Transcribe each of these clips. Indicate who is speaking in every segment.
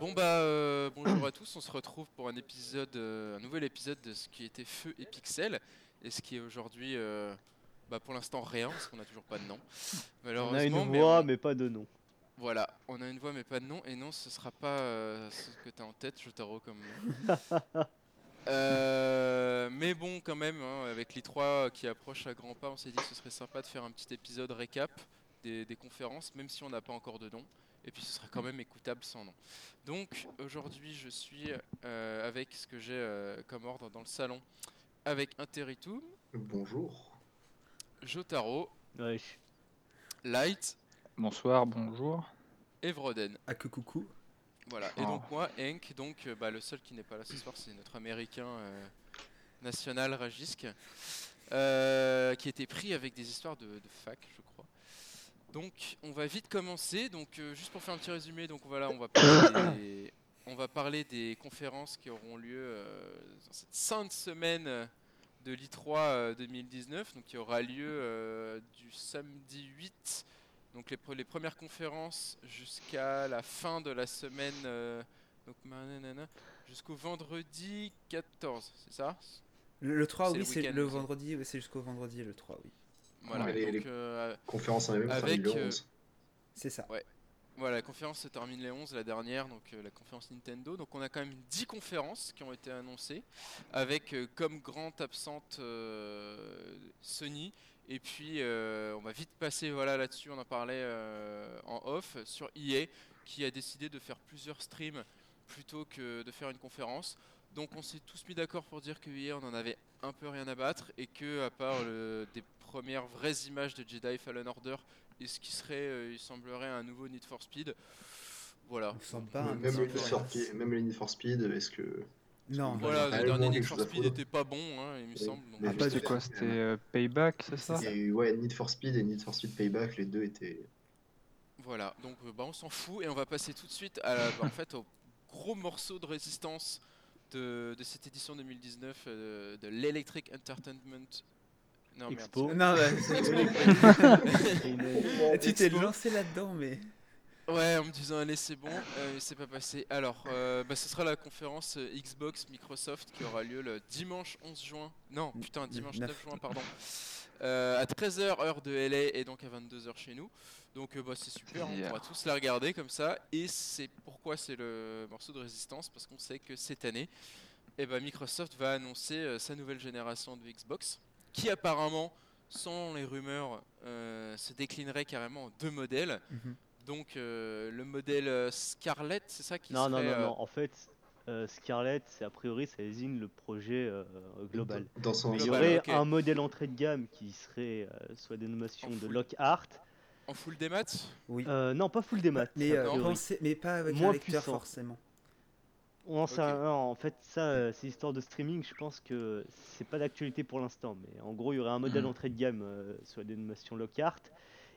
Speaker 1: Bon bah euh, bonjour à tous, on se retrouve pour un épisode, euh, un nouvel épisode de ce qui était Feu et Pixel et ce qui est aujourd'hui, euh, bah pour l'instant rien parce qu'on n'a toujours pas de nom.
Speaker 2: On a une
Speaker 1: Malheureusement, mais
Speaker 2: voix,
Speaker 1: on-
Speaker 2: mais pas de nom.
Speaker 1: voilà, on a une voix mais pas de nom et non ce sera pas euh, ce que t'as en tête, Jotaro comme nom. Euh, mais bon quand même, hein, avec les trois qui approchent à grands pas, on s'est dit que ce serait sympa de faire un petit épisode récap des, des conférences, même si on n'a pas encore de nom. Et puis ce sera quand même écoutable sans nom. Donc aujourd'hui je suis euh, avec ce que j'ai euh, comme ordre dans le salon, avec Interitum,
Speaker 3: Bonjour.
Speaker 1: Jotaro,
Speaker 2: Wesh.
Speaker 1: Light
Speaker 4: Bonsoir, bonjour.
Speaker 1: et Vroden.
Speaker 5: Ah que coucou.
Speaker 1: Voilà, et donc moi, Henk, donc euh, bah, le seul qui n'est pas là ce soir, c'est notre américain euh, national Rajisk, euh, qui était pris avec des histoires de, de fac, je crois. Donc on va vite commencer, donc euh, juste pour faire un petit résumé, donc voilà, on va parler des, on va parler des conférences qui auront lieu euh, dans cette sainte semaine euh, de l'I3 euh, 2019, donc qui aura lieu euh, du samedi 8 donc les, pre- les premières conférences jusqu'à la fin de la semaine, euh, donc nanana, jusqu'au vendredi 14, c'est ça
Speaker 5: Le, le 3,
Speaker 1: C'est le
Speaker 5: oui, c'est
Speaker 1: week-end,
Speaker 5: le
Speaker 1: ok.
Speaker 5: vendredi, ouais, c'est jusqu'au vendredi le 3, oui.
Speaker 1: Voilà.
Speaker 3: Ouais, les-
Speaker 1: donc,
Speaker 3: les-
Speaker 1: euh,
Speaker 3: Conférence en elle-même, ça
Speaker 1: Avec,
Speaker 3: arrive le
Speaker 1: euh,
Speaker 3: 11.
Speaker 5: C'est ça.
Speaker 1: voilà, la conférence se termine les 11, la dernière, donc euh, la conférence Nintendo. Donc on a quand même 10 conférences qui ont été annoncées, avec euh, comme grande absente euh, Sony. Et puis euh, on va vite passer voilà là-dessus, on en parlait euh, en off, sur EA, qui a décidé de faire plusieurs streams plutôt que de faire une conférence. Donc on s'est tous mis d'accord pour dire que EA, on en avait un peu rien à battre, et que à part le- des premières vraies images de Jedi Fallen Order, et ce qui serait, euh, il semblerait, un nouveau Need for Speed. Voilà.
Speaker 5: On sent pas un
Speaker 3: Même
Speaker 5: petit
Speaker 3: le
Speaker 5: peu
Speaker 3: Need for Speed, même le Need for Speed, est-ce que.
Speaker 5: Non,
Speaker 1: Voilà,
Speaker 3: Ah,
Speaker 1: le
Speaker 3: le
Speaker 1: dernier
Speaker 3: bon,
Speaker 1: Need
Speaker 3: quelque
Speaker 1: for
Speaker 3: chose à
Speaker 1: Speed
Speaker 3: foutre.
Speaker 1: n'était pas bon, hein, il me
Speaker 3: Oui.
Speaker 1: semble. donc-
Speaker 3: Mais
Speaker 4: Ah,
Speaker 3: juste
Speaker 4: c'était
Speaker 3: avant,
Speaker 4: quoi
Speaker 3: c'est
Speaker 4: C'était
Speaker 3: un-
Speaker 4: euh, Payback, c'est ça
Speaker 3: Il y a eu ouais, Need for Speed et Need for Speed Payback, les deux étaient.
Speaker 1: Voilà, donc euh, bah, on s'en fout et on va passer tout de suite à la- bah, en fait, au gros morceau de résistance de, de cette édition 2019 euh, de l'Electric Entertainment. Non, merde.
Speaker 2: Expo.
Speaker 5: Non, bah,
Speaker 2: C'est une-
Speaker 5: tu t'es
Speaker 1: Expo.
Speaker 5: lancé là-dedans, mais.
Speaker 1: Ouais, en me disant allez c'est bon, euh, mais c'est pas passé. Alors, euh, bah, ce sera la conférence euh, Xbox Microsoft qui aura lieu le dimanche 11 juin. Non,
Speaker 5: N-
Speaker 1: putain, dimanche 9,
Speaker 5: neuf.
Speaker 1: juin, pardon. Euh, à 13h heure de LA et donc à 22h chez nous. Donc euh, bah, c'est super, on
Speaker 4: Yeah.
Speaker 1: pourra tous la regarder comme ça. Et c'est pourquoi c'est le morceau de résistance, parce qu'on sait que cette année, eh ben, Microsoft va annoncer euh, sa nouvelle génération de Xbox, qui apparemment, selon les rumeurs, euh, se déclinerait carrément en deux modèles.
Speaker 5: Mhm.
Speaker 1: Donc euh, le modèle euh, Scarlett, c'est ça qui
Speaker 2: Non, non,
Speaker 1: serait,
Speaker 2: non,
Speaker 1: euh,
Speaker 2: non. En fait, euh, Scarlett, c'est a priori, ça désigne le projet euh, global.
Speaker 3: Dans son
Speaker 2: Il y
Speaker 1: Global,
Speaker 2: aurait
Speaker 1: ok.
Speaker 2: un modèle entrée de gamme qui serait euh, soit dénomination
Speaker 1: En
Speaker 2: de
Speaker 1: full.
Speaker 2: Lockhart.
Speaker 1: en full des maths
Speaker 5: Oui.
Speaker 2: Euh, non, pas full des maths.
Speaker 5: mais,
Speaker 2: a
Speaker 5: euh,
Speaker 2: priori.
Speaker 5: pensez- mais pas avec
Speaker 2: Moins
Speaker 5: un lecteur,
Speaker 2: puissant.
Speaker 5: forcément.
Speaker 2: Non, ça-
Speaker 1: Ok.
Speaker 2: non, en fait, ça, euh, c'est histoire de streaming. Je pense que c'est pas d'actualité pour l'instant, mais en gros, il y aurait un modèle
Speaker 1: Hmm.
Speaker 4: Mhm.
Speaker 2: entrée de gamme euh, sous la dénomination Lockhart.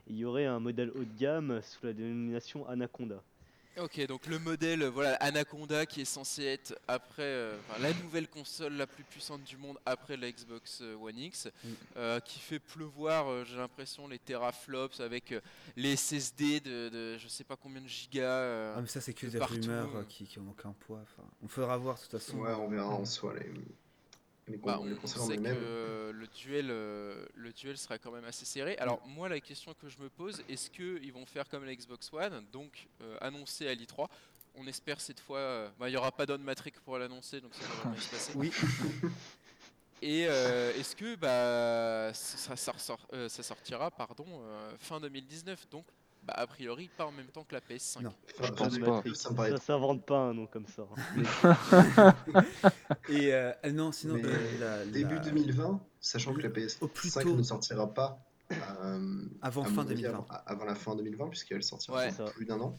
Speaker 2: et Il y aurait un modèle haut de gamme euh, sous la dénomination Anaconda.
Speaker 1: Ok, donc le modèle, euh, voilà, Anaconda qui est censé être après euh, enfin, la nouvelle console la plus puissante du monde après la Xbox euh, One X,
Speaker 5: Mm.
Speaker 1: euh, qui fait pleuvoir, euh, j'ai l'impression, les teraflops avec euh, les SSD de, de je sais pas combien de gigas. euh,
Speaker 5: Ah, mais ça, c'est que
Speaker 1: de
Speaker 5: des
Speaker 1: partout,
Speaker 5: rumeurs
Speaker 1: euh.
Speaker 5: euh, qui, qui ont aucun poids. enfin. On faudra voir, de toute façon.
Speaker 3: Ouais, on verra en soi les. Les,
Speaker 1: Bah,
Speaker 3: con-
Speaker 1: on
Speaker 3: les
Speaker 1: on
Speaker 3: consoles en
Speaker 1: sait que
Speaker 3: elles-mêmes.
Speaker 1: euh, le duel, euh, le duel sera quand même assez serré. Alors moi, la question que je me pose, est-ce qu'ils vont faire comme la Xbox One, donc euh, annoncer à l'i3 On espère cette fois, euh, bah, il n'y aura pas d'on matrix pour l'annoncer, donc ça devrait bien se passer.
Speaker 5: Oui.
Speaker 1: Et euh, est-ce que bah, ça, ça ressort- euh, ça sortira pardon, euh, fin 2019, donc bah, a priori pas en même temps que la PS5.
Speaker 5: Non.
Speaker 3: Enfin,
Speaker 4: pense
Speaker 3: de-
Speaker 4: pas.
Speaker 3: Ça me paraît
Speaker 2: Ça s'invente pas un nom comme ça. hein.
Speaker 5: Et euh, ah, non, sinon,
Speaker 3: Mais
Speaker 5: euh, la-
Speaker 3: début
Speaker 5: la-
Speaker 3: 2020, sachant que la
Speaker 5: Au
Speaker 3: PS5
Speaker 5: plus tôt.
Speaker 3: ne sortira pas. euh,
Speaker 5: Avant
Speaker 3: à
Speaker 5: fin
Speaker 3: mon avis,
Speaker 5: 2020.
Speaker 3: Avant, avant la fin 2020, puisqu'elle sortira
Speaker 1: Ouais.
Speaker 3: dans plus d'un an.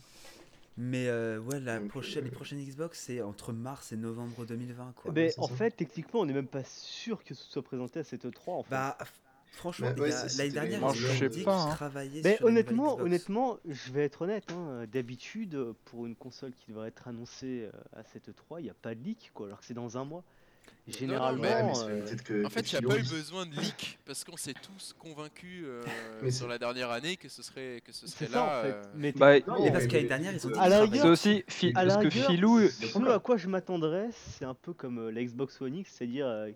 Speaker 5: Mais euh, ouais, la
Speaker 3: Donc,
Speaker 5: prochaine, les
Speaker 3: euh,
Speaker 5: prochaines Xbox, c'est entre mars et novembre 2020, quoi.
Speaker 2: Mais
Speaker 3: c'est
Speaker 2: Ben, en
Speaker 3: ça.
Speaker 2: fait, techniquement, on n'est même pas sûr que ce soit présenté à cette E3. en fait.
Speaker 5: Bah, f- franchement,
Speaker 3: Bah,
Speaker 5: il y
Speaker 3: ouais,
Speaker 5: a-
Speaker 3: c'est- c'était-
Speaker 5: l'année dernière,
Speaker 4: Moi,
Speaker 5: ils
Speaker 4: je
Speaker 5: ont
Speaker 4: sais
Speaker 5: dit qu'ils
Speaker 4: pas, hein.
Speaker 5: travaillaient
Speaker 2: Mais
Speaker 5: sur une nouvelle
Speaker 2: Ben, honnêtement,
Speaker 5: Xbox.
Speaker 2: honnêtement, je vais être honnête. hein, euh, D'habitude, E euh, pour une console qui devrait être annoncée euh, à cette E3, il n'y a pas de leak, quoi, alors que c'est dans un mois. Généralement,
Speaker 1: mais-
Speaker 3: Ouais, mais c'est-
Speaker 2: euh,
Speaker 3: peut-être que.
Speaker 1: En fait,
Speaker 3: que
Speaker 1: il n'y a
Speaker 3: Philo-
Speaker 1: pas eu besoin de leak parce qu'on s'est tous convaincus euh,
Speaker 3: Mais
Speaker 1: sur
Speaker 3: c'est-
Speaker 1: la dernière année que ce serait, que ce
Speaker 2: c'est
Speaker 1: serait
Speaker 2: ça
Speaker 1: là.
Speaker 2: en fait.
Speaker 1: euh,
Speaker 2: Mais
Speaker 4: Bah,
Speaker 3: Non,
Speaker 2: techniquement,
Speaker 5: Et parce
Speaker 3: Oh, mais-
Speaker 5: qu'à l'année dernière, ils ont
Speaker 3: À
Speaker 5: tous
Speaker 2: la
Speaker 5: travaillé.
Speaker 2: rigueur,
Speaker 4: C'est aussi fi-
Speaker 2: à la
Speaker 4: parce que
Speaker 2: rigueur,
Speaker 4: Philou, euh,
Speaker 2: Ce à quoi je m'attendrais, c'est un peu comme euh, la Xbox One X, c'est-à-dire euh,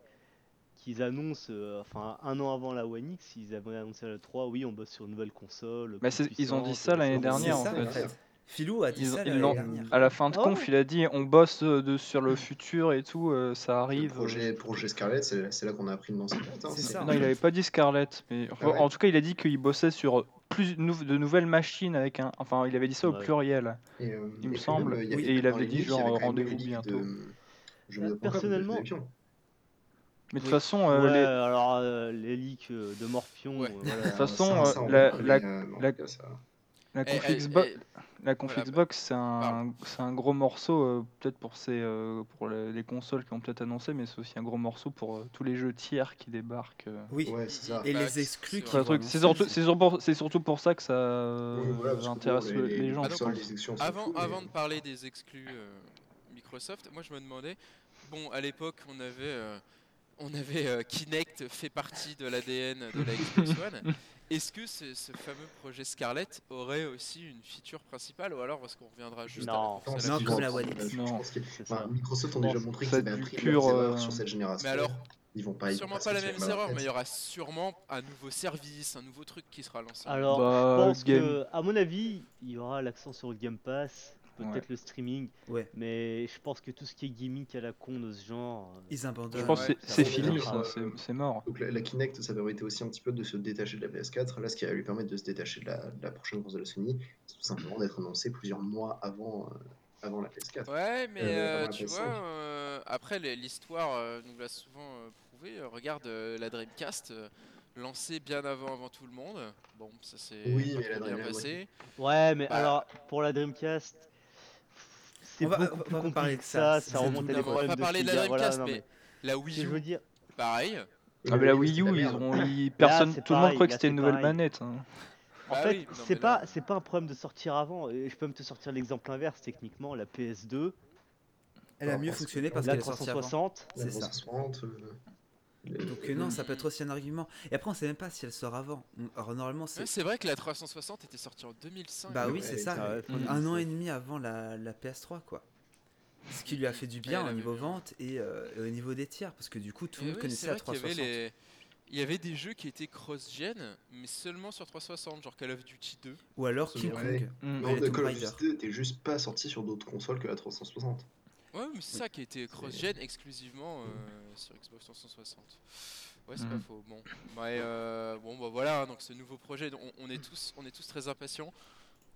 Speaker 2: qu'ils annoncent, euh, enfin un an avant la One X, ils avaient annoncé à la 3, oui, on bosse sur une nouvelle console.
Speaker 4: Bah,
Speaker 2: plus
Speaker 4: c'est- ils ont dit
Speaker 2: puissante,
Speaker 4: ça l'année
Speaker 2: machin.
Speaker 4: dernière,
Speaker 5: C'est
Speaker 4: en
Speaker 5: ça,
Speaker 4: fait.
Speaker 5: Philou a dit
Speaker 4: Ils-
Speaker 5: ça euh,
Speaker 4: ils
Speaker 5: l'année
Speaker 4: l'ont-
Speaker 5: dernière.
Speaker 4: à la fin de
Speaker 2: Ah
Speaker 4: conf,
Speaker 2: ouais.
Speaker 4: il a dit on bosse euh, de- sur le futur et tout, euh, ça
Speaker 3: Le
Speaker 4: arrive.
Speaker 3: projet, projet Scarlett, c'est c'est là qu'on a appris le nom. c'est- Attends,
Speaker 5: C'est
Speaker 3: c'est-
Speaker 5: ça.
Speaker 4: Non, il avait pas dit Scarlett, mais
Speaker 3: Ah ouais.
Speaker 4: en tout cas, il a dit qu'il bossait sur euh, plus nou- de nouvelles machines avec un. Enfin, il avait dit ça au
Speaker 2: Ouais.
Speaker 4: pluriel.
Speaker 3: Et, euh,
Speaker 4: Il me
Speaker 3: et puis
Speaker 4: semble,
Speaker 3: même, il y avait-
Speaker 4: et il
Speaker 3: dans
Speaker 4: avait
Speaker 3: les
Speaker 4: dit,
Speaker 3: leaks, il y
Speaker 4: genre,
Speaker 3: avait quand même
Speaker 4: rendez-vous
Speaker 3: le leak
Speaker 4: bientôt.
Speaker 3: de-
Speaker 5: Euh,
Speaker 3: je me demande pourquoi,
Speaker 2: Personnellement-
Speaker 3: de l'avion.
Speaker 4: Mais de
Speaker 1: Oui.
Speaker 4: toute façon, euh,
Speaker 2: Ouais,
Speaker 4: les-
Speaker 2: alors euh, les leaks euh, de Morpion,
Speaker 1: Ouais.
Speaker 2: euh, voilà.
Speaker 4: De toute
Speaker 3: Ça,
Speaker 4: façon,
Speaker 3: ça,
Speaker 4: euh,
Speaker 3: on
Speaker 4: la-
Speaker 3: peut,
Speaker 4: la-
Speaker 3: mais, euh, en
Speaker 4: la-
Speaker 3: tout cas, ça-
Speaker 4: la
Speaker 1: eh,
Speaker 4: conf
Speaker 1: eh,
Speaker 4: Xbox,
Speaker 1: eh,
Speaker 4: la conf
Speaker 1: voilà, bah,
Speaker 4: Xbox, c'est un,
Speaker 1: pardon.
Speaker 4: c'est un gros morceau euh, peut-être pour ces, euh, pour les, les consoles qui ont peut-être annoncé, mais c'est aussi un gros morceau pour euh, tous les jeux tiers qui débarquent. euh.
Speaker 5: Oui.
Speaker 3: Ouais, c'est ça.
Speaker 5: Et
Speaker 1: Bah,
Speaker 5: les
Speaker 1: c'est-
Speaker 5: exclus
Speaker 1: c'est
Speaker 5: qui
Speaker 4: C'est
Speaker 1: vrai.
Speaker 4: un
Speaker 5: vont
Speaker 4: truc-
Speaker 5: annoncer,
Speaker 4: c'est surtout,
Speaker 5: c'est-
Speaker 4: c'est surtout- c'est surtout pour ça que ça euh,
Speaker 3: Oui, voilà, parce que bon,
Speaker 4: intéresse le- les, gens.
Speaker 1: Ah, donc,
Speaker 4: je
Speaker 3: consoles,
Speaker 4: pense.
Speaker 3: les actions, on s'en
Speaker 1: Avant,
Speaker 3: fout, mais-
Speaker 1: avant de parler des exclus euh, Microsoft, moi je me demandais, bon, à l'époque, on avait, euh, on avait euh, Kinect fait partie de l'ADN de la Xbox One. Est-ce que ce, ce fameux projet Scarlett aurait aussi une feature principale ou alors est-ce qu'on reviendra juste
Speaker 2: Non.
Speaker 1: à la course à
Speaker 5: Non,
Speaker 1: la
Speaker 5: comme
Speaker 1: console
Speaker 5: la One
Speaker 3: Je
Speaker 5: X.
Speaker 3: pense que-
Speaker 2: C'est
Speaker 5: Bah,
Speaker 3: Enfin,
Speaker 2: ça.
Speaker 3: Microsoft ont déjà
Speaker 2: Bon,
Speaker 3: montré
Speaker 4: ça
Speaker 3: qu'ils avaient
Speaker 4: du
Speaker 3: appris
Speaker 4: pur,
Speaker 3: leurs erreurs
Speaker 4: euh,
Speaker 3: sur cette génération.
Speaker 1: Mais alors,
Speaker 3: ils vont pas. ils vont
Speaker 1: sûrement pas
Speaker 3: se
Speaker 1: la
Speaker 3: tirer
Speaker 1: même
Speaker 3: balle dans
Speaker 1: erreur,
Speaker 3: tête.
Speaker 1: mais il y aura sûrement un nouveau service, un nouveau truc qui sera lancé.
Speaker 2: Alors,
Speaker 4: Bah,
Speaker 2: je pense
Speaker 4: game.
Speaker 2: que, à mon avis, il y aura l'accent sur le Game Pass, peut-être
Speaker 4: Ouais.
Speaker 2: le streaming,
Speaker 5: Ouais.
Speaker 2: mais je pense que tout ce qui est gimmick à la con de ce genre. euh,
Speaker 5: Ils abandonnent.
Speaker 4: Je pense que
Speaker 1: Ouais,
Speaker 4: c'est- c'est
Speaker 3: ça
Speaker 4: fini,
Speaker 3: reviendra.
Speaker 4: ça, c'est- c'est mort.
Speaker 3: Donc la, la Kinect, ça permettait aussi un petit peu de se détacher de la PS4. Là, ce qui va lui permettre de se détacher de la, de la prochaine console de Sony, c'est tout simplement d'être annoncé plusieurs mois avant, euh, avant la PS4.
Speaker 1: Ouais, mais
Speaker 3: Euh,
Speaker 1: euh,
Speaker 3: avant la
Speaker 1: tu
Speaker 3: PS5.
Speaker 1: vois, euh, après les- l'histoire euh, nous l'a souvent euh, prouvé. Euh, regarde euh, la Dreamcast, euh, lancée bien avant avant tout le monde. Bon, ça s'est
Speaker 3: Oui,
Speaker 1: pas
Speaker 3: mais la
Speaker 1: trop bien
Speaker 3: Dreamcast,
Speaker 1: passé.
Speaker 2: Ouais, mais
Speaker 1: Bah.
Speaker 2: alors, pour la Dreamcast, c'est
Speaker 5: On va-
Speaker 2: beaucoup
Speaker 5: on va
Speaker 2: plus
Speaker 5: pas
Speaker 2: compliqué
Speaker 5: parler de
Speaker 2: que
Speaker 5: ça,
Speaker 2: ça,
Speaker 5: c'est
Speaker 2: ça remonte à
Speaker 5: tout
Speaker 2: des
Speaker 1: Non, mais on
Speaker 2: problèmes
Speaker 1: va pas parler de la
Speaker 2: filière, voilà,
Speaker 1: Dreamcast,
Speaker 2: non,
Speaker 1: mais, la
Speaker 2: ce
Speaker 1: Wii
Speaker 2: que je veux
Speaker 1: U,
Speaker 2: dire,
Speaker 1: pareil.
Speaker 4: Ah, mais la
Speaker 3: Et
Speaker 4: Wii
Speaker 3: c'est de
Speaker 4: U, ils
Speaker 3: euh, merde.
Speaker 4: ont, ils- personne,
Speaker 2: c'est
Speaker 4: tout le monde
Speaker 2: pareil,
Speaker 4: croyait que
Speaker 2: là,
Speaker 4: c'était une
Speaker 2: c'est
Speaker 4: nouvelle
Speaker 2: pareil.
Speaker 4: manette. hein.
Speaker 2: En
Speaker 1: Ah
Speaker 2: fait,
Speaker 1: oui, non,
Speaker 2: c'est
Speaker 1: mais là-
Speaker 2: pas c'est pas un problème de sortir avant. Et je peux même te sortir l'exemple inverse. Techniquement, la PS2,
Speaker 5: Elle a
Speaker 3: Alors,
Speaker 5: mieux
Speaker 3: parce que-
Speaker 5: fonctionné parce
Speaker 2: la
Speaker 5: qu'elle est sortie avant.
Speaker 2: 360.
Speaker 3: La
Speaker 5: C'est ça.
Speaker 3: 360, euh, les-
Speaker 5: Donc euh, non, ça peut être aussi un argument. Et après, on sait même pas si elle sort avant. On- Alors normalement, c'est
Speaker 1: Ouais, C'est vrai que la 360 était sortie en 2005.
Speaker 5: bah
Speaker 3: ouais,
Speaker 5: oui,
Speaker 3: elle
Speaker 5: c'est
Speaker 3: était-
Speaker 5: ça.
Speaker 2: ouais,
Speaker 4: Mm.
Speaker 5: Un an et demi avant la, la PS3, quoi. Ce qui lui a fait du bien
Speaker 1: elle
Speaker 5: au
Speaker 1: avait
Speaker 5: niveau
Speaker 1: bien.
Speaker 5: vente et, euh, et au niveau des tiers, parce que du coup, tout
Speaker 1: Et
Speaker 5: le monde
Speaker 1: oui, c'est
Speaker 5: connaissait la
Speaker 1: vrai qu'il y avait
Speaker 5: 360.
Speaker 1: les- Il y avait des jeux qui étaient cross-gen, mais seulement sur 360, genre Call of Duty 2.
Speaker 5: Ou alors King
Speaker 3: Ouais.
Speaker 5: Kong.
Speaker 4: Mm.
Speaker 5: Ouais,
Speaker 3: Non, de
Speaker 5: les euh, Tomb
Speaker 3: Call of
Speaker 5: Raider.
Speaker 3: Duty 2 était juste pas sorti sur d'autres consoles que la 360.
Speaker 1: Ouais, mais c'est ça qui était cross-gen exclusivement euh, sur Xbox 360. Ouais, c'est pas
Speaker 4: Mhm.
Speaker 1: faux. Bon, bah, et, euh, bon, bah voilà, hein, donc ce nouveau projet, on, on est tous, on est tous très impatients.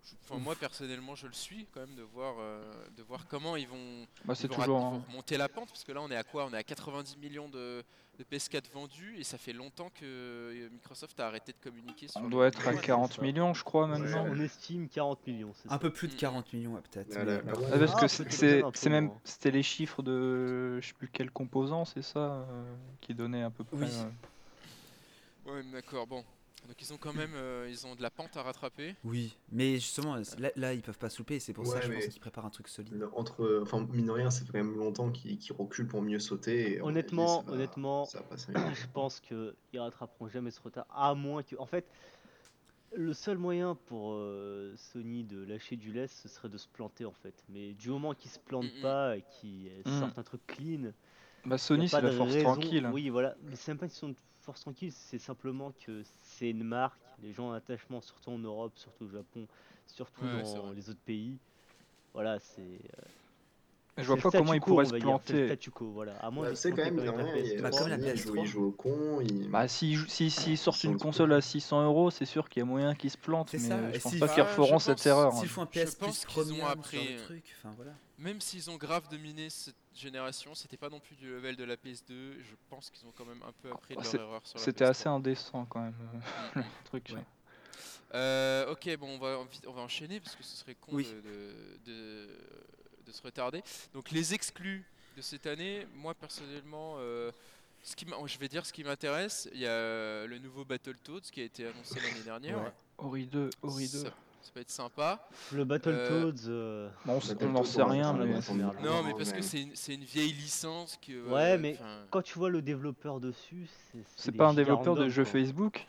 Speaker 1: Je- Enfin, moi personnellement, je le suis quand même de voir, euh, de voir comment ils vont,
Speaker 4: Bah,
Speaker 1: ils
Speaker 4: c'est
Speaker 1: vont, rat-
Speaker 4: toujours.
Speaker 1: ils
Speaker 4: un-
Speaker 1: vont remonter la pente, parce que là, on est à quoi On est à 90 millions de, de PS4 vendus, et ça fait longtemps que euh, Microsoft a arrêté de communiquer sur.
Speaker 4: On
Speaker 1: le-
Speaker 4: doit être à
Speaker 1: Ouais,
Speaker 4: 40
Speaker 2: ça.
Speaker 4: millions, je crois,
Speaker 3: Ouais.
Speaker 4: maintenant.
Speaker 2: On estime 40 millions. c'est
Speaker 5: Un
Speaker 2: ça.
Speaker 5: peu plus de
Speaker 1: Mm.
Speaker 5: 40 millions, ouais, peut-être.
Speaker 3: Ah,
Speaker 5: mais,
Speaker 3: la-
Speaker 5: euh,
Speaker 3: la
Speaker 5: par-
Speaker 3: One-
Speaker 4: Ah, parce
Speaker 2: Ah,
Speaker 4: que
Speaker 2: c'est
Speaker 4: c'est-
Speaker 2: comme
Speaker 4: c'est
Speaker 2: ça, un peu,
Speaker 4: c'est même
Speaker 2: moi.
Speaker 4: c'était les chiffres de euh, je sais plus quel composant c'est ça euh, qui donnait à peu près.
Speaker 5: Oui.
Speaker 4: euh.
Speaker 1: Ouais, mais d'accord. Bon, donc ils ont quand même, euh, ils ont de la pente à rattraper.
Speaker 5: Oui, mais justement, là, là, ils peuvent pas souper, et c'est pour ça,
Speaker 3: Ouais,
Speaker 5: je
Speaker 3: mais-
Speaker 5: pense qu'ils préparent un truc solide.
Speaker 3: Le- Entre, enfin, mine de rien, ça fait quand même longtemps qu'ils qu'ils reculent pour mieux sauter. et, à mon avis,
Speaker 2: Honnêtement,
Speaker 3: ça va-
Speaker 2: honnêtement,
Speaker 3: ça va passer.
Speaker 2: je pense que ils rattraperont jamais ce retard. À moins que, en fait, le seul moyen pour euh, Sony de lâcher du lest, ce serait de se planter en fait. Mais du moment qu'ils se plantent
Speaker 1: Mhm.
Speaker 2: pas et qu'ils euh,
Speaker 4: Mhm.
Speaker 2: sortent un truc clean,
Speaker 4: Bah
Speaker 2: Y a
Speaker 4: Sony
Speaker 2: pas
Speaker 4: c'est la
Speaker 2: de
Speaker 4: force
Speaker 2: raison-
Speaker 4: tranquille.
Speaker 2: Oui, voilà. Mais c'est même pas une question de force tranquille, c'est simplement que c'est une marque. Les gens ont un attachement, surtout en Europe, surtout au Japon, surtout
Speaker 1: Ouais, c'est
Speaker 2: dans
Speaker 1: vrai.
Speaker 2: les autres pays. Voilà, c'est. euh,
Speaker 4: Je
Speaker 2: c'est
Speaker 4: vois
Speaker 2: le
Speaker 4: pas comment
Speaker 2: statu
Speaker 4: ils
Speaker 2: quo,
Speaker 4: pourraient
Speaker 2: on
Speaker 4: se
Speaker 2: va dire, C'est le
Speaker 4: planter.
Speaker 2: statu quo, voilà. À moins
Speaker 3: Bah,
Speaker 2: de
Speaker 3: tu
Speaker 2: se
Speaker 3: sais, quand
Speaker 2: planter
Speaker 3: même, mine de
Speaker 2: comme avec
Speaker 3: rien,
Speaker 2: la
Speaker 3: il y a-
Speaker 5: Bah,
Speaker 2: PS3.
Speaker 5: comme la
Speaker 3: il joue- il
Speaker 5: PS3.
Speaker 3: joue au con. il-
Speaker 4: Bah s'ils jou- s'ils- s'ils sortent
Speaker 3: sont
Speaker 4: une
Speaker 3: le coup.
Speaker 4: console à 600 euros, c'est sûr qu'il y a moyen qu'ils se plantent,
Speaker 5: C'est
Speaker 4: mais
Speaker 5: ça,
Speaker 4: euh,
Speaker 5: et
Speaker 4: je pense
Speaker 5: s'ils-
Speaker 4: pas qu'ils
Speaker 1: Bah, je
Speaker 4: referont
Speaker 1: pense-
Speaker 4: cette erreur.
Speaker 5: S'ils font un
Speaker 1: Je
Speaker 5: PS
Speaker 1: pense
Speaker 5: Plus
Speaker 1: qu'ils ont
Speaker 5: Chromium sur
Speaker 1: appris,
Speaker 5: le
Speaker 1: euh,
Speaker 5: truc, enfin voilà.
Speaker 1: Même s'ils ont grave dominé cette génération, c'était pas non plus du level de la PS2. Je pense qu'ils ont quand même un peu appris de
Speaker 4: Ah,
Speaker 1: leur
Speaker 4: c'est-
Speaker 1: erreur sur la
Speaker 4: C'était
Speaker 1: PS3.
Speaker 4: assez indécent quand même euh,
Speaker 1: Mm, mm.
Speaker 4: le truc.
Speaker 5: Ouais.
Speaker 1: Euh, ok, bon, on va, en- vite- on va enchaîner parce que ce serait con
Speaker 5: Oui.
Speaker 1: de, de- de- de se retarder. Donc, les exclus de cette année, moi personnellement, euh, ce qui m'a- je vais dire ce qui m'intéresse. Il y a euh, le nouveau Battletoads qui a été annoncé l'année dernière.
Speaker 5: Ouais.
Speaker 4: Ori 2, Ori 2.
Speaker 1: Ça, ça peut être sympa.
Speaker 2: Le Battletoads. euh,
Speaker 4: Bon, on s- on n'en sait rien, mais.
Speaker 2: c'est- Non,
Speaker 1: Non, mais
Speaker 2: Non,
Speaker 1: parce que c'est une, c'est une vieille licence que. euh,
Speaker 2: Ouais, mais-
Speaker 1: enfin,
Speaker 2: Quand tu vois le développeur dessus, c'est.
Speaker 4: C'est
Speaker 2: des
Speaker 4: pas un
Speaker 2: giga
Speaker 4: développeur de
Speaker 2: randoms,
Speaker 4: jeux
Speaker 2: quoi.
Speaker 4: Facebook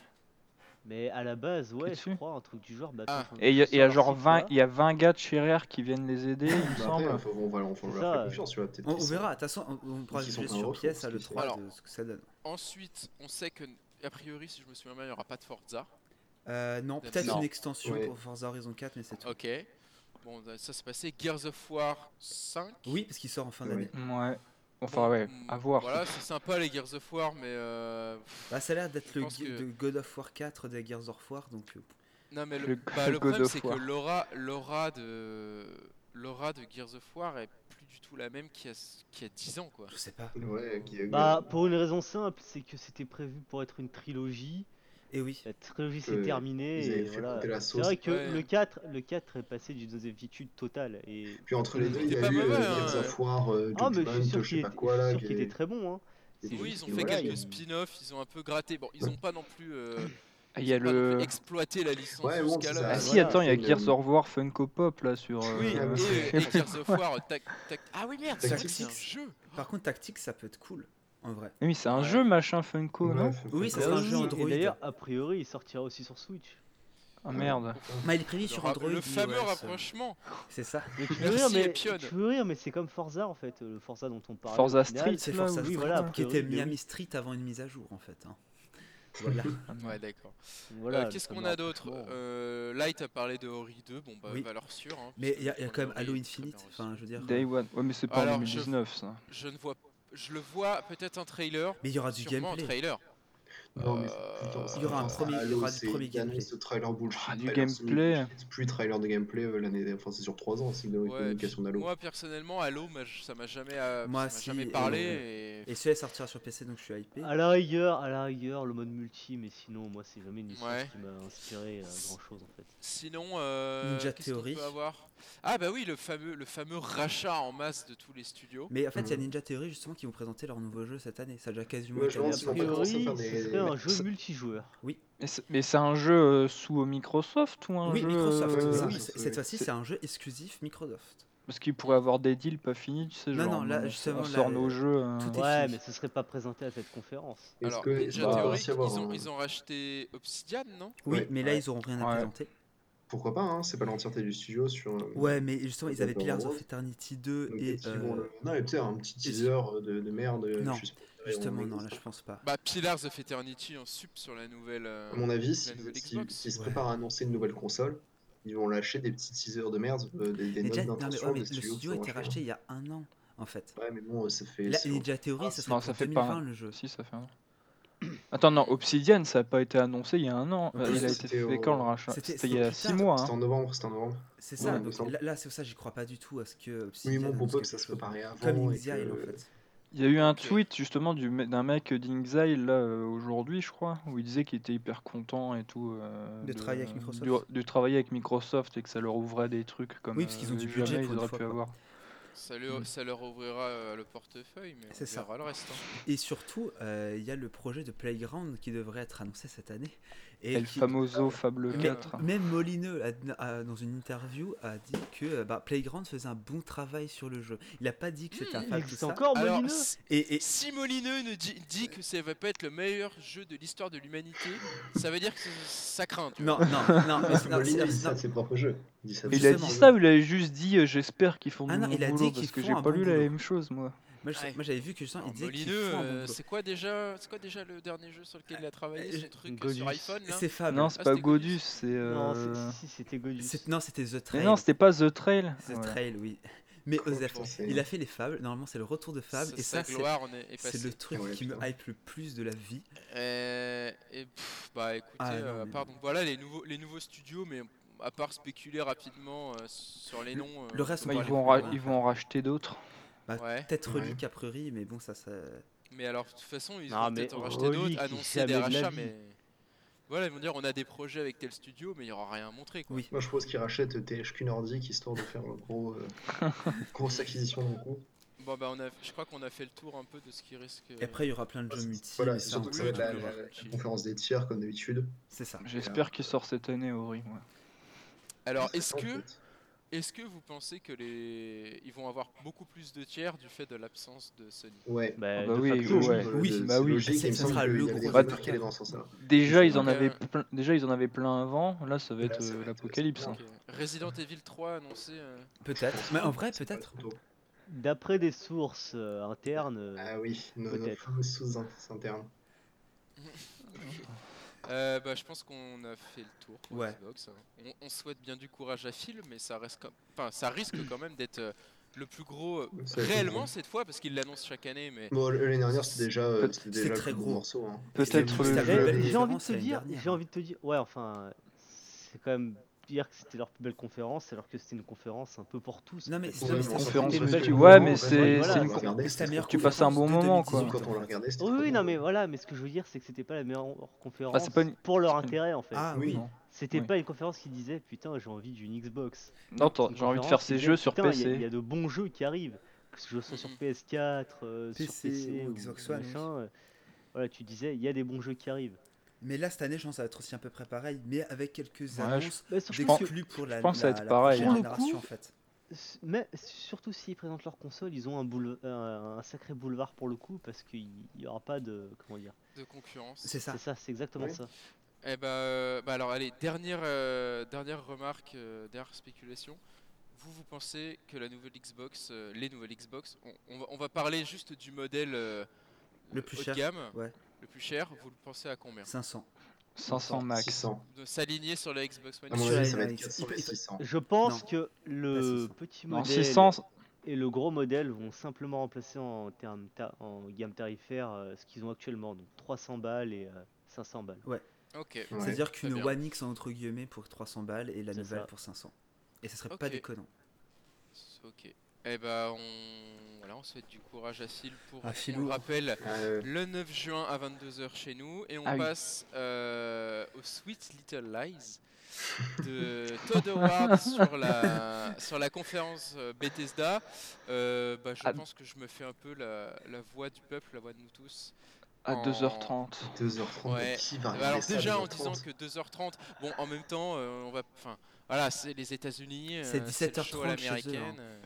Speaker 2: Mais à la base,
Speaker 4: Qui est
Speaker 2: ouais, je
Speaker 4: dessus
Speaker 2: crois, un truc du genre. Bah,
Speaker 1: Ah.
Speaker 2: attends, faut
Speaker 4: Et il y, a-
Speaker 2: sortir
Speaker 4: et y a genre
Speaker 2: ci,
Speaker 4: 20,
Speaker 2: ça.
Speaker 4: il y a 20 gars de chez Rare qui viennent les aider, il me
Speaker 3: Bah après,
Speaker 4: semble.
Speaker 3: enfin, on va, on va
Speaker 2: C'est
Speaker 3: leur
Speaker 2: ça,
Speaker 3: faire
Speaker 2: euh,
Speaker 3: confiance, tu vois, peut-être.
Speaker 5: On, on
Speaker 3: qu'ils sont-
Speaker 5: verra, de toute façon, on- on pourra
Speaker 3: Ils
Speaker 5: juger
Speaker 3: sont pas
Speaker 5: sur
Speaker 3: heureux,
Speaker 5: pièce hein, à
Speaker 3: parce que
Speaker 5: l'E3
Speaker 1: c'est-
Speaker 5: de euh, ce que ça donne.
Speaker 1: Ensuite, on sait que, a priori, si je me souviens bien, il n'y aura pas de Forza.
Speaker 5: Euh, non,
Speaker 1: Peut-être
Speaker 5: peut-être
Speaker 1: non.
Speaker 5: une extension
Speaker 3: Ouais.
Speaker 5: pour Forza Horizon 4, mais c'est tout.
Speaker 1: Ok. Bon, euh, ça s'est passé. Gears of War 5.
Speaker 5: Oui, parce qu'il sort en fin
Speaker 3: Ouais.
Speaker 5: d'année.
Speaker 4: euh, Ouais. Enfin, ouais,
Speaker 1: Mm,
Speaker 4: à voir.
Speaker 1: Voilà, c'est sympa les Gears of War, mais. euh, pff,
Speaker 5: Bah, ça a l'air d'être
Speaker 1: Je
Speaker 5: le
Speaker 1: pense que-
Speaker 5: de God of War 4 des Gears of War, donc euh,
Speaker 1: Non, mais le,
Speaker 4: Le-
Speaker 1: bah,
Speaker 4: le
Speaker 1: le
Speaker 4: God
Speaker 1: problème,
Speaker 4: of
Speaker 1: c'est que
Speaker 4: War.
Speaker 1: l'aura, l'aura, de, l'aura de Gears of War est plus du tout la même qu'il y a, qu'il y a 10 ans, quoi.
Speaker 5: je sais pas.
Speaker 3: Ouais, qui est-
Speaker 2: Bah, pour une raison simple, c'est que c'était prévu pour être une trilogie.
Speaker 5: Et oui.
Speaker 2: La trilogie
Speaker 3: Que
Speaker 2: s'est terminée
Speaker 3: Euh, ils avaient
Speaker 2: et
Speaker 3: fait
Speaker 2: voilà.
Speaker 3: monter la
Speaker 2: C'est
Speaker 3: sauce.
Speaker 2: vrai que
Speaker 1: Ouais.
Speaker 2: le 4, le 4 est passé d'une zévitude totale et
Speaker 3: Puis entre les
Speaker 4: Il
Speaker 3: deux, il y
Speaker 1: était
Speaker 3: a
Speaker 1: pas
Speaker 3: eu euh,
Speaker 1: mauvais,
Speaker 3: Gears
Speaker 1: hein.
Speaker 3: of War, euh,
Speaker 2: Ah mais je
Speaker 3: Judgment,
Speaker 2: suis sûr
Speaker 3: je sais
Speaker 2: qu'il
Speaker 3: pas
Speaker 2: était,
Speaker 3: quoi
Speaker 2: je
Speaker 3: là.
Speaker 2: suis sûr qu'il
Speaker 3: qui-
Speaker 2: était très bon hein. C'est
Speaker 3: Oui,
Speaker 1: Oui,
Speaker 2: juste
Speaker 1: ils ont
Speaker 2: que,
Speaker 1: fait
Speaker 2: voilà,
Speaker 1: quelques
Speaker 2: il-
Speaker 1: spin-offs, ils ont un peu gratté. Bon, ils n'ont pas non plus, euh,
Speaker 4: Ah, Il y a
Speaker 1: ils ont pas non
Speaker 4: le.
Speaker 1: plus exploité la licence
Speaker 3: Ouais, bon,
Speaker 1: jusqu'à
Speaker 3: c'est
Speaker 1: là.
Speaker 4: Ah,
Speaker 3: ça.
Speaker 4: si,
Speaker 2: voilà,
Speaker 4: attends, il y a
Speaker 3: c'est le-
Speaker 4: Gears of War Funko Pop là sur.
Speaker 1: Oui,
Speaker 4: euh,
Speaker 1: et, et Gears of War, euh, tac, tac. Ah oui, merde, c'est vrai que c'est un
Speaker 5: Tactics.
Speaker 1: jeu.
Speaker 5: Par contre, Tactics, ça peut être cool, en vrai.
Speaker 4: Oui, c'est un
Speaker 1: Ouais.
Speaker 4: jeu machin Funko, non
Speaker 3: Bref,
Speaker 5: Oui,
Speaker 3: faut
Speaker 5: ça
Speaker 2: Ah
Speaker 5: sera un
Speaker 2: oui,
Speaker 5: jeu
Speaker 2: et
Speaker 5: Android.
Speaker 2: D'ailleurs, a priori, il sortira aussi sur Switch.
Speaker 4: Ah merde.
Speaker 5: Mais il est prévu
Speaker 1: Le,
Speaker 5: sur
Speaker 1: ra-
Speaker 5: Android.
Speaker 1: le
Speaker 5: iOS,
Speaker 1: fameux
Speaker 5: euh,
Speaker 1: rapprochement.
Speaker 5: C'est ça.
Speaker 2: Mais tu veux
Speaker 1: Merci,
Speaker 2: rire, mais
Speaker 1: Epion.
Speaker 2: tu veux rire, mais c'est comme Forza en fait, le Forza dont on parle.
Speaker 4: Forza Street,
Speaker 5: C'est
Speaker 4: là,
Speaker 5: Forza
Speaker 4: oui,
Speaker 5: Street,
Speaker 2: voilà, a
Speaker 5: qui était
Speaker 2: priori,
Speaker 5: Miami Street avant une mise à jour, en fait. hein. Voilà.
Speaker 1: Ouais, d'accord.
Speaker 2: Voilà,
Speaker 1: Euh, Qu'est-ce
Speaker 2: le
Speaker 1: qu'on
Speaker 2: fameux
Speaker 1: a d'autre
Speaker 2: rapprochement.
Speaker 1: Euh, Light a parlé de Ori 2, bon bah
Speaker 5: Oui.
Speaker 1: valeur sûre. hein,
Speaker 5: Mais
Speaker 1: puisque
Speaker 5: il y, a- il y a
Speaker 1: a
Speaker 5: quand même
Speaker 1: priori,
Speaker 5: Halo
Speaker 1: très bien
Speaker 5: Infinite.
Speaker 1: reçu.
Speaker 5: Enfin, je veux dire. euh,
Speaker 4: Day One. Ouais, mais c'est pas
Speaker 1: Alors,
Speaker 4: en
Speaker 1: je-
Speaker 4: 2019 ça.
Speaker 1: Je ne vois, je le vois peut-être un trailer.
Speaker 5: Mais il y aura Ah, du
Speaker 1: Sûrement un
Speaker 5: gameplay.
Speaker 1: trailer.
Speaker 3: Ah Non, mais
Speaker 1: Euh,
Speaker 3: putain, ça
Speaker 5: il y aura un
Speaker 3: commence à
Speaker 5: premier- il y
Speaker 3: Halo,
Speaker 5: aura du
Speaker 3: c'est
Speaker 5: premier
Speaker 3: Yannis,
Speaker 5: gameplay.
Speaker 3: ce trailer bullshit.
Speaker 4: Ah, du
Speaker 3: trailer semi
Speaker 4: gameplay.
Speaker 3: bullshit, Plus trailer de gameplay euh, l'année Enfin, c'est sur 3 ans, c'est de la
Speaker 1: Ouais,
Speaker 3: communication
Speaker 1: puis
Speaker 3: d'Halo.
Speaker 1: moi personnellement, Halo, m'a- ça m'a jamais, euh,
Speaker 5: Moi,
Speaker 1: ça m'a
Speaker 5: si,
Speaker 1: jamais
Speaker 5: et-
Speaker 1: parlé. et-
Speaker 5: Et celui-là sortira sur PC, donc je suis hypé.
Speaker 4: Ah,
Speaker 2: À la rigueur, à la rigueur, le mode multi, mais sinon, moi, c'est jamais une licence
Speaker 1: Ouais.
Speaker 2: qui m'a inspiré grand chose en fait.
Speaker 1: Sinon, euh,
Speaker 5: Ninja
Speaker 1: qu'est-ce qu'on
Speaker 5: Theory.
Speaker 1: peut avoir Ah bah oui, le fameux, le fameux rachat en masse de tous les studios.
Speaker 5: Mais en fait, il y
Speaker 4: euh,
Speaker 5: a Ninja Theory justement qui vont présenter leur nouveau jeu cette année. Ça a déjà quasiment
Speaker 3: Ouais,
Speaker 5: été
Speaker 3: je pense
Speaker 2: Et a
Speaker 3: qu'ils vont pas
Speaker 5: annoncé.
Speaker 2: priori,
Speaker 3: commencer à faire
Speaker 2: ce
Speaker 3: des-
Speaker 2: serait un
Speaker 4: Ça-
Speaker 2: jeu multijoueur.
Speaker 4: Mais c'est- Mais c'est un jeu euh, sous Microsoft ou un
Speaker 5: Oui,
Speaker 4: jeu.
Speaker 5: Microsoft.
Speaker 4: euh,
Speaker 5: c'est ça.
Speaker 3: oui,
Speaker 5: C'est-
Speaker 3: oui,
Speaker 5: Cette fois-ci,
Speaker 4: c'est-
Speaker 5: c'est un jeu exclusif Microsoft.
Speaker 4: Parce qu'il pourrait avoir des deals pas finis, tu sais.
Speaker 5: Non,
Speaker 4: genre,
Speaker 5: non, là,
Speaker 4: on-
Speaker 5: justement,
Speaker 4: On
Speaker 5: là,
Speaker 4: sort nos
Speaker 5: euh,
Speaker 4: jeux. euh,
Speaker 5: tout est-
Speaker 2: Ouais,
Speaker 5: fini.
Speaker 2: mais ce serait pas présenté à cette conférence.
Speaker 3: Est-ce
Speaker 1: Alors,
Speaker 3: que
Speaker 1: Ninja
Speaker 3: bah,
Speaker 1: Theory,
Speaker 3: si, avoir
Speaker 1: ils ont,
Speaker 3: un-
Speaker 1: ils ont racheté Obsidian, non
Speaker 5: Oui,
Speaker 3: Ouais.
Speaker 5: mais là, ils auront rien à
Speaker 4: Ouais.
Speaker 5: présenter.
Speaker 3: Pourquoi pas, hein, c'est pas l'entièreté du studio sur. euh,
Speaker 5: Ouais, mais justement, ils
Speaker 3: Shadow
Speaker 5: avaient Pillars
Speaker 3: World.
Speaker 5: of Eternity 2
Speaker 3: donc,
Speaker 5: et.
Speaker 3: peut-être qu'ils vont
Speaker 5: euh,
Speaker 3: le- Non, mais peut-être un petit
Speaker 5: et-
Speaker 3: teaser de, de merde. euh,
Speaker 5: Non,
Speaker 3: je sais pas, on
Speaker 5: Justement,
Speaker 3: est-
Speaker 5: non, là, je pense pas.
Speaker 1: Bah Pillars of Eternity en sup sur la nouvelle. euh,
Speaker 3: À mon avis,
Speaker 1: la
Speaker 3: s'ils
Speaker 1: nouvelle
Speaker 3: s'ils-
Speaker 1: Xbox.
Speaker 3: s'ils se
Speaker 5: Ouais.
Speaker 3: préparent à annoncer une nouvelle console, ils vont lâcher des petits teasers de merde, euh, des, des
Speaker 5: Mais
Speaker 3: notes
Speaker 5: déjà, non, mais,
Speaker 3: d'intention
Speaker 5: ouais, mais
Speaker 3: des
Speaker 5: le
Speaker 3: studios qui
Speaker 5: studio a
Speaker 3: sont
Speaker 5: été racheté
Speaker 3: rachetés.
Speaker 5: il y a un an, en fait.
Speaker 3: Ouais, mais bon, euh, ça fait.
Speaker 5: Là,
Speaker 3: c'est-
Speaker 5: Ninja Theory,
Speaker 3: Ah,
Speaker 5: ça
Speaker 3: c'est-
Speaker 5: serait
Speaker 4: non,
Speaker 5: pour
Speaker 4: ça fait pas
Speaker 5: 2020
Speaker 4: un-
Speaker 5: le jeu.
Speaker 4: Si, ça fait un. Attends, non, Obsidian, ça n'a pas été annoncé il y a un an.
Speaker 5: En
Speaker 4: Euh,
Speaker 5: plus,
Speaker 4: Il a été
Speaker 3: c'était
Speaker 4: fait
Speaker 3: au-
Speaker 4: quand le rachat
Speaker 5: c'était-
Speaker 4: C'était il y
Speaker 5: c'était
Speaker 4: a
Speaker 5: au
Speaker 4: 6
Speaker 5: plus tard.
Speaker 4: mois.
Speaker 3: C'était
Speaker 4: hein.
Speaker 3: en novembre, c'était en novembre.
Speaker 5: C'est ça,
Speaker 3: Ouais,
Speaker 5: donc
Speaker 3: il me semble.
Speaker 5: là, là, c'est pour ça, j'y crois pas du tout à ce que.
Speaker 3: Oui,
Speaker 5: Obsidian
Speaker 3: mon bon
Speaker 5: annonce
Speaker 3: peu que
Speaker 5: quelque
Speaker 3: ça se
Speaker 5: chose.
Speaker 3: préparait avant.
Speaker 5: Comme
Speaker 3: et
Speaker 5: Inxile,
Speaker 3: que-
Speaker 5: en fait.
Speaker 4: Il y a eu un
Speaker 1: Ok.
Speaker 4: tweet justement du me- d'un mec d'Inxile là euh, aujourd'hui, je crois, où il disait qu'il était hyper content et tout. euh,
Speaker 5: De travailler avec Microsoft.
Speaker 4: du- De, travailler avec Microsoft et que ça leur ouvrait des trucs comme.
Speaker 5: Oui, parce qu'ils ont
Speaker 4: euh,
Speaker 5: du budget
Speaker 4: jamais ils
Speaker 5: pour une
Speaker 4: auraient
Speaker 5: fois,
Speaker 4: pu
Speaker 5: quoi.
Speaker 4: avoir.
Speaker 1: Ça, leur- ça leur ouvrira euh, le portefeuille, mais on
Speaker 5: C'est ça.
Speaker 1: verra le reste. hein.
Speaker 5: Et surtout, euh, il y a le projet de Playground qui devrait être annoncé cette année. Et
Speaker 4: El
Speaker 5: qui- ah
Speaker 4: Famoso Fable
Speaker 1: Mais-
Speaker 4: 4.
Speaker 5: Même Molineux, a- a- dans une interview, a dit que euh, bah, Playground faisait un bon travail sur le jeu. Il a pas dit que c'était un
Speaker 1: Mmh,
Speaker 5: fab, tout
Speaker 2: C'est
Speaker 5: ça.
Speaker 2: encore
Speaker 1: Alors,
Speaker 2: Molineux
Speaker 1: si-
Speaker 5: Et, et-
Speaker 1: si Molineux ne dit, dit que ça va pas être le meilleur jeu de l'histoire de l'humanité, ça veut dire que ça, ça craint. tu vois.
Speaker 5: Non, non, non, mais c'est- non,
Speaker 3: Molina, il dit
Speaker 5: c'est-
Speaker 3: ça
Speaker 5: non,
Speaker 3: de ses propres jeux. Il dit ça de
Speaker 4: Mais
Speaker 3: ses
Speaker 4: il a
Speaker 5: Justement.
Speaker 4: dit
Speaker 3: propres
Speaker 4: ça
Speaker 3: jeux.
Speaker 4: ou il a juste dit euh, j'espère qu'ils font
Speaker 5: Ah
Speaker 4: du
Speaker 5: non,
Speaker 4: bon
Speaker 5: il a dit
Speaker 4: boulot
Speaker 5: qu'ils
Speaker 4: parce que
Speaker 5: font
Speaker 4: j'ai
Speaker 5: un
Speaker 4: pas
Speaker 5: bon
Speaker 4: lu la
Speaker 5: boulot.
Speaker 4: même chose moi.
Speaker 5: Moi, je-
Speaker 1: Ouais.
Speaker 5: moi, j'avais vu que justement, il
Speaker 1: Alors,
Speaker 5: disait qu'il
Speaker 1: Molineux,
Speaker 5: faut un bon
Speaker 1: euh,
Speaker 5: boulot.
Speaker 1: c'est quoi déjà C'est quoi déjà le dernier jeu sur lequel il a travaillé
Speaker 5: euh,
Speaker 1: son truc euh,
Speaker 2: Godus.
Speaker 1: sur iPhone là
Speaker 5: C'est Fable.
Speaker 4: Non, c'est
Speaker 1: Ah,
Speaker 4: pas
Speaker 1: c'était Godus.
Speaker 4: Godus, c'est.
Speaker 2: Non,
Speaker 4: euh,
Speaker 2: c'est- si, si, c'était Godus.
Speaker 5: C'est- Non, c'était The
Speaker 4: Mais
Speaker 5: Trail.
Speaker 4: non, c'était pas The Trail.
Speaker 5: The
Speaker 4: Voilà.
Speaker 5: Trail, oui. Mais
Speaker 3: Oh,
Speaker 5: Osef,
Speaker 3: putain, c'est-
Speaker 5: il a fait les fables. Normalement, c'est le retour de Fable.
Speaker 1: Sa-
Speaker 5: Et
Speaker 1: sa
Speaker 5: ça, c'est
Speaker 1: gloire en est, est
Speaker 5: c'est
Speaker 1: passée.
Speaker 5: le truc
Speaker 3: Ouais,
Speaker 5: qui me
Speaker 3: putain.
Speaker 5: hype le plus de la vie.
Speaker 1: Euh, et pff, bah écoutez,
Speaker 5: Ah, non,
Speaker 1: euh, à
Speaker 5: mais-
Speaker 1: part- donc voilà les nouveaux, les nouveaux studios, mais à part spéculer rapidement euh, sur les noms. euh,
Speaker 5: le reste,
Speaker 1: on
Speaker 4: Bah,
Speaker 1: peut
Speaker 4: ils,
Speaker 5: Ouais,
Speaker 1: pas
Speaker 4: vont en
Speaker 5: ouais,
Speaker 4: ra-
Speaker 5: ouais.
Speaker 4: ils vont en racheter d'autres.
Speaker 5: Bah,
Speaker 1: Ouais.
Speaker 5: Peut-être
Speaker 3: Ouais.
Speaker 5: Relic a priori, mais bon, ça, ça.
Speaker 1: Mais alors, de toute façon, ils
Speaker 2: Non,
Speaker 1: vont
Speaker 2: mais
Speaker 1: peut-être en racheter
Speaker 2: Relique,
Speaker 1: d'autres,
Speaker 2: il
Speaker 1: annoncer des
Speaker 2: savait de la
Speaker 1: rachats,
Speaker 2: vie.
Speaker 1: mais. Voilà, ils vont dire on a des projets avec tel studio, mais il n'y aura rien à montrer quoi.
Speaker 5: Oui.
Speaker 3: Moi, je pense qu'il rachète euh, THQ Nordic histoire de faire un gros. euh, grosse acquisition d'un coup.
Speaker 1: Bon, bah, on a, je crois qu'on a fait le tour un peu de ce qui risque.
Speaker 5: Et après, il y aura plein de jeux multi.
Speaker 3: Voilà,
Speaker 5: mais
Speaker 3: c'est
Speaker 5: ça,
Speaker 3: surtout
Speaker 5: on
Speaker 3: que ça va
Speaker 5: sait
Speaker 3: être la,
Speaker 5: pas le
Speaker 3: la-
Speaker 5: voir.
Speaker 3: la conférence des tiers, comme d'habitude.
Speaker 5: C'est ça.
Speaker 4: J'espère qu'il sort cette année, Ori. ouais.
Speaker 1: Alors,
Speaker 3: C'est
Speaker 1: est-ce
Speaker 3: ça, en
Speaker 1: que,
Speaker 3: fait.
Speaker 1: est-ce que vous pensez que les, ils vont avoir beaucoup plus de tiers du fait de l'absence de Sony
Speaker 3: Ouais.
Speaker 2: Bah,
Speaker 4: bah
Speaker 2: de
Speaker 4: oui,
Speaker 2: facto,
Speaker 4: ouais.
Speaker 3: euh, C'est
Speaker 5: Oui,
Speaker 3: logique,
Speaker 4: bah oui.
Speaker 3: logique,
Speaker 5: Ça,
Speaker 3: il me
Speaker 5: ça
Speaker 3: semble
Speaker 5: sera
Speaker 3: qu'il
Speaker 5: le
Speaker 3: y avait des
Speaker 5: gros
Speaker 3: rumeurs
Speaker 5: facteur.
Speaker 3: qui allaient dans ce sens-là.
Speaker 4: Déjà, ils
Speaker 1: Donc,
Speaker 4: en
Speaker 1: euh,
Speaker 4: avaient plein, déjà, ils en avaient plein avant. Là, ça va
Speaker 3: Là,
Speaker 4: être
Speaker 3: ça
Speaker 4: euh,
Speaker 3: va être-
Speaker 4: l'apocalypse. hein.
Speaker 1: Ok. Resident Evil 3 annoncé. euh,
Speaker 5: Peut-être. Mais en vrai, peut-être.
Speaker 2: D'après des sources euh, internes, euh,
Speaker 3: Ah oui, nos, nos
Speaker 2: Peut-être.
Speaker 3: fameuses sources in- internes.
Speaker 1: euh, bah, je pense qu'on a fait le tour pour
Speaker 5: Ouais.
Speaker 1: Xbox. On, on souhaite bien du courage à Phil, mais ça, reste comme... enfin, ça risque quand même d'être euh, le plus gros euh,
Speaker 3: Ça va être
Speaker 1: réellement
Speaker 3: gros.
Speaker 1: cette fois, parce qu'il l'annonce chaque année, mais
Speaker 3: Bon, l'année dernière, c'était déjà, euh, c'était
Speaker 5: C'est
Speaker 3: déjà
Speaker 5: très
Speaker 3: le gros
Speaker 5: gros.
Speaker 3: morceau. hein.
Speaker 4: Peut-être
Speaker 5: C'était
Speaker 4: le
Speaker 5: la belle
Speaker 4: jeu.
Speaker 2: j'ai envie de
Speaker 5: conférence
Speaker 2: te
Speaker 5: l'année
Speaker 2: dire,
Speaker 5: dernière. hein
Speaker 2: j'ai envie de te dire, ouais, enfin, c'est quand même dire que c'était leur plus belle conférence, alors que c'était une conférence un peu pour tous.
Speaker 5: Non,
Speaker 2: en
Speaker 5: mais
Speaker 2: fait.
Speaker 5: c'est- non, mais ça-
Speaker 4: conférence
Speaker 5: c'était
Speaker 4: de
Speaker 5: une belle
Speaker 4: tu
Speaker 3: conférence,
Speaker 4: vois,
Speaker 3: en
Speaker 4: mais
Speaker 3: fait,
Speaker 4: c'est
Speaker 2: voilà.
Speaker 4: c'est une
Speaker 3: Quand on la regardait,
Speaker 5: C'est la
Speaker 3: c'était
Speaker 5: meilleure
Speaker 4: Tu passes un
Speaker 5: conférence
Speaker 4: bon
Speaker 5: de
Speaker 4: moment,
Speaker 5: 2018,
Speaker 4: quoi.
Speaker 3: Quand on
Speaker 5: en
Speaker 3: la
Speaker 5: fait.
Speaker 3: regardait, c'était
Speaker 2: Oui,
Speaker 3: trop
Speaker 2: oui,
Speaker 3: bien.
Speaker 2: non, mais voilà, mais ce que je veux dire, c'est que c'était pas la meilleure conférence
Speaker 4: pas une-
Speaker 2: pour leur
Speaker 4: Bah, c'est pas une-
Speaker 2: intérêt en fait.
Speaker 5: Ah
Speaker 3: Oui.
Speaker 5: oui.
Speaker 2: C'était
Speaker 4: oui.
Speaker 2: pas une conférence qui disait putain, j'ai envie d'une Xbox.
Speaker 4: Non, t'as-
Speaker 2: Une
Speaker 4: j'ai envie de
Speaker 2: conférence
Speaker 4: faire
Speaker 2: qui
Speaker 4: ces
Speaker 2: disait,
Speaker 4: jeux sur
Speaker 2: Putain, Il y a- il y,
Speaker 4: PC.
Speaker 2: a de bons jeux qui arrivent, que ce soit sur
Speaker 1: Mhm.
Speaker 2: PS4, euh, sur
Speaker 5: PC
Speaker 2: PC
Speaker 5: ou
Speaker 2: ou
Speaker 5: Xbox One,
Speaker 2: machin.
Speaker 5: oui.
Speaker 2: euh, Voilà, tu disais, il y a des bons jeux qui arrivent.
Speaker 5: Mais là, cette année, je pense que ça va être aussi à peu près pareil, mais avec quelques
Speaker 4: je-
Speaker 5: annonces
Speaker 2: Bah, surtout
Speaker 4: pense-
Speaker 5: d'exclus pour la,
Speaker 4: je pense que ça va
Speaker 5: la-
Speaker 4: être
Speaker 5: la
Speaker 4: pareil,
Speaker 5: prochaine
Speaker 2: hein.
Speaker 5: génération,
Speaker 2: Pour
Speaker 5: en
Speaker 2: le
Speaker 5: fait.
Speaker 2: S- Mais surtout s'ils présentent leur console, ils ont un, boule- un, un sacré boulevard pour le coup parce qu'il n'y aura pas de. Comment dire
Speaker 1: de concurrence.
Speaker 5: C'est ça.
Speaker 2: C'est ça, c'est exactement
Speaker 3: Oui.
Speaker 2: ça.
Speaker 1: Eh bah, euh, bah alors allez, dernière, euh, dernière remarque, euh, dernière spéculation. Vous, vous pensez que la nouvelle Xbox, euh, les nouvelles Xbox, on, on va, on va parler juste du modèle euh,
Speaker 5: Le plus
Speaker 1: haut de
Speaker 5: cher,
Speaker 1: gamme,
Speaker 5: ouais.
Speaker 1: le plus cher, vous le pensez à combien
Speaker 5: 500.
Speaker 4: 500 max.
Speaker 3: 600.
Speaker 1: De s'aligner sur la Xbox One
Speaker 3: À mon
Speaker 1: X
Speaker 5: Sur
Speaker 3: avis,
Speaker 5: la
Speaker 3: ça va être
Speaker 5: Xbox.
Speaker 3: 400 et 600.
Speaker 2: Je pense
Speaker 5: Non,
Speaker 2: que le
Speaker 5: 600.
Speaker 2: petit
Speaker 4: Non,
Speaker 2: modèle
Speaker 4: 600,
Speaker 2: et le gros modèle vont simplement remplacer en, termes ta- en gamme tarifaire euh, ce qu'ils ont actuellement, donc 300 balles et euh, 500 balles.
Speaker 1: Ok.
Speaker 3: Ouais.
Speaker 5: C'est-à-dire
Speaker 1: Très
Speaker 5: qu'une
Speaker 1: bien.
Speaker 5: One X, entre guillemets, pour 300 balles et la
Speaker 2: C'est
Speaker 5: nouvelle
Speaker 2: ça.
Speaker 5: pour 500. Et ça serait pas
Speaker 1: Ok.
Speaker 5: déconnant.
Speaker 1: Ok. Eh bah, on, voilà, on souhaite du courage à Phil pour.
Speaker 5: Ah,
Speaker 1: on
Speaker 5: Philou.
Speaker 1: le rappelle,
Speaker 3: Euh,
Speaker 1: le 9 juin à 22h chez nous et on
Speaker 4: Ah oui.
Speaker 1: passe euh, au Sweet Little Lies de Todd Howard sur la, sur la conférence euh, Bethesda. Euh, bah, je
Speaker 4: Ah.
Speaker 1: pense que je me fais un peu la, la voix du peuple, la voix de nous tous.
Speaker 4: à
Speaker 1: en-
Speaker 4: 2h30.
Speaker 3: 2h30,
Speaker 1: Ouais.
Speaker 3: qui va
Speaker 1: Bah,
Speaker 3: regarder
Speaker 1: Alors
Speaker 3: Ah, ça à
Speaker 1: déjà en
Speaker 3: 2h30?
Speaker 1: disant que 2h30, bon en même temps euh, on va, enfin voilà c'est les États-Unis, euh,
Speaker 5: C'est
Speaker 1: le
Speaker 5: 17h30
Speaker 1: show à
Speaker 5: chez eux, hein.
Speaker 1: l'américaine, euh,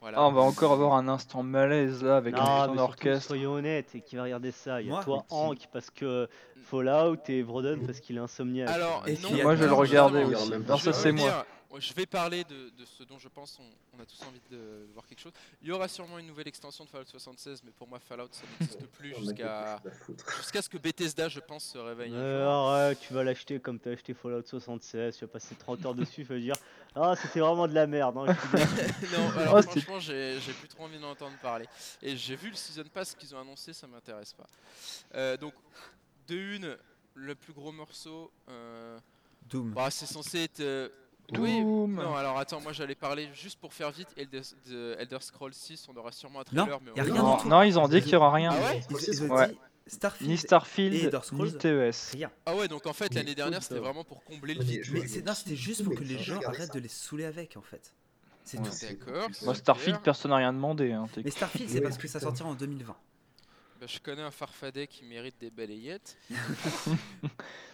Speaker 1: voilà.
Speaker 4: Ah, on va encore avoir un instant malaise là avec
Speaker 2: Oh, Non,
Speaker 4: un
Speaker 2: mais surtout,
Speaker 4: orchestre.
Speaker 2: soyons honnêtes, et qui va regarder ça Il y a
Speaker 5: Moi,
Speaker 2: toi,
Speaker 5: qui-
Speaker 2: Hank, parce que Fallout et Broden parce qu'il est insomniaque.
Speaker 1: Alors,
Speaker 5: Et
Speaker 1: non,
Speaker 5: puis,
Speaker 4: Moi, je vais le
Speaker 1: non,
Speaker 4: regarder
Speaker 1: justement,
Speaker 3: regarde
Speaker 4: aussi.
Speaker 3: même pas
Speaker 4: Non,
Speaker 1: Je
Speaker 4: ça,
Speaker 1: vais
Speaker 4: c'est
Speaker 1: vous
Speaker 4: moi.
Speaker 1: dire, Je vais parler de, de ce dont je pense on, on a tous envie de, de voir quelque chose. Il y aura sûrement une nouvelle extension de Fallout 76, mais pour moi Fallout ça n'existe plus
Speaker 3: On a quelque
Speaker 1: jusqu'à
Speaker 3: chose à foutre.
Speaker 1: jusqu'à ce que Bethesda, je pense, se réveille. un
Speaker 4: Euh,
Speaker 1: jour.
Speaker 4: oh.
Speaker 2: Alors, tu vas l'acheter comme t'as acheté Fallout 76, tu vas passer 30 heures dessus, tu vas dire Ah, c'était vraiment de la merde. hein, je suis désolé.
Speaker 1: non, alors
Speaker 4: Oh, c'est-
Speaker 1: franchement, j'ai j'ai plus trop envie d'en entendre parler. Et j'ai vu le season pass qu'ils ont annoncé, ça m'intéresse pas. Euh, donc, de une, le plus gros morceau, euh,
Speaker 5: Doom.
Speaker 1: bah, c'est censé être. euh, oui,
Speaker 4: Doom.
Speaker 1: Non, alors attends, moi j'allais parler juste pour faire vite. Elder, de Elder Scrolls 6, on aura sûrement un
Speaker 5: Non,
Speaker 1: trailer, mais on
Speaker 5: y a
Speaker 1: verra.
Speaker 5: rien
Speaker 4: Non,
Speaker 5: du tout.
Speaker 4: non, ils ont dit qu'il y aura rien.
Speaker 1: Ah ouais
Speaker 5: Ils,
Speaker 3: Aussi,
Speaker 5: ils ont
Speaker 4: ouais.
Speaker 5: dit
Speaker 4: Ni
Speaker 5: Starfield. et
Speaker 4: Starfield,
Speaker 5: Elder Scrolls.
Speaker 4: ni E TES.
Speaker 5: Rien.
Speaker 1: Ah ouais, donc en fait
Speaker 3: Mais
Speaker 1: l'année dernière
Speaker 3: où
Speaker 1: c'était
Speaker 3: ça
Speaker 1: vraiment pour combler le
Speaker 3: Mais
Speaker 1: vide.
Speaker 3: je vais
Speaker 5: Mais c'est- non, c'était juste
Speaker 3: Mais
Speaker 5: pour que
Speaker 3: je
Speaker 5: les gens
Speaker 3: regarde
Speaker 5: arrêtent
Speaker 3: ça.
Speaker 5: de les saouler avec, en fait. C'est
Speaker 4: Ouais.
Speaker 5: tout.
Speaker 1: D'accord.
Speaker 4: Moi, Starfield, personne n'a rien demandé. hein, t'es-
Speaker 5: Mais Starfield, c'est
Speaker 3: Ouais,
Speaker 5: parce que ça
Speaker 3: putain.
Speaker 5: sortira en 2020.
Speaker 1: Bah, je connais un farfadet qui mérite des balayettes.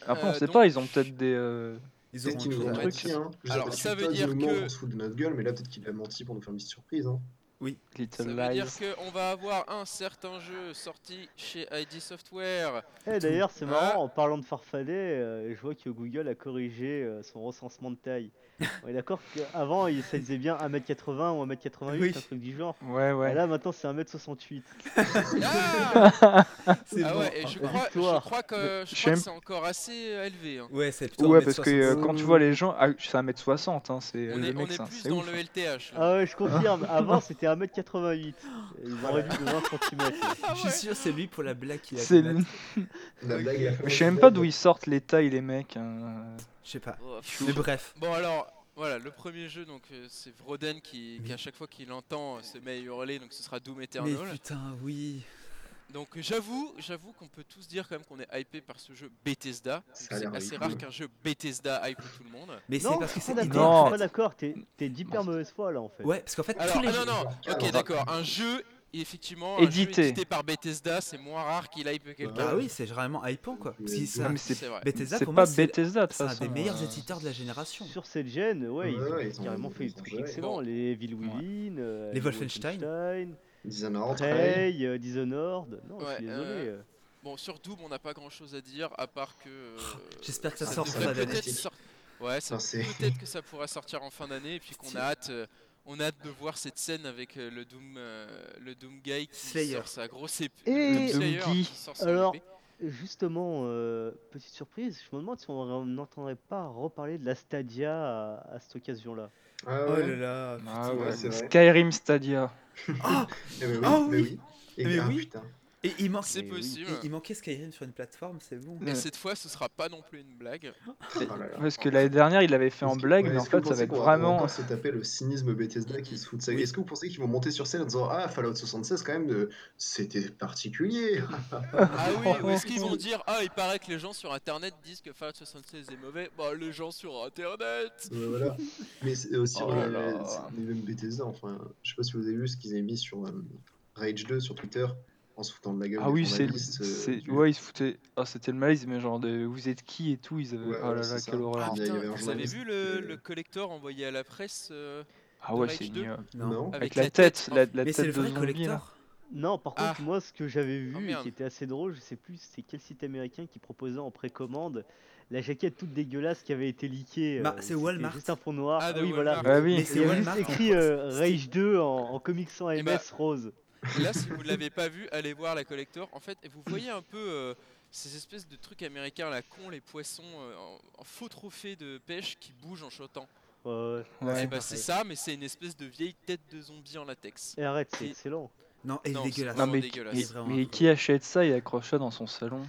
Speaker 4: Après, on
Speaker 1: Euh,
Speaker 4: sait
Speaker 1: donc-
Speaker 4: pas, ils ont peut-être des. euh,
Speaker 5: Ils
Speaker 3: Peut-être
Speaker 5: auront
Speaker 3: qu'ils nous
Speaker 5: toujours
Speaker 3: ont
Speaker 5: un
Speaker 1: truc.
Speaker 5: truc.
Speaker 3: menti, hein. Je
Speaker 1: Alors,
Speaker 3: sais pas,
Speaker 1: ça
Speaker 3: depuis
Speaker 1: veut
Speaker 3: pas
Speaker 1: dire
Speaker 3: du moment où
Speaker 1: que-
Speaker 3: On se fout de notre gueule, mais là, peut-être qu'il a menti pour nous faire une petite surprise. Hein.
Speaker 1: Ça
Speaker 4: Little
Speaker 1: veut dire
Speaker 4: Lies.
Speaker 1: qu'on va avoir un certain jeu sorti chez ID Software.
Speaker 2: Eh, D'ailleurs, c'est
Speaker 1: Ah.
Speaker 2: marrant, en parlant de farfadet, euh, je vois que Google a corrigé euh, son recensement de taille. On est d'accord qu'avant, il- ça disait bien 1m80 ou 1m88,
Speaker 5: Oui.
Speaker 2: un truc du genre.
Speaker 4: Ouais,
Speaker 2: Et
Speaker 4: ouais.
Speaker 2: là, maintenant, c'est 1m68.
Speaker 1: Ah,
Speaker 5: C'est
Speaker 1: Ah
Speaker 5: bon.
Speaker 1: ouais, et je
Speaker 5: Ah,
Speaker 1: crois, je
Speaker 2: victoire.
Speaker 1: crois que, je
Speaker 4: je
Speaker 1: crois que
Speaker 4: sais-
Speaker 1: c'est encore assez euh, élevé. hein.
Speaker 5: Ouais, c'est plutôt
Speaker 4: Ouais,
Speaker 5: un
Speaker 4: parce que
Speaker 5: mètre
Speaker 4: euh,
Speaker 5: 60.
Speaker 4: quand tu vois les gens, ah, c'est 1m60, hein, c'est
Speaker 1: On
Speaker 4: le
Speaker 1: est, on
Speaker 4: mec,
Speaker 1: est
Speaker 4: ça,
Speaker 1: plus
Speaker 4: c'est
Speaker 1: dans
Speaker 4: ouf.
Speaker 1: le LTH. là.
Speaker 2: Ah ouais, je confirme, avant, c'était 1m88. Ils ont réduit de 20 cm.
Speaker 1: Ah
Speaker 5: Je
Speaker 1: ouais.
Speaker 5: suis sûr, c'est lui pour la blague qu'il a
Speaker 4: C'est
Speaker 5: fait.
Speaker 4: le-
Speaker 3: La blague, la fameuse
Speaker 4: Je sais même pas
Speaker 3: blague.
Speaker 4: d'où ils sortent les tailles, les mecs. hein.
Speaker 5: Je sais pas.
Speaker 1: Oh, pff.
Speaker 5: Mais bref.
Speaker 1: Bon alors, voilà, le premier jeu, donc euh, c'est Vroden qui, qui,
Speaker 5: Mais-
Speaker 1: à chaque fois qu'il entend euh, se met à hurler, donc ce sera Doom
Speaker 5: Mais
Speaker 1: Eternal.
Speaker 5: putain, oui.
Speaker 1: Donc euh, j'avoue, j'avoue qu'on peut tous dire quand même qu'on est hypé par ce jeu Bethesda. Donc,
Speaker 3: a
Speaker 1: C'est
Speaker 3: l'air
Speaker 1: assez
Speaker 3: cool.
Speaker 1: rare qu'un jeu Bethesda hype tout le monde.
Speaker 5: Mais c'est
Speaker 2: Non,
Speaker 5: parce
Speaker 2: je suis
Speaker 5: que c'est
Speaker 2: pas
Speaker 5: hyper-
Speaker 2: d'accord, je suis
Speaker 4: Non.
Speaker 2: pas d'accord, t'es t'es d'hyper mauvaise foi là en fait.
Speaker 5: Ouais, parce qu'en fait,
Speaker 1: Alors,
Speaker 5: tous
Speaker 1: ah
Speaker 5: les
Speaker 1: non,
Speaker 5: jeux.
Speaker 1: non,
Speaker 3: Ah,
Speaker 1: ok,
Speaker 3: non.
Speaker 1: d'accord, un jeu Et effectivement, un jeu
Speaker 4: Édité.
Speaker 1: édité par Bethesda, c'est moins rare qu'il aille quelqu'un.
Speaker 3: Ah
Speaker 5: Bah oui, c'est vraiment hypant quoi.
Speaker 3: Mais
Speaker 5: Parce que c'est
Speaker 4: Non,
Speaker 5: un-
Speaker 4: mais c'est
Speaker 1: c'est vrai.
Speaker 5: Bethesda,
Speaker 4: c'est
Speaker 5: pour
Speaker 4: pas
Speaker 5: moi, c'est-
Speaker 4: Bethesda de toute
Speaker 5: c'est un
Speaker 4: façon. Ah
Speaker 5: des meilleurs
Speaker 1: euh,
Speaker 5: éditeurs de la génération.
Speaker 2: Sur cette gêne, ouais,
Speaker 3: Ouais, ouais,
Speaker 2: ils,
Speaker 3: ils
Speaker 2: ont
Speaker 3: ont-
Speaker 2: carrément
Speaker 3: ils
Speaker 2: fait des
Speaker 3: ont
Speaker 2: trucs
Speaker 3: géré.
Speaker 2: excellents. Les Evil Within, euh,
Speaker 5: Les
Speaker 2: les
Speaker 5: Wolfenstein.
Speaker 2: Wolfenstein,
Speaker 3: Dishonored, Prey.
Speaker 2: Prey, euh, Dishonored. Non, je
Speaker 1: Ouais,
Speaker 2: suis désolé.
Speaker 1: euh, Bon, sur Doom, on n'a pas grand chose à dire, à part que. euh,
Speaker 5: Oh, J'espère que ça
Speaker 3: ça
Speaker 5: sort
Speaker 3: devrait
Speaker 5: sur la
Speaker 1: devrait
Speaker 5: date.
Speaker 1: peut-être
Speaker 3: date.
Speaker 1: sor- Ouais, ça-
Speaker 3: Enfin, c'est-
Speaker 1: peut-être que ça pourra sortir en fin d'année, et puis qu'on a hâte. euh, on a hâte de voir cette scène avec euh, le Doom, euh, le Doom Guy qui
Speaker 5: Slayer.
Speaker 1: sort sa grosse épée.
Speaker 2: Et-
Speaker 1: Doom Slayer
Speaker 4: Doom Guy.
Speaker 1: qui sort son
Speaker 2: Alors-
Speaker 1: épée.
Speaker 2: Justement, euh, petite surprise, je me demande si on n'entendrait pas reparler de la Stadia à, à cette occasion-là.
Speaker 3: Ah
Speaker 5: Oh
Speaker 3: ouais.
Speaker 5: là là.
Speaker 4: Ah
Speaker 3: Ouais,
Speaker 4: ouais,
Speaker 3: c'est vrai.
Speaker 4: Skyrim Stadia.
Speaker 5: Ah
Speaker 3: Eh ben oui,
Speaker 5: Ah
Speaker 3: ben
Speaker 5: oui.
Speaker 3: oui. Eh
Speaker 5: Mais
Speaker 3: bien,
Speaker 5: oui.
Speaker 3: putain.
Speaker 5: Et il manque.
Speaker 1: C'est
Speaker 2: oui.
Speaker 1: possible.
Speaker 5: il- il manquait Skyrim sur une plateforme, c'est bon.
Speaker 1: Et cette fois, ce sera pas non plus une blague.
Speaker 3: Oh là là.
Speaker 4: Parce que l'année dernière, il l'avait fait en
Speaker 3: Est-ce que-
Speaker 4: blague,
Speaker 3: ouais,
Speaker 4: mais en
Speaker 3: est-ce que vous
Speaker 4: fait, ça
Speaker 3: pensez
Speaker 4: va être
Speaker 3: qu'on va- qu'on va
Speaker 4: vraiment.
Speaker 3: encore se taper le cynisme Bethesda qui se fout de ça.
Speaker 5: Oui.
Speaker 3: Est-ce que vous pensez qu'ils vont monter sur scène en disant Ah, Fallout 76, quand même, de- c'était particulier
Speaker 1: Ah oui, ou est-ce qu'ils vont dire Ah, il paraît que les gens sur internet disent que Fallout 76 est mauvais Bah, les gens sur internet
Speaker 3: Euh, voilà. Mais c'est aussi
Speaker 4: Oh
Speaker 3: euh,
Speaker 4: là là.
Speaker 3: c'est les mêmes Bethesda. Enfin, je sais pas si vous avez vu ce qu'ils avaient mis sur euh, Rage 2 sur Twitter en se foutant de la gueule.
Speaker 4: Ah
Speaker 3: des
Speaker 4: oui, c'est.
Speaker 3: journalistes, euh,
Speaker 4: c'est-
Speaker 3: du-
Speaker 4: Ouais, ils se foutaient. Ah, c'était le malaise, mais genre, de... vous êtes qui et tout. Ils avaient...
Speaker 3: Ouais,
Speaker 4: ah
Speaker 3: voilà,
Speaker 4: là
Speaker 3: c'est
Speaker 4: là,
Speaker 3: ça.
Speaker 4: quelle
Speaker 1: Ah,
Speaker 4: horreur.
Speaker 3: il y a- il y
Speaker 1: putain,
Speaker 3: avait un
Speaker 1: Vous avez
Speaker 3: journaliste,
Speaker 1: vu le,
Speaker 3: euh,
Speaker 1: le collector envoyé à la presse euh,
Speaker 4: Ah ouais,
Speaker 1: Rage
Speaker 4: c'est
Speaker 1: 2.
Speaker 4: ignoble.
Speaker 5: Non.
Speaker 3: Non.
Speaker 4: Avec
Speaker 1: Avec
Speaker 4: la
Speaker 1: la
Speaker 4: tête, la, la
Speaker 5: Mais
Speaker 4: tête
Speaker 5: c'est le
Speaker 4: de
Speaker 5: vrai
Speaker 4: zombie. là.
Speaker 5: collector.
Speaker 2: Non, par contre,
Speaker 1: Ah.
Speaker 2: moi, ce que j'avais
Speaker 1: Oh,
Speaker 2: vu et
Speaker 1: merde.
Speaker 2: qui était assez drôle, je sais plus, c'est quel site américain qui proposait en précommande la jaquette toute dégueulasse qui avait été leakée. euh,
Speaker 5: Bah, c'est
Speaker 2: c'était
Speaker 5: Walmart.
Speaker 2: Juste un fond noir.
Speaker 1: Ah, de
Speaker 2: oui, voilà.
Speaker 1: Walmart.
Speaker 4: Ah
Speaker 5: Mais
Speaker 4: oui.
Speaker 5: c'est
Speaker 2: Il y avait
Speaker 5: Walmart.
Speaker 2: juste écrit euh, Rage 2 en, en comics sans MS
Speaker 1: Eh bah-
Speaker 2: rose.
Speaker 1: Et là, si vous ne l'avez pas vu, allez voir la collector. En fait, vous voyez un peu euh, ces espèces de trucs américains, la con, les poissons euh, en, en faux trophée de pêche qui bougent en chantant.
Speaker 2: Ouais, ouais.
Speaker 1: Eh
Speaker 4: Ouais.
Speaker 1: bah, c'est ça, mais c'est une espèce de vieille tête de zombie en latex.
Speaker 2: Et arrête, c'est
Speaker 1: Et-
Speaker 2: excellent.
Speaker 5: Non, et
Speaker 1: Non,
Speaker 5: dégueulasse.
Speaker 4: Non,
Speaker 1: Vraiment
Speaker 4: mais,
Speaker 1: dégueulasse.
Speaker 4: mais-
Speaker 5: C'est vraiment
Speaker 4: mais
Speaker 5: affreux.
Speaker 4: qui achète ça et accroche ça dans son salon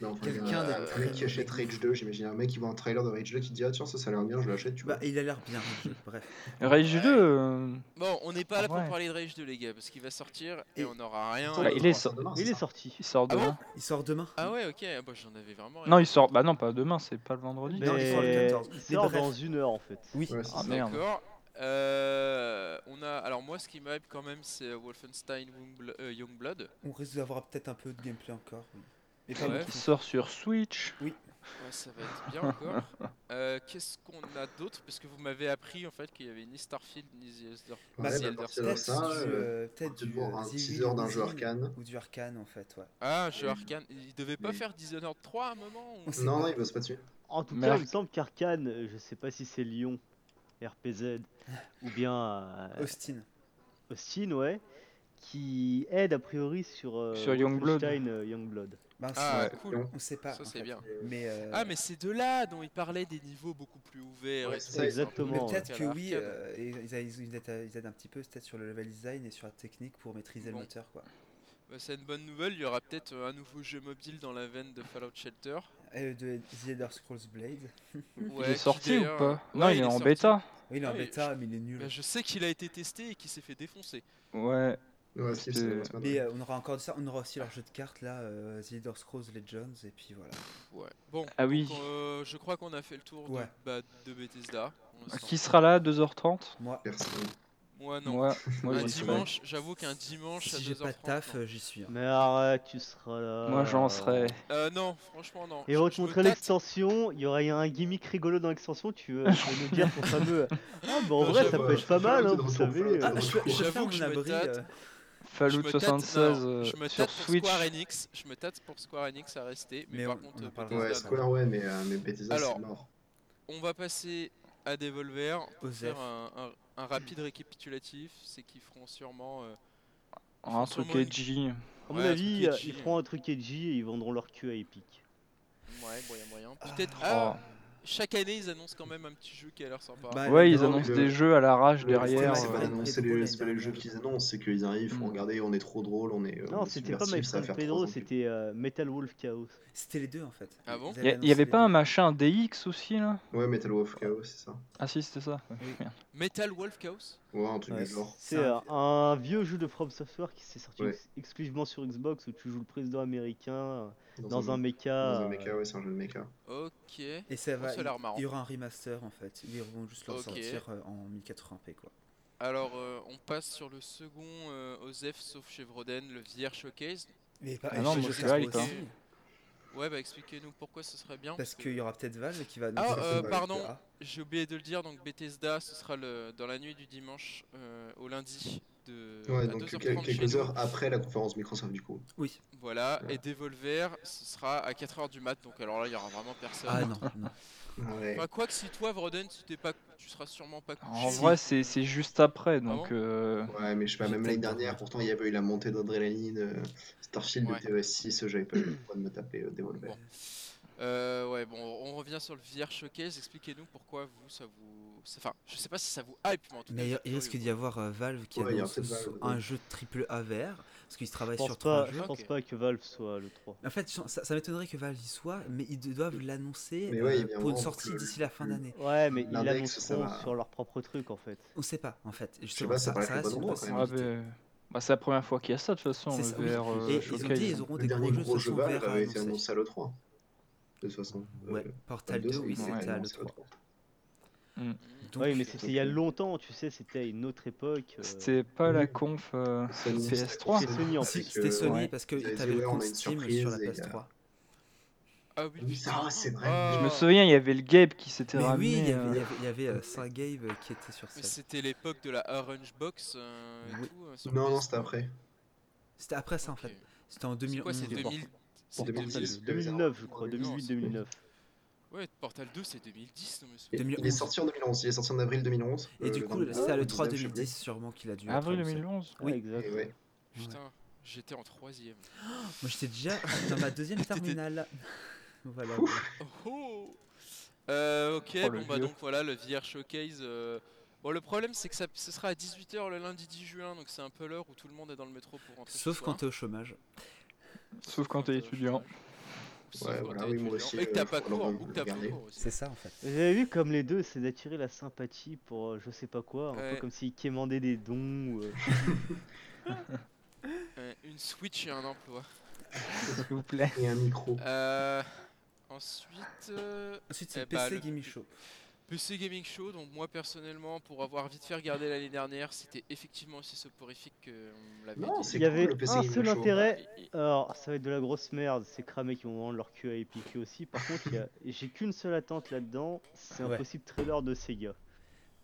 Speaker 3: Non, enfin,
Speaker 5: Quelqu'un
Speaker 3: il y a
Speaker 5: d'être
Speaker 3: un mec qui achète Rage 2, j'imagine un mec qui voit un trailer de Rage 2 qui dit Ah, tiens, ça, ça a l'air bien, je l'achète, tu vois.
Speaker 5: Bah, il a l'air bien. le jeu, Bref.
Speaker 4: Rage
Speaker 1: Ah Ouais.
Speaker 4: 2, euh,
Speaker 1: Bon, on n'est pas là pour
Speaker 4: Ouais.
Speaker 1: parler de Rage 2, les gars, parce qu'il va sortir et,
Speaker 5: Et-
Speaker 1: on n'aura rien.
Speaker 4: Bah, il est sor-
Speaker 3: demain,
Speaker 2: Il
Speaker 3: c'est
Speaker 2: est
Speaker 3: ça
Speaker 2: sorti.
Speaker 4: il sort
Speaker 1: Ah bon
Speaker 4: demain.
Speaker 5: Il sort demain.
Speaker 1: Ah ouais, ok, ah bah, j'en avais vraiment rien.
Speaker 4: non, il sort. Bah non, pas demain, c'est pas le vendredi.
Speaker 5: Mais- Non, il sort le 14.
Speaker 2: il
Speaker 5: Mais
Speaker 2: sort
Speaker 5: bref.
Speaker 2: dans une heure en fait.
Speaker 5: Oui.
Speaker 3: Ouais, c'est
Speaker 4: Ah
Speaker 3: ça.
Speaker 4: merde.
Speaker 1: D'accord. Euh, on a, alors moi, ce qui m'hype quand même, c'est euh, Wolfenstein Youngbl- euh, Youngblood.
Speaker 5: On risque d'avoir peut-être un peu de gameplay encore. oui. Mais
Speaker 1: Ouais.
Speaker 5: pas
Speaker 4: Il
Speaker 5: beaucoup.
Speaker 4: sort sur Switch.
Speaker 1: Ouais, ça va être bien encore. Euh, Qu'est-ce qu'on a d'autre Parce que vous m'avez appris en fait qu'il y avait ni Starfield ni The Elder,
Speaker 5: Bah,
Speaker 1: ni
Speaker 5: c'est-
Speaker 1: Elder
Speaker 3: c'est-
Speaker 1: Scrolls.
Speaker 5: Peut-être
Speaker 3: ça,
Speaker 5: du,
Speaker 3: euh,
Speaker 5: euh, peut-être
Speaker 3: Tu
Speaker 5: du,
Speaker 3: vois
Speaker 5: euh,
Speaker 3: un
Speaker 5: The
Speaker 3: teaser
Speaker 5: Evil
Speaker 3: d'un jeu
Speaker 5: Within
Speaker 3: arcane.
Speaker 5: Ou du arcane en fait, ouais.
Speaker 1: Ah, jeu Arcane. Ils devaient pas
Speaker 3: Mais-
Speaker 1: faire Dishonored 3 à un moment ou-
Speaker 5: On sait
Speaker 3: Non,
Speaker 5: pas.
Speaker 3: non, il bosse pas dessus.
Speaker 2: En tout cas,
Speaker 4: Merc.
Speaker 2: il me semble qu'Arkane, euh, je sais pas si c'est Lyon, RPZ, ou bien euh,
Speaker 5: Austin.
Speaker 2: Austin, ouais, qui aide a priori sur, euh,
Speaker 4: Sur Youngblood.
Speaker 2: Wolfenstein, euh, Youngblood.
Speaker 5: Bah, on sait
Speaker 1: Ah,
Speaker 5: pas.
Speaker 1: cool.
Speaker 5: On sait pas.
Speaker 1: Ça,
Speaker 5: en
Speaker 1: c'est
Speaker 5: fait.
Speaker 1: bien.
Speaker 5: Mais, euh,
Speaker 1: Ah, mais c'est de là dont ils parlaient des niveaux beaucoup plus ouverts.
Speaker 3: Ouais,
Speaker 1: et
Speaker 3: c'est
Speaker 1: tout.
Speaker 3: ça, ils sont-
Speaker 2: Exactement.
Speaker 5: mais
Speaker 2: ouais.
Speaker 5: peut-être que
Speaker 1: Arcade.
Speaker 5: oui, euh, et ils, a- ils aident, ils aident un petit peu peut-être sur le level design et sur la technique pour maîtriser
Speaker 1: Bon.
Speaker 5: le moteur quoi.
Speaker 1: Bah, c'est une bonne nouvelle. Il y aura peut-être euh, un nouveau jeu mobile dans la veine de Fallout Shelter.
Speaker 5: Et euh, de The Elder Scrolls Blade.
Speaker 1: Ouais,
Speaker 4: il est
Speaker 1: qui,
Speaker 4: sorti ou
Speaker 1: d'ailleurs- euh,
Speaker 4: pas
Speaker 1: Ouais,
Speaker 4: Non, il, est, en
Speaker 1: sorti.
Speaker 4: bêta.
Speaker 5: Oui, il est
Speaker 1: Ah,
Speaker 5: en
Speaker 1: mais
Speaker 5: bêta, mais il est nul.
Speaker 1: Bah, je sais qu'il a été testé et qu'il s'est fait défoncer.
Speaker 4: Ouais.
Speaker 3: Ouais, Steve, c'est
Speaker 4: Euh,
Speaker 3: la semaine
Speaker 5: Mais euh, on aura encore de ça, on aura aussi leur jeu de cartes là, euh, The Elder Scrolls Legends, et puis voilà.
Speaker 1: Ouais. Bon.
Speaker 4: Ah oui.
Speaker 1: donc, euh, je crois qu'on a fait le tour de,
Speaker 5: Ouais.
Speaker 1: bah, de Bethesda. pour l'instant.
Speaker 4: Ah, Qui sera là à 2h30
Speaker 5: Moi,
Speaker 3: Personne.
Speaker 1: Moi non.
Speaker 4: Moi, moi,
Speaker 1: un
Speaker 4: j'y serai.
Speaker 1: dimanche, j'avoue qu'un dimanche à
Speaker 5: si
Speaker 1: 2h30.
Speaker 5: j'ai pas de taf,
Speaker 1: non.
Speaker 5: euh, j'y suis. hein.
Speaker 2: Mais arrête, tu seras là.
Speaker 4: Moi, j'en serai.
Speaker 1: Euh, non, franchement non.
Speaker 2: Et
Speaker 1: Je-
Speaker 2: on va
Speaker 1: je
Speaker 2: te
Speaker 1: me
Speaker 2: montrer
Speaker 1: tâte.
Speaker 2: l'extension, il y aura il y a un gimmick rigolo dans l'extension, tu veux, tu veux nous dire ton fameux. Ah, bah en
Speaker 1: Non,
Speaker 2: vrai, ça
Speaker 1: j'avoue,
Speaker 2: pêche pas
Speaker 3: j'avoue,
Speaker 2: mal, hein,
Speaker 3: t'es de
Speaker 2: vous
Speaker 3: retour,
Speaker 2: savez.
Speaker 3: t'es
Speaker 2: euh,
Speaker 3: de
Speaker 5: Ah, je, je
Speaker 1: J'avoue
Speaker 5: ferme
Speaker 1: que
Speaker 5: mon
Speaker 1: je me
Speaker 5: abri.
Speaker 1: tâte.
Speaker 5: euh,
Speaker 1: Je
Speaker 4: Fallout
Speaker 1: me tâte-
Speaker 4: 76
Speaker 1: non,
Speaker 4: euh,
Speaker 1: je me
Speaker 4: sur
Speaker 1: tâte pour
Speaker 4: Switch.
Speaker 1: Square Enix. Je me tâte pour Square Enix à rester. Mais,
Speaker 5: Mais
Speaker 1: par
Speaker 5: on-
Speaker 1: contre,
Speaker 5: on en
Speaker 1: euh,
Speaker 5: parlera.
Speaker 1: Bethesda,
Speaker 3: Ouais,
Speaker 1: non.
Speaker 3: Square, ouais, mais, euh, mais Bethesda,
Speaker 1: Alors,
Speaker 3: c'est mort.
Speaker 1: On va passer à Devolver pour
Speaker 5: Osef.
Speaker 1: faire un, un- un rapide récapitulatif. C'est qu'ils feront sûrement. euh,
Speaker 4: Oh, Un truc
Speaker 1: sûrement une-
Speaker 4: edgy.
Speaker 2: À mon
Speaker 1: Ouais, un
Speaker 2: avis,
Speaker 1: truc
Speaker 2: euh,
Speaker 1: edgy.
Speaker 2: ils feront un truc edgy et ils vendront leur cul à Epic.
Speaker 1: Ouais, moyen, moyen.
Speaker 5: Ah.
Speaker 1: Peut-être.
Speaker 4: Oh.
Speaker 1: Ah, chaque année, ils annoncent quand même un petit jeu qui a l'air sympa.
Speaker 5: Bah,
Speaker 4: Ouais,
Speaker 5: mais
Speaker 4: ils
Speaker 5: non,
Speaker 4: annoncent
Speaker 3: le-
Speaker 4: des jeux à l'arrache
Speaker 5: le-
Speaker 4: derrière.
Speaker 5: c'est
Speaker 3: c'est
Speaker 5: pas
Speaker 3: pas,
Speaker 5: les-
Speaker 4: euh,
Speaker 5: les
Speaker 3: annoncer
Speaker 5: drôles,
Speaker 3: les, c'est pas
Speaker 5: les-
Speaker 3: les jeux qu'ils annoncent, c'est qu'ils arrivent,
Speaker 4: Mm.
Speaker 3: font regarder, on est trop drôle, on est. euh, on
Speaker 2: Hmm. Non,
Speaker 3: est
Speaker 2: c'était pas My
Speaker 3: subversif, ça va
Speaker 2: Friend
Speaker 3: faire
Speaker 2: Pedro,
Speaker 3: trois ans que-
Speaker 2: c'était euh, Metal Wolf Chaos.
Speaker 5: C'était les deux en fait.
Speaker 1: Ah bon
Speaker 5: Ils
Speaker 4: Il y a-
Speaker 5: avaient
Speaker 4: il y avait
Speaker 5: annoncé
Speaker 4: pas un
Speaker 5: les
Speaker 4: machin DX aussi là
Speaker 3: Ouais, Metal Wolf Chaos, c'est ça.
Speaker 4: Ah si, c'était ça. Ouais,
Speaker 5: Oui.
Speaker 4: merde.
Speaker 1: Metal Wolf Chaos
Speaker 3: Ouais, un truc
Speaker 5: Ouais,
Speaker 3: du genre.
Speaker 2: C'est
Speaker 5: C'est un-
Speaker 2: euh, un vieux jeu de From Software qui s'est sorti
Speaker 3: Ouais.
Speaker 2: ex- exclusivement sur Xbox où tu joues le président américain euh,
Speaker 3: Dans,
Speaker 2: dans un
Speaker 3: Dans
Speaker 2: mecha.
Speaker 3: un
Speaker 2: euh,
Speaker 3: mecha, ouais, c'est un jeu de mecha.
Speaker 1: euh, Ok.
Speaker 5: deux. Et ça va.
Speaker 1: Ça a l'air marrant.
Speaker 5: Il y aura un remaster en fait. Ils vont juste le
Speaker 1: Ok.
Speaker 5: sortir en 1080p quoi.
Speaker 1: Alors, euh, on passe sur le second euh, OZEF sauf Chevroden, le VR Showcase.
Speaker 5: Mais pas,
Speaker 4: Ah non,
Speaker 5: je-
Speaker 4: moi, je
Speaker 5: je
Speaker 4: suis
Speaker 5: pense
Speaker 4: hype,
Speaker 5: pas
Speaker 4: hein.
Speaker 5: aussi,
Speaker 1: Ouais, bah expliquez-nous pourquoi ce serait bien.
Speaker 5: Parce qu'il y aura peut-être Valve qui va nous
Speaker 1: Ah,
Speaker 5: sortir
Speaker 1: euh,
Speaker 5: de-
Speaker 1: pardon.
Speaker 5: Ah,
Speaker 1: J'ai oublié de le dire, donc Bethesda, ce sera le, dans la nuit du dimanche euh, au lundi de à
Speaker 3: Ouais, donc
Speaker 1: 2h30
Speaker 3: quel-
Speaker 1: chez
Speaker 3: quelques
Speaker 1: nous.
Speaker 3: heures après la conférence Microsoft, du coup.
Speaker 5: Oui.
Speaker 1: Voilà,
Speaker 3: Voilà.
Speaker 1: et Devolver, ce sera à 4h du mat, donc alors là, il y aura vraiment personne.
Speaker 5: Ah non, non.
Speaker 3: Ouais.
Speaker 1: Enfin, quoi que si toi, Vroden, tu, t'es pas, tu seras sûrement pas couché.
Speaker 4: En vrai, c'est c'est juste
Speaker 3: Ah
Speaker 4: après,
Speaker 1: bon
Speaker 4: donc. euh,
Speaker 3: Ouais, mais je sais pas,
Speaker 5: J'ai
Speaker 3: même l'année
Speaker 5: peut-être dormi.
Speaker 3: dernière, pourtant il y avait eu la montée d'adrénaline, euh, Starfield,
Speaker 1: Ouais.
Speaker 3: le TES6, j'avais pas eu le droit de me taper euh, Devolver.
Speaker 1: Bon. Euh, ouais, bon, on revient sur le VR Showcase. Expliquez-nous pourquoi vous, ça vous. c'est- Enfin, je sais pas si ça vous hype, mais en tout cas.
Speaker 5: Mais il-
Speaker 1: je suis
Speaker 5: il risque
Speaker 1: curieux.
Speaker 5: d'y avoir euh, Valve qui
Speaker 3: Ouais, il y a
Speaker 5: annonce
Speaker 3: peut-être Valve,
Speaker 5: un
Speaker 3: oui.
Speaker 5: jeu triple A VR, parce qu'ils
Speaker 2: Je
Speaker 5: travaillent
Speaker 2: pense,
Speaker 5: sur trois
Speaker 2: pas,
Speaker 5: jeux.
Speaker 2: je pense
Speaker 1: Ok.
Speaker 2: pas que Valve soit le 3.
Speaker 5: En fait, je- ça, ça m'étonnerait que Valve y soit, mais ils de- doivent l'annoncer
Speaker 3: Mais ouais, il y a
Speaker 5: euh,
Speaker 3: bien un
Speaker 5: pour une
Speaker 3: moment
Speaker 5: sortie
Speaker 3: que-
Speaker 5: d'ici la fin
Speaker 3: que-
Speaker 5: d'année.
Speaker 2: Ouais, mais ils
Speaker 3: L'index, ça
Speaker 2: l'annonceront
Speaker 3: va.
Speaker 2: sur leur propre truc en fait.
Speaker 5: On sait pas, en fait. Je
Speaker 3: pas, ça paraît pas
Speaker 5: reste
Speaker 3: bon
Speaker 5: une
Speaker 3: endroit, quand même.
Speaker 4: ah,
Speaker 5: possibilité.
Speaker 4: ben, bah, c'est la première fois qu'il y a ça, de toute façon,
Speaker 5: C'est
Speaker 4: le
Speaker 5: ça, oui.
Speaker 4: VR euh,
Speaker 5: Et ils ont
Speaker 4: Showcase.
Speaker 5: dit ils auront
Speaker 3: Le
Speaker 5: des
Speaker 3: dernier
Speaker 5: gros jeux
Speaker 3: gros
Speaker 5: de
Speaker 3: jeu
Speaker 5: façon
Speaker 3: Valve
Speaker 5: VR à
Speaker 3: avait été
Speaker 5: annoncer.
Speaker 3: annoncé à l'E3, de toute façon.
Speaker 5: Ouais,
Speaker 3: Euh,
Speaker 5: Portal 2,
Speaker 3: deux,
Speaker 5: oui,
Speaker 3: c'est-
Speaker 5: c'était
Speaker 3: ouais,
Speaker 5: à
Speaker 3: c'est
Speaker 5: l'E3.
Speaker 3: l'E3.
Speaker 5: Donc,
Speaker 2: oui, mais c'est
Speaker 3: je-
Speaker 2: c'est il y a longtemps, tu sais, c'était à une autre époque. euh,
Speaker 4: C'était pas la
Speaker 3: oui.
Speaker 4: conf euh,
Speaker 3: Sony,
Speaker 4: PS3.
Speaker 2: c'est Sony, en
Speaker 5: Si,
Speaker 3: avec,
Speaker 5: c'était
Speaker 3: euh,
Speaker 5: Sony,
Speaker 4: ouais.
Speaker 5: parce que
Speaker 3: Ils avaient dit,
Speaker 5: t'avais le
Speaker 3: ouais, on a
Speaker 5: compte
Speaker 3: une
Speaker 5: Steam
Speaker 3: surprise,
Speaker 5: sur la
Speaker 3: et il y a-
Speaker 5: PS3.
Speaker 1: Ah oui,
Speaker 3: Oui,
Speaker 1: putain.
Speaker 3: ah, c'est vrai.
Speaker 1: Ah.
Speaker 4: Je me souviens, il y avait le Gabe qui s'était
Speaker 5: Mais oui, il
Speaker 4: ramené.
Speaker 5: y avait-
Speaker 4: euh,
Speaker 5: il y avait- il y avait euh, Saint Gabe euh, qui était sur
Speaker 1: Mais
Speaker 5: scène.
Speaker 1: c'était l'époque de la Orange Box euh, et
Speaker 5: Oui.
Speaker 1: tout. euh, sur
Speaker 3: Non,
Speaker 1: PS3.
Speaker 3: non, c'était après.
Speaker 5: C'était après ça, en
Speaker 1: Ok.
Speaker 5: fait. C'était en
Speaker 1: C'est quoi,
Speaker 5: 2011.
Speaker 1: c'est
Speaker 5: je crois.
Speaker 1: 2000 c'est
Speaker 3: Portal
Speaker 1: 2000
Speaker 3: deux.
Speaker 2: 2009, je crois,
Speaker 3: Non, c'est-
Speaker 2: 2008-2009.
Speaker 1: Ouais, Portal 2, c'est 2010, non, mais c'est-
Speaker 3: Il- Il
Speaker 5: 2011.
Speaker 3: est sorti en 2011, il est sorti en avril 2011.
Speaker 5: Et
Speaker 3: euh,
Speaker 5: du
Speaker 3: le
Speaker 5: coup,
Speaker 3: 22,
Speaker 5: c'est à
Speaker 3: le 19,
Speaker 5: l'E3
Speaker 3: je sais plus.
Speaker 5: 2010 sûrement qu'il a dû. être
Speaker 4: Avril
Speaker 5: annoncé.
Speaker 4: 2011.
Speaker 5: Oui.
Speaker 2: Ouais, exact.
Speaker 3: Et ouais.
Speaker 1: Putain, j'étais en troisième.
Speaker 5: Moi, j'étais déjà dans ma deuxième terminale. voilà.
Speaker 1: Oh, oh. Euh, ok,
Speaker 4: Oh, le
Speaker 1: bon bah
Speaker 4: vieux.
Speaker 1: donc voilà le VR Showcase. euh, Bon, le problème c'est que ça, ce sera à 18h le lundi 10 juin, donc c'est un peu l'heure où tout le monde est dans le métro pour rentrer. chez
Speaker 5: Sauf
Speaker 1: soi.
Speaker 5: quand t'es au chômage.
Speaker 4: Sauf quand t'es
Speaker 1: euh,
Speaker 4: étudiant.
Speaker 1: Sauf
Speaker 3: Ouais,
Speaker 1: quand
Speaker 3: voilà,
Speaker 1: t'es
Speaker 3: oui, moi
Speaker 1: étudiant.
Speaker 3: aussi,
Speaker 1: Et que t'as
Speaker 3: euh,
Speaker 1: pas
Speaker 3: faut
Speaker 1: cours,
Speaker 3: vraiment
Speaker 1: ou que t'as pas
Speaker 3: regarder.
Speaker 1: cours aussi.
Speaker 5: ça, en fait.
Speaker 2: Vous avez vu comme les deux, c'est d'attirer la sympathie pour euh, je sais pas quoi, un
Speaker 1: Ouais.
Speaker 2: peu comme s'ils quémandaient des dons. ou, euh,
Speaker 1: Euh, Une Switch et un emploi.
Speaker 4: S'il vous plaît.
Speaker 3: Et un micro.
Speaker 1: Euh, ensuite, euh,
Speaker 5: Ensuite,
Speaker 1: Eh
Speaker 5: c'est
Speaker 1: bah,
Speaker 5: PC
Speaker 1: le-
Speaker 5: Gaming Show.
Speaker 1: PC Gaming Show, donc moi personnellement, pour avoir vite fait regardé l'année dernière, c'était effectivement aussi soporifique qu'on l'avait
Speaker 3: Non,
Speaker 1: dit.
Speaker 3: c'est
Speaker 2: Il y avait
Speaker 3: cool, le PC
Speaker 2: un
Speaker 3: Game
Speaker 2: seul
Speaker 3: Show.
Speaker 2: intérêt.
Speaker 1: Et- et-
Speaker 2: Alors, ça va être de la grosse merde, ces cramés qui vont vendre leur cul à Epic aussi. Par contre, il y a- j'ai qu'une seule attente là-dedans, c'est un
Speaker 5: Ouais.
Speaker 2: possible trailer de Sega.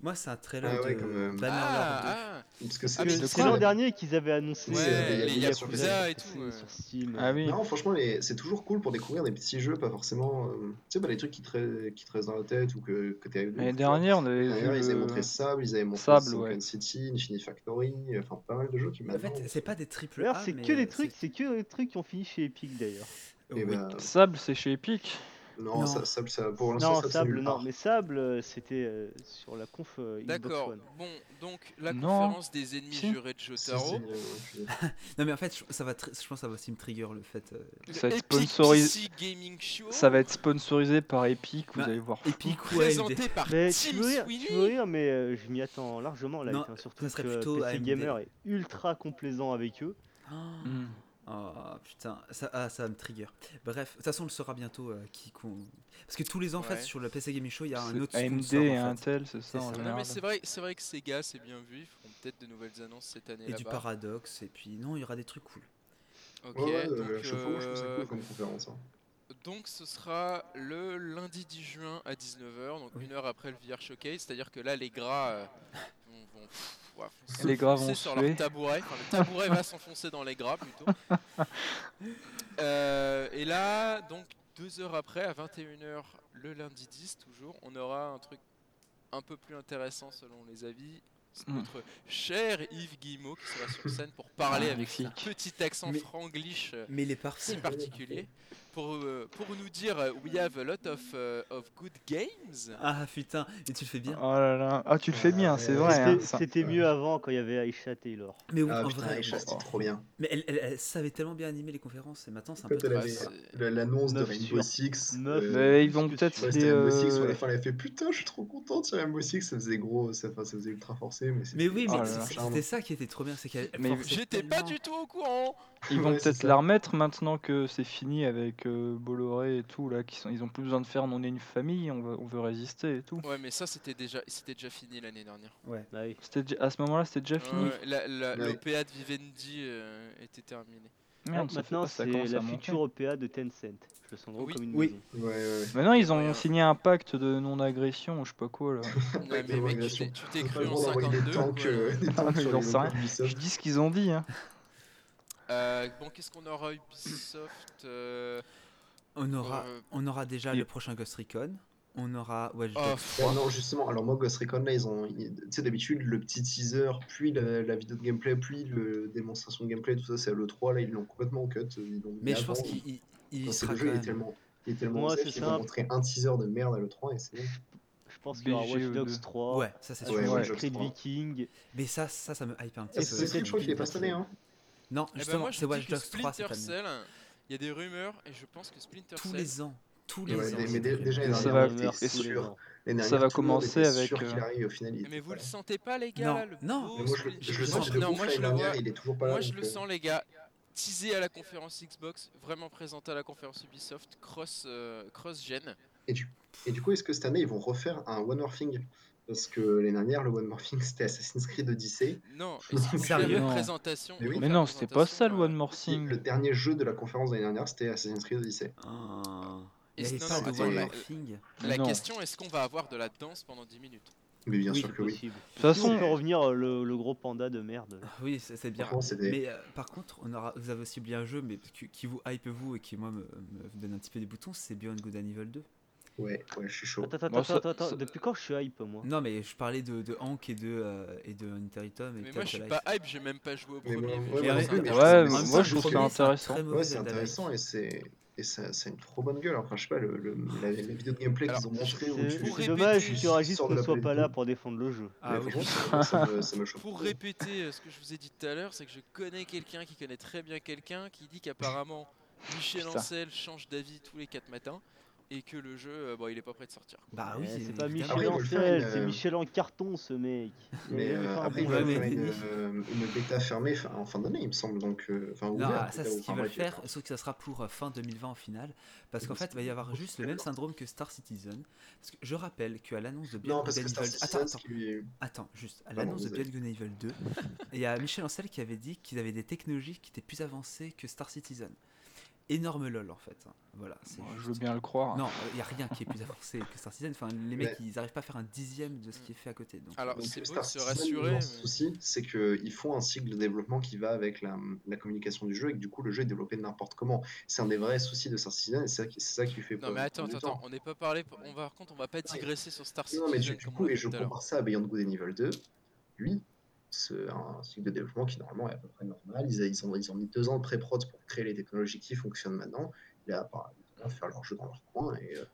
Speaker 5: Moi, c'est un trailer
Speaker 3: Ah ouais,
Speaker 5: de
Speaker 3: comme, euh,
Speaker 4: Bah
Speaker 5: Bannerlord
Speaker 1: Ah, ah,
Speaker 3: Parce que c'est
Speaker 1: Ah, mais
Speaker 2: Parce que
Speaker 1: c'est
Speaker 2: c'est
Speaker 1: quoi
Speaker 2: l'an dernier qu'ils avaient annoncé
Speaker 1: Ouais,
Speaker 2: euh,
Speaker 3: les Yakuza
Speaker 2: Yakuza,
Speaker 1: et tout,
Speaker 2: c'est
Speaker 1: ouais.
Speaker 2: sur Steam.
Speaker 4: Ah oui.
Speaker 3: Non, franchement, les- c'est toujours cool pour découvrir des petits jeux, pas forcément. euh, Tu sais, bah, les trucs qui te, re- qui te restent dans la tête ou que, que t'es.
Speaker 4: L'année dernière, on avait
Speaker 3: L'année dernière, ils avaient
Speaker 4: vu.
Speaker 3: montré Sable, ils avaient montré
Speaker 4: Sable,
Speaker 3: Sunken
Speaker 4: ouais.
Speaker 3: City, Infinity Factory, euh, enfin pas mal de jeux qui
Speaker 5: En
Speaker 3: maintenant.
Speaker 5: fait, c'est pas des triple
Speaker 2: D'ailleurs,
Speaker 5: A.
Speaker 2: c'est
Speaker 5: mais,
Speaker 2: que
Speaker 5: euh,
Speaker 2: des trucs, c'est que des trucs qui ont fini chez Epic d'ailleurs.
Speaker 5: Euh,
Speaker 3: Et
Speaker 5: oui.
Speaker 3: bah,
Speaker 4: euh, Sable, c'est chez Epic.
Speaker 3: non,
Speaker 5: Non.
Speaker 3: Ça, Sable, ça, pour l'instant,
Speaker 2: Non,
Speaker 3: Sable, c'est
Speaker 2: Sable,
Speaker 3: nulle
Speaker 2: non,
Speaker 3: part.
Speaker 2: mais Sable, euh, c'était euh, sur la conf euh, Xbox
Speaker 1: D'accord.
Speaker 2: One.
Speaker 1: Bon, donc la
Speaker 4: Non.
Speaker 1: conférence des ennemis
Speaker 4: Si.
Speaker 1: jurés de
Speaker 3: Si, si,
Speaker 1: Jotaro.
Speaker 3: euh, je-
Speaker 5: Non, mais en fait, je- ça va tr- je pense que ça va aussi me trigger le fait. euh,
Speaker 4: Ça va
Speaker 1: le
Speaker 4: être
Speaker 1: Epic
Speaker 4: sponsorisé-
Speaker 1: PC Gaming Show.
Speaker 4: Ça va être sponsorisé par Epic, vous
Speaker 5: Bah,
Speaker 4: allez voir.
Speaker 5: Epic ou AMD.
Speaker 1: présenté par
Speaker 2: Mais tu
Speaker 1: Tim
Speaker 2: veux rire, tu veux
Speaker 1: Sweeney.
Speaker 2: rire, mais euh, je m'y attends largement là,
Speaker 5: Non,
Speaker 2: hein, surtout
Speaker 5: ça serait
Speaker 2: que
Speaker 5: plutôt
Speaker 2: PC
Speaker 5: AMD.
Speaker 2: Gamer est ultra complaisant avec eux.
Speaker 5: Oh,
Speaker 4: Hmm.
Speaker 5: Oh, putain, ça, ah, ça va me trigger. Bref, de toute façon, on le saura bientôt euh, qui qu'on- Parce que tous les ans, en fait,
Speaker 1: Ouais.
Speaker 5: sur le PC Gaming Show, il y a un
Speaker 4: C'est
Speaker 5: autre
Speaker 4: AMD
Speaker 5: sponsor, en
Speaker 4: et
Speaker 5: fait.
Speaker 4: Intel, c'est ça
Speaker 5: C'est
Speaker 4: en
Speaker 5: ça.
Speaker 1: Non
Speaker 4: général.
Speaker 1: mais c'est vrai, c'est vrai que Sega c'est bien vu, ils feront peut-être de nouvelles annonces cette année
Speaker 5: Et du
Speaker 1: là-bas.
Speaker 5: paradoxe, et puis non, il y aura des trucs cool.
Speaker 1: Ok,
Speaker 3: Ouais, ouais,
Speaker 1: donc,
Speaker 3: euh, je sais pas, moi, je trouve ça
Speaker 1: euh,
Speaker 3: cool comme conférence. hein.
Speaker 1: donc ce sera le lundi 10 juin à 19h, donc
Speaker 5: Oui.
Speaker 1: une heure après le VR Showcase, c'est-à-dire que là les gras euh, vont, vont- pff, ouais, vont
Speaker 4: Les gras
Speaker 1: s'enfoncer
Speaker 4: vont
Speaker 1: sur
Speaker 4: suer.
Speaker 1: leur tabouret, enfin le tabouret va s'enfoncer dans les gras plutôt. Euh, et là, donc deux heures après, à 21h le lundi 10 toujours, on aura un truc un peu plus intéressant selon les avis. C'est
Speaker 4: Mm.
Speaker 1: Notre cher Yves Guillemot qui sera sur scène pour
Speaker 4: Ah,
Speaker 1: parler avec son
Speaker 4: Magnifique.
Speaker 1: petit accent
Speaker 5: Mais-
Speaker 1: franglish euh,
Speaker 5: Mais les parfums.
Speaker 1: si particulier pour, euh, pour nous dire euh, we have a lot of, euh, of good games.
Speaker 5: Ah putain, et tu le fais bien.
Speaker 4: Oh là là. Ah, tu le
Speaker 5: Euh,
Speaker 4: fais bien, c'est
Speaker 3: Ouais,
Speaker 4: vrai. hein,
Speaker 2: C'était-
Speaker 4: ça.
Speaker 2: C'était
Speaker 3: Ouais.
Speaker 2: mieux avant quand il y avait Aisha Taylor.
Speaker 5: Mais oui,
Speaker 3: Ah
Speaker 5: en
Speaker 3: putain,
Speaker 5: vrai.
Speaker 3: Aisha,
Speaker 5: bon.
Speaker 3: c'était trop bien.
Speaker 5: Mais elle, elle- elle savait tellement bien animer les conférences, et maintenant, c'est un peu.
Speaker 3: Quand elle
Speaker 5: trop-
Speaker 1: Ouais,
Speaker 3: avait
Speaker 1: Bah, c'est-
Speaker 3: la- l'annonce de
Speaker 2: Neuf
Speaker 3: Rainbow
Speaker 2: sur-
Speaker 3: Six.
Speaker 2: neuf.
Speaker 3: euh,
Speaker 4: Mais ils vont
Speaker 2: Plus que
Speaker 4: peut-être
Speaker 2: tu
Speaker 3: Ouais,
Speaker 4: des.
Speaker 3: c'était Rainbow Six,
Speaker 4: euh,
Speaker 3: sur la fin, elle a fait putain, je suis trop contente, il y a Rainbow Six, ça faisait gros, ça, enfin, ça faisait ultra forcé. existé, mais c'était
Speaker 5: Mais oui, mais
Speaker 4: Oh là
Speaker 5: c'est-
Speaker 4: là.
Speaker 5: c'était ça qui était trop bien, c'est qu'elle
Speaker 4: Mais
Speaker 5: forçait
Speaker 1: J'étais pas
Speaker 5: tellement.
Speaker 1: du tout au courant
Speaker 4: Ils vont
Speaker 3: Ouais, c'est
Speaker 4: peut-être
Speaker 3: ça.
Speaker 4: la remettre maintenant que c'est fini avec euh, Bolloré et tout, là, qui sont, ils ont plus besoin de faire on est une famille, on, va- on veut résister et tout.
Speaker 1: Ouais, mais ça, c'était déjà, c'était déjà fini l'année dernière.
Speaker 5: Ouais.
Speaker 2: Bah oui.
Speaker 4: C'était déjà- à ce moment-là, c'était déjà fini.
Speaker 1: Ouais, la- la-
Speaker 3: Ouais.
Speaker 1: L'OPA de Vivendi euh, était terminée.
Speaker 4: Merde, ça fait
Speaker 2: Maintenant,
Speaker 4: pas, ça
Speaker 2: c'est
Speaker 4: commence à
Speaker 2: la
Speaker 4: monter.
Speaker 2: future OPA de Tencent. Je le sens gros
Speaker 1: Oui.
Speaker 2: comme une
Speaker 5: Oui.
Speaker 2: maison.
Speaker 3: Ouais, ouais, ouais.
Speaker 4: Maintenant, ils ont
Speaker 1: Ouais.
Speaker 4: signé un pacte de non-agression ou je sais pas quoi là.
Speaker 1: Ouais, mais mec, tu t'es- tu t'es
Speaker 3: Faut pas
Speaker 1: cru
Speaker 3: le
Speaker 1: en
Speaker 3: droit d'envoyer
Speaker 1: 52
Speaker 3: des tanks,
Speaker 1: quoi.
Speaker 3: euh, des tanks
Speaker 4: mais
Speaker 3: sur
Speaker 4: j'en
Speaker 3: les
Speaker 4: sais rien.
Speaker 3: locaux
Speaker 4: je
Speaker 3: d'Ubisoft.
Speaker 4: dis ce qu'ils ont dit. Hein.
Speaker 1: Euh, bon, qu'est-ce qu'on aura Ubisoft euh,
Speaker 5: On aura,
Speaker 1: euh,
Speaker 5: on aura déjà
Speaker 4: Et-
Speaker 5: le prochain Ghost Recon. On aura. Ouais, je-
Speaker 1: oh, pff,
Speaker 3: Ah non, justement, alors moi, Ghost Recon, là, ils ont. ils- Tu sais, d'habitude, le petit teaser, puis la, la vidéo de gameplay, puis le démonstration de gameplay, tout ça, c'est à l'E3. Là, ils l'ont complètement cut. euh, Ils l'ont mis
Speaker 5: Mais je
Speaker 3: avant.
Speaker 5: pense qu'il il- il
Speaker 3: Enfin,
Speaker 5: y
Speaker 3: c'est
Speaker 5: sera
Speaker 3: le
Speaker 5: quand
Speaker 3: jeu, il est
Speaker 5: même.
Speaker 3: tellement. Il est tellement
Speaker 2: Moi,
Speaker 3: safe,
Speaker 2: c'est
Speaker 3: ils
Speaker 2: ça.
Speaker 3: vont montrer un teaser de merde à l'E3 et c'est bon.
Speaker 2: Je pense qu'il y aura Watch
Speaker 4: BGE2.
Speaker 2: Dogs 3.
Speaker 5: Ouais, ça c'est sûr.
Speaker 3: Ah Ouais,
Speaker 4: ouais,
Speaker 3: Watch Dogs
Speaker 2: Creed
Speaker 3: 3.
Speaker 2: Viking.
Speaker 5: Mais ça, ça, ça me hype un petit
Speaker 3: Ah,
Speaker 5: peu.
Speaker 3: c'est Creed, je crois qu'il est pas cette année, hein.
Speaker 5: Non,
Speaker 1: eh ben
Speaker 5: justement,
Speaker 1: moi, je
Speaker 5: c'est
Speaker 1: dis
Speaker 5: Watch
Speaker 1: que
Speaker 5: Dogs 3 cette
Speaker 1: Splinter
Speaker 5: année.
Speaker 1: Cell, il y a des rumeurs et je pense que Splinter
Speaker 5: Tous
Speaker 1: Cell.
Speaker 5: les ans. Tous
Speaker 3: Mais
Speaker 5: les
Speaker 3: ouais,
Speaker 5: ans.
Speaker 3: mais- mais
Speaker 5: c'est
Speaker 3: dé-
Speaker 5: prévu.
Speaker 3: déjà, il y en a
Speaker 4: Ça
Speaker 3: un
Speaker 4: va-
Speaker 3: qui
Speaker 2: Rumeur
Speaker 3: est
Speaker 2: tous les
Speaker 3: sûr.
Speaker 2: ans.
Speaker 3: L'année
Speaker 4: Ça
Speaker 3: dernière,
Speaker 4: va
Speaker 3: tout le monde
Speaker 4: commencer
Speaker 3: était
Speaker 4: avec,
Speaker 3: sûr qu'il
Speaker 4: euh,
Speaker 3: arrive, au final, il
Speaker 1: Mais vous
Speaker 3: était
Speaker 1: le
Speaker 3: pas là.
Speaker 1: sentez pas, les gars
Speaker 5: Non,
Speaker 1: là, le
Speaker 5: non.
Speaker 1: beau
Speaker 3: Mais moi, je,
Speaker 1: Splinter-
Speaker 3: je le
Speaker 5: sens
Speaker 3: sens
Speaker 5: que
Speaker 3: de
Speaker 1: non,
Speaker 3: ouf
Speaker 1: moi,
Speaker 3: l'année
Speaker 1: je le vois.
Speaker 3: dernière, il est toujours pas là.
Speaker 1: Moi, je
Speaker 3: donc,
Speaker 1: le
Speaker 3: euh,
Speaker 1: sens, les gars. Teasé à la conférence Xbox, vraiment présenté à la conférence Ubisoft, cross, euh, cross gen.
Speaker 3: euh, Et du coup, est-ce que cette année, ils vont refaire un One More Thing Parce que l'année dernière, le One More Thing, c'était Assassin's Creed Odyssey.
Speaker 1: Non, est-ce qu'ils vont faire
Speaker 5: Sérieux
Speaker 1: une
Speaker 4: Non.
Speaker 1: présentation
Speaker 3: Mais oui.
Speaker 1: ils vont
Speaker 4: Mais
Speaker 1: faire
Speaker 4: non,
Speaker 1: une
Speaker 4: c'était pas
Speaker 1: présentation,
Speaker 4: ça le
Speaker 1: euh,
Speaker 4: One More
Speaker 3: Si,
Speaker 5: Mm.
Speaker 4: Thing.
Speaker 3: le dernier jeu de la conférence de l'année dernière, c'était Assassin's Creed Odyssey.
Speaker 5: Ah.
Speaker 1: et euh,
Speaker 5: Il n'y
Speaker 1: c'est-
Speaker 5: avait
Speaker 1: non,
Speaker 5: pas
Speaker 1: mais
Speaker 5: de
Speaker 3: attends,
Speaker 5: One
Speaker 1: la-
Speaker 5: More Thing.
Speaker 1: La
Speaker 4: Non.
Speaker 1: question, est-ce qu'on va avoir de la danse pendant 10 minutes
Speaker 3: Mais bien
Speaker 2: Oui,
Speaker 3: sûr
Speaker 2: c'est
Speaker 3: que oui.
Speaker 2: possible.
Speaker 4: De toute
Speaker 2: Sinon, on peut
Speaker 4: façon,
Speaker 2: revenir euh, le, le gros panda de merde. là.
Speaker 5: Oui, c'est c'est bien.
Speaker 3: Franchement, c'était-
Speaker 5: Mais euh, par contre, on aura, vous avez aussi bien un jeu mais qui, qui vous hype vous et qui moi me, me donne un petit peu des boutons, c'est Beyond Good and Evil 2.
Speaker 3: Ouais, ouais, je suis chaud.
Speaker 2: Attends, attends,
Speaker 4: Bon, ça-
Speaker 2: attends, attends.
Speaker 4: ça-
Speaker 2: Depuis quand je suis hype, moi
Speaker 5: Non mais je parlais de, de Hank et de euh, et de Unitary Tom et
Speaker 1: Mais
Speaker 5: peut-être
Speaker 1: moi, je suis
Speaker 5: Life.
Speaker 1: pas hype, j'ai même pas joué au
Speaker 3: Mais
Speaker 1: premier.
Speaker 3: moi-
Speaker 1: mais
Speaker 3: ouais,
Speaker 1: je
Speaker 5: Mais
Speaker 1: trouve ça
Speaker 5: arrête- mais
Speaker 1: intéressant.
Speaker 4: Ouais,
Speaker 5: euh, en même
Speaker 4: moi,
Speaker 5: temps,
Speaker 4: je
Speaker 5: le
Speaker 4: trouve ça
Speaker 5: premier, c'est un
Speaker 4: intéressant.
Speaker 5: très mauvais
Speaker 3: Ouais, c'est
Speaker 5: Zelda-like.
Speaker 3: intéressant et c'est. Et ça, ça a une trop bonne gueule. Enfin, je sais pas, le, le- la, la vidéo de gameplay qu'ils ont
Speaker 1: Alors,
Speaker 3: montré.
Speaker 2: C'est-
Speaker 1: tu-
Speaker 2: C'est
Speaker 1: tu-
Speaker 2: dommage
Speaker 1: tu
Speaker 2: que Ragis
Speaker 3: sors de
Speaker 2: ne
Speaker 3: la
Speaker 2: soit
Speaker 3: plaine
Speaker 2: pas
Speaker 3: bleue.
Speaker 2: là pour défendre le jeu.
Speaker 5: Ah
Speaker 3: Mais
Speaker 5: oui.
Speaker 3: franchement, ça me, ça me choque.
Speaker 1: Pour répéter euh, ce que je vous ai dit tout à l'heure, c'est que je connais quelqu'un qui connaît très bien quelqu'un qui dit qu'apparemment Michel
Speaker 4: Putain.
Speaker 1: Ancel change d'avis tous les 4 matins et que le jeu, euh, bon, il est pas prêt de sortir.
Speaker 5: Bah
Speaker 2: Eh,
Speaker 5: oui,
Speaker 2: c'est pas
Speaker 5: évidemment.
Speaker 3: Après,
Speaker 2: Michel
Speaker 3: ils
Speaker 2: en
Speaker 3: veulent faire
Speaker 2: sel,
Speaker 3: une,
Speaker 2: c'est
Speaker 3: euh,
Speaker 2: Michel en carton ce mec. Il
Speaker 3: Mais
Speaker 2: a jamais
Speaker 3: euh,
Speaker 2: fait un
Speaker 3: après, ils
Speaker 2: bon
Speaker 5: ouais,
Speaker 3: veulent
Speaker 2: jeu.
Speaker 5: mais-
Speaker 3: faire une, euh, une bêta fermée fin- en fin d'année, il me semble. Donc, euh, enfin,
Speaker 5: Non,
Speaker 3: ouverte, bêta,
Speaker 5: ça c'est ce
Speaker 3: enfin,
Speaker 5: qu'ils veulent
Speaker 3: bref,
Speaker 5: faire, sauf que ça sera pour euh, fin 2020 en finale, parce
Speaker 3: Mais
Speaker 5: qu'en
Speaker 3: c'est
Speaker 5: fait il va y avoir juste le même syndrome que Star Citizen. Parce que je rappelle qu'à l'annonce de Beyond
Speaker 3: Non, parce
Speaker 5: Good and
Speaker 3: que Star
Speaker 5: Evil,
Speaker 3: Citizen,
Speaker 5: attends, attends,
Speaker 3: ce qui lui-
Speaker 5: Attends, juste, à
Speaker 3: Pardon,
Speaker 5: l'annonce de
Speaker 3: désolé.
Speaker 5: Beyond Good and Evil 2, il y a Michel Ancel qui avait dit qu'ils avaient des technologies qui étaient plus avancées que Star Citizen. Énorme lol en fait. hein. Voilà. c'est
Speaker 4: Moi, je
Speaker 5: juste-
Speaker 4: veux bien le croire. hein.
Speaker 5: Non, il n'y a rien qui est plus avancé que Star Citizen. Enfin, les mecs, ils n'arrivent pas à faire un dixième de ce qui est fait à côté. Donc,
Speaker 1: Alors,
Speaker 3: Donc,
Speaker 1: Ah, c'est beau de
Speaker 3: Star
Speaker 1: se
Speaker 3: Citizen,
Speaker 1: rassurer.
Speaker 3: leur
Speaker 1: mais-
Speaker 3: souci, c'est qu'ils font un cycle de développement qui va avec la, la communication du jeu et que du coup, le jeu est développé n'importe comment. C'est un des vrais soucis de Star Citizen et c'est ça qui, c'est ça qui lui fait
Speaker 1: Non, mais
Speaker 3: peur
Speaker 1: attends,
Speaker 3: en même
Speaker 1: attends,
Speaker 3: temps.
Speaker 1: attends, on n'est pas parlé. On va, par contre, on va pas digresser sur Star
Speaker 3: Non, mais du,
Speaker 1: Citizen
Speaker 3: du
Speaker 1: comme on
Speaker 3: coup,
Speaker 1: l'a
Speaker 3: et
Speaker 1: fait
Speaker 3: je
Speaker 1: tout à l'heure.
Speaker 3: compare ça à Beyond Good and Evil 2, lui, c'est un cycle de développement qui normalement est à peu près normal. Ils, a- ils ont, ils ont mis deux ans de pré-prod pour créer les technologies qui fonctionnent maintenant. Là, bah, ils vont faire leur jeu dans leur coin et euh,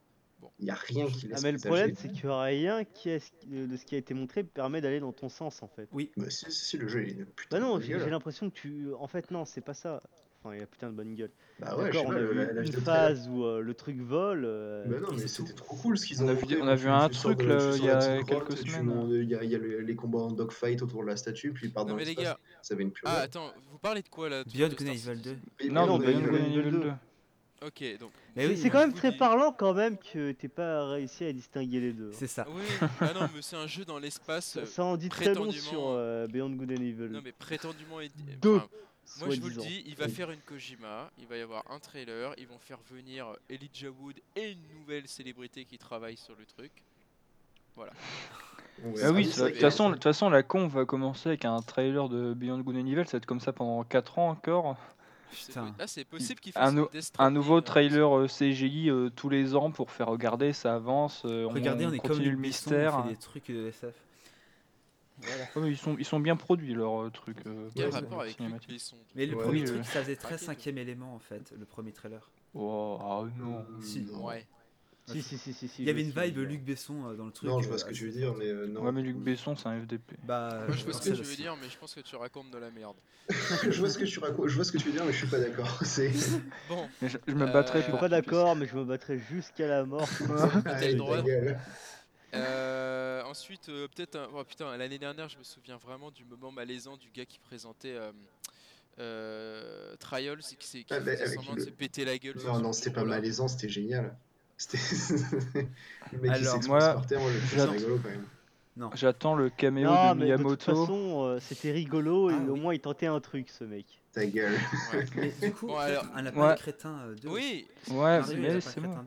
Speaker 1: Bon.
Speaker 3: il n'y a rien qui laisse
Speaker 2: Ah, mais le
Speaker 3: présager-
Speaker 2: problème, c'est que rien qui est- de ce qui a été montré permet d'aller dans ton sens en fait.
Speaker 3: Mais Bah, si, si, si, le jeu, il est putain.
Speaker 2: Bah non,
Speaker 3: de
Speaker 2: j'ai
Speaker 3: gueule.
Speaker 2: j'ai l'impression que tu. En fait, non, c'est pas ça. Enfin, il a putain de bonne gueule.
Speaker 3: Bah
Speaker 4: Ah
Speaker 3: ouais, je sais
Speaker 2: D'accord, on
Speaker 3: pas,
Speaker 2: a
Speaker 3: le-
Speaker 2: vu
Speaker 3: la, la
Speaker 2: une
Speaker 3: vidéo de trailer.
Speaker 2: phase où euh, le truc vole. euh,
Speaker 3: Bah non,
Speaker 5: Et
Speaker 3: mais
Speaker 5: c'est
Speaker 3: c'était
Speaker 5: tout.
Speaker 3: trop cool ce qu'ils
Speaker 4: On
Speaker 3: ont
Speaker 4: a vu-
Speaker 3: montré.
Speaker 4: on a vu
Speaker 3: Tu-
Speaker 4: un
Speaker 3: tu sors
Speaker 4: truc,
Speaker 3: de-
Speaker 4: là,
Speaker 3: tu sors
Speaker 4: il y
Speaker 3: de
Speaker 4: a
Speaker 3: la petite
Speaker 4: quelques
Speaker 3: grotte, tu
Speaker 4: semaines.
Speaker 3: montes- Il y a, il y a le- les combats en dogfight autour de la statue, puis ils partent
Speaker 1: Non,
Speaker 3: dans
Speaker 1: mais les
Speaker 3: l'espace.
Speaker 1: gars.
Speaker 3: Ça avait une pure.
Speaker 1: Ah, attends, vous parlez de quoi là de-
Speaker 5: Beyond
Speaker 1: de
Speaker 5: Good and
Speaker 1: Star
Speaker 5: Evil 2.
Speaker 1: Citizen
Speaker 4: Non,
Speaker 2: non,
Speaker 4: de
Speaker 2: mais
Speaker 4: Beyond
Speaker 2: Beyond
Speaker 4: Good and
Speaker 2: Good
Speaker 4: Evil
Speaker 2: and
Speaker 4: 2.
Speaker 1: Ok, donc.
Speaker 5: Mais
Speaker 2: C'est
Speaker 5: oui,
Speaker 2: c'est
Speaker 5: moi,
Speaker 2: quand
Speaker 1: Eh je
Speaker 2: même
Speaker 1: vous
Speaker 2: très
Speaker 1: dis-
Speaker 2: parlant quand même que t'es pas réussi à distinguer les deux.
Speaker 5: C'est ça.
Speaker 1: Oui, ah non, mais c'est un jeu dans l'espace.
Speaker 2: Ça,
Speaker 1: euh,
Speaker 2: ça en dit très long
Speaker 1: prétendument,
Speaker 2: sur euh, Beyond Good and Evil.
Speaker 1: Non, mais prétendument. et-
Speaker 2: Deux.
Speaker 1: enfin, Moi je vous le
Speaker 2: soi-disant.
Speaker 1: dis, il va
Speaker 3: Oui.
Speaker 1: faire une Kojima, il va y avoir un trailer, ils vont faire venir Elijah Wood et une nouvelle célébrité qui travaille sur le truc.
Speaker 3: Ouais,
Speaker 4: Ah oui,
Speaker 1: ça
Speaker 4: c'est vrai.
Speaker 1: fait-
Speaker 4: de toute façon, de toute façon, la con va commencer avec un trailer de Beyond Good and Evil, ça va être comme ça pendant 4 ans encore.
Speaker 1: C'est
Speaker 5: Putain.
Speaker 1: po- Ah c'est possible qu'il
Speaker 4: Un
Speaker 1: fasse
Speaker 4: nou-
Speaker 1: Death
Speaker 4: Un
Speaker 1: Stranding,
Speaker 4: nouveau
Speaker 1: euh,
Speaker 4: trailer euh, CGI euh, tous les ans pour faire regarder, ça avance, euh,
Speaker 5: Regardez, on est comme
Speaker 4: continue
Speaker 5: les
Speaker 4: le
Speaker 5: buissons, on
Speaker 4: mystère.
Speaker 5: fait des trucs de SF.
Speaker 4: Ouais, mais ils, sont, ils sont bien produits leurs euh, trucs. euh,
Speaker 1: Quel
Speaker 4: pour, euh,
Speaker 1: rapport avec Luc
Speaker 4: cinématiques.
Speaker 1: Besson
Speaker 5: Mais le
Speaker 3: Ouais,
Speaker 5: premier
Speaker 4: oui,
Speaker 5: truc,
Speaker 4: oui.
Speaker 5: ça faisait très
Speaker 1: Traqué, toi.
Speaker 5: cinquième élément en fait, le premier trailer.
Speaker 4: Oh, ah non.
Speaker 5: Si.
Speaker 3: Non.
Speaker 1: Ouais.
Speaker 2: Si, si, si, si, si,
Speaker 5: Il y avait
Speaker 2: je
Speaker 5: une
Speaker 2: suis-
Speaker 5: vibe Luc Besson euh, dans le truc.
Speaker 3: Non, je vois
Speaker 5: euh,
Speaker 3: ce que tu veux dire, mais euh, non.
Speaker 4: Ouais, mais Luc Besson, c'est un FDP.
Speaker 5: Bah,
Speaker 1: Moi je vois ce que
Speaker 5: c'est-
Speaker 1: tu veux dire mais je pense que tu racontes de la merde.
Speaker 3: je vois ce que tu racontes, je vois ce que tu veux dire, mais je suis pas d'accord. C'est.
Speaker 1: Bon,
Speaker 4: Mais je, je me
Speaker 1: Euh, je
Speaker 4: battrais
Speaker 2: Je
Speaker 1: suis
Speaker 4: pour.
Speaker 2: suis pas
Speaker 4: qu'il puisse-
Speaker 2: d'accord, mais je me battrai jusqu'à la mort.
Speaker 3: Ah,
Speaker 1: t'as le
Speaker 3: ta
Speaker 1: droit.
Speaker 3: gueule.
Speaker 1: euh, ensuite ensuite, euh, peut-être. un- oh, putain, l'année dernière, je me souviens vraiment du moment malaisant du gars qui présentait euh, euh, Trials et qui, s'est- qui
Speaker 3: Ah, mais
Speaker 1: faisait
Speaker 3: avec
Speaker 1: semblant de
Speaker 3: le-
Speaker 1: se péter la gueule.
Speaker 3: Non,
Speaker 1: sur
Speaker 3: non,
Speaker 1: ce
Speaker 3: c'était pas
Speaker 1: bureau-là.
Speaker 3: malaisant, c'était génial. C'était. le mec qui
Speaker 4: Alors,
Speaker 3: s'expose
Speaker 4: moi,
Speaker 3: par terre, moi, je trouve ça
Speaker 4: j'attends-
Speaker 3: rigolo quand même.
Speaker 4: J'attends le caméo
Speaker 2: Non,
Speaker 4: de
Speaker 2: mais de toute
Speaker 4: Miyamoto.
Speaker 2: façon, euh, c'était rigolo et
Speaker 5: Ah,
Speaker 2: au
Speaker 5: oui.
Speaker 2: moins il tentait un truc, ce mec.
Speaker 3: Ta gueule.
Speaker 1: Ouais.
Speaker 5: Mais du coup,
Speaker 1: Bon,
Speaker 5: peut-être
Speaker 1: alors-
Speaker 5: un lapin
Speaker 4: Ouais.
Speaker 5: crétin 2.
Speaker 1: Oui,
Speaker 4: Ouais,
Speaker 1: Mario, il a
Speaker 4: mais c'est
Speaker 5: hein.
Speaker 4: moi.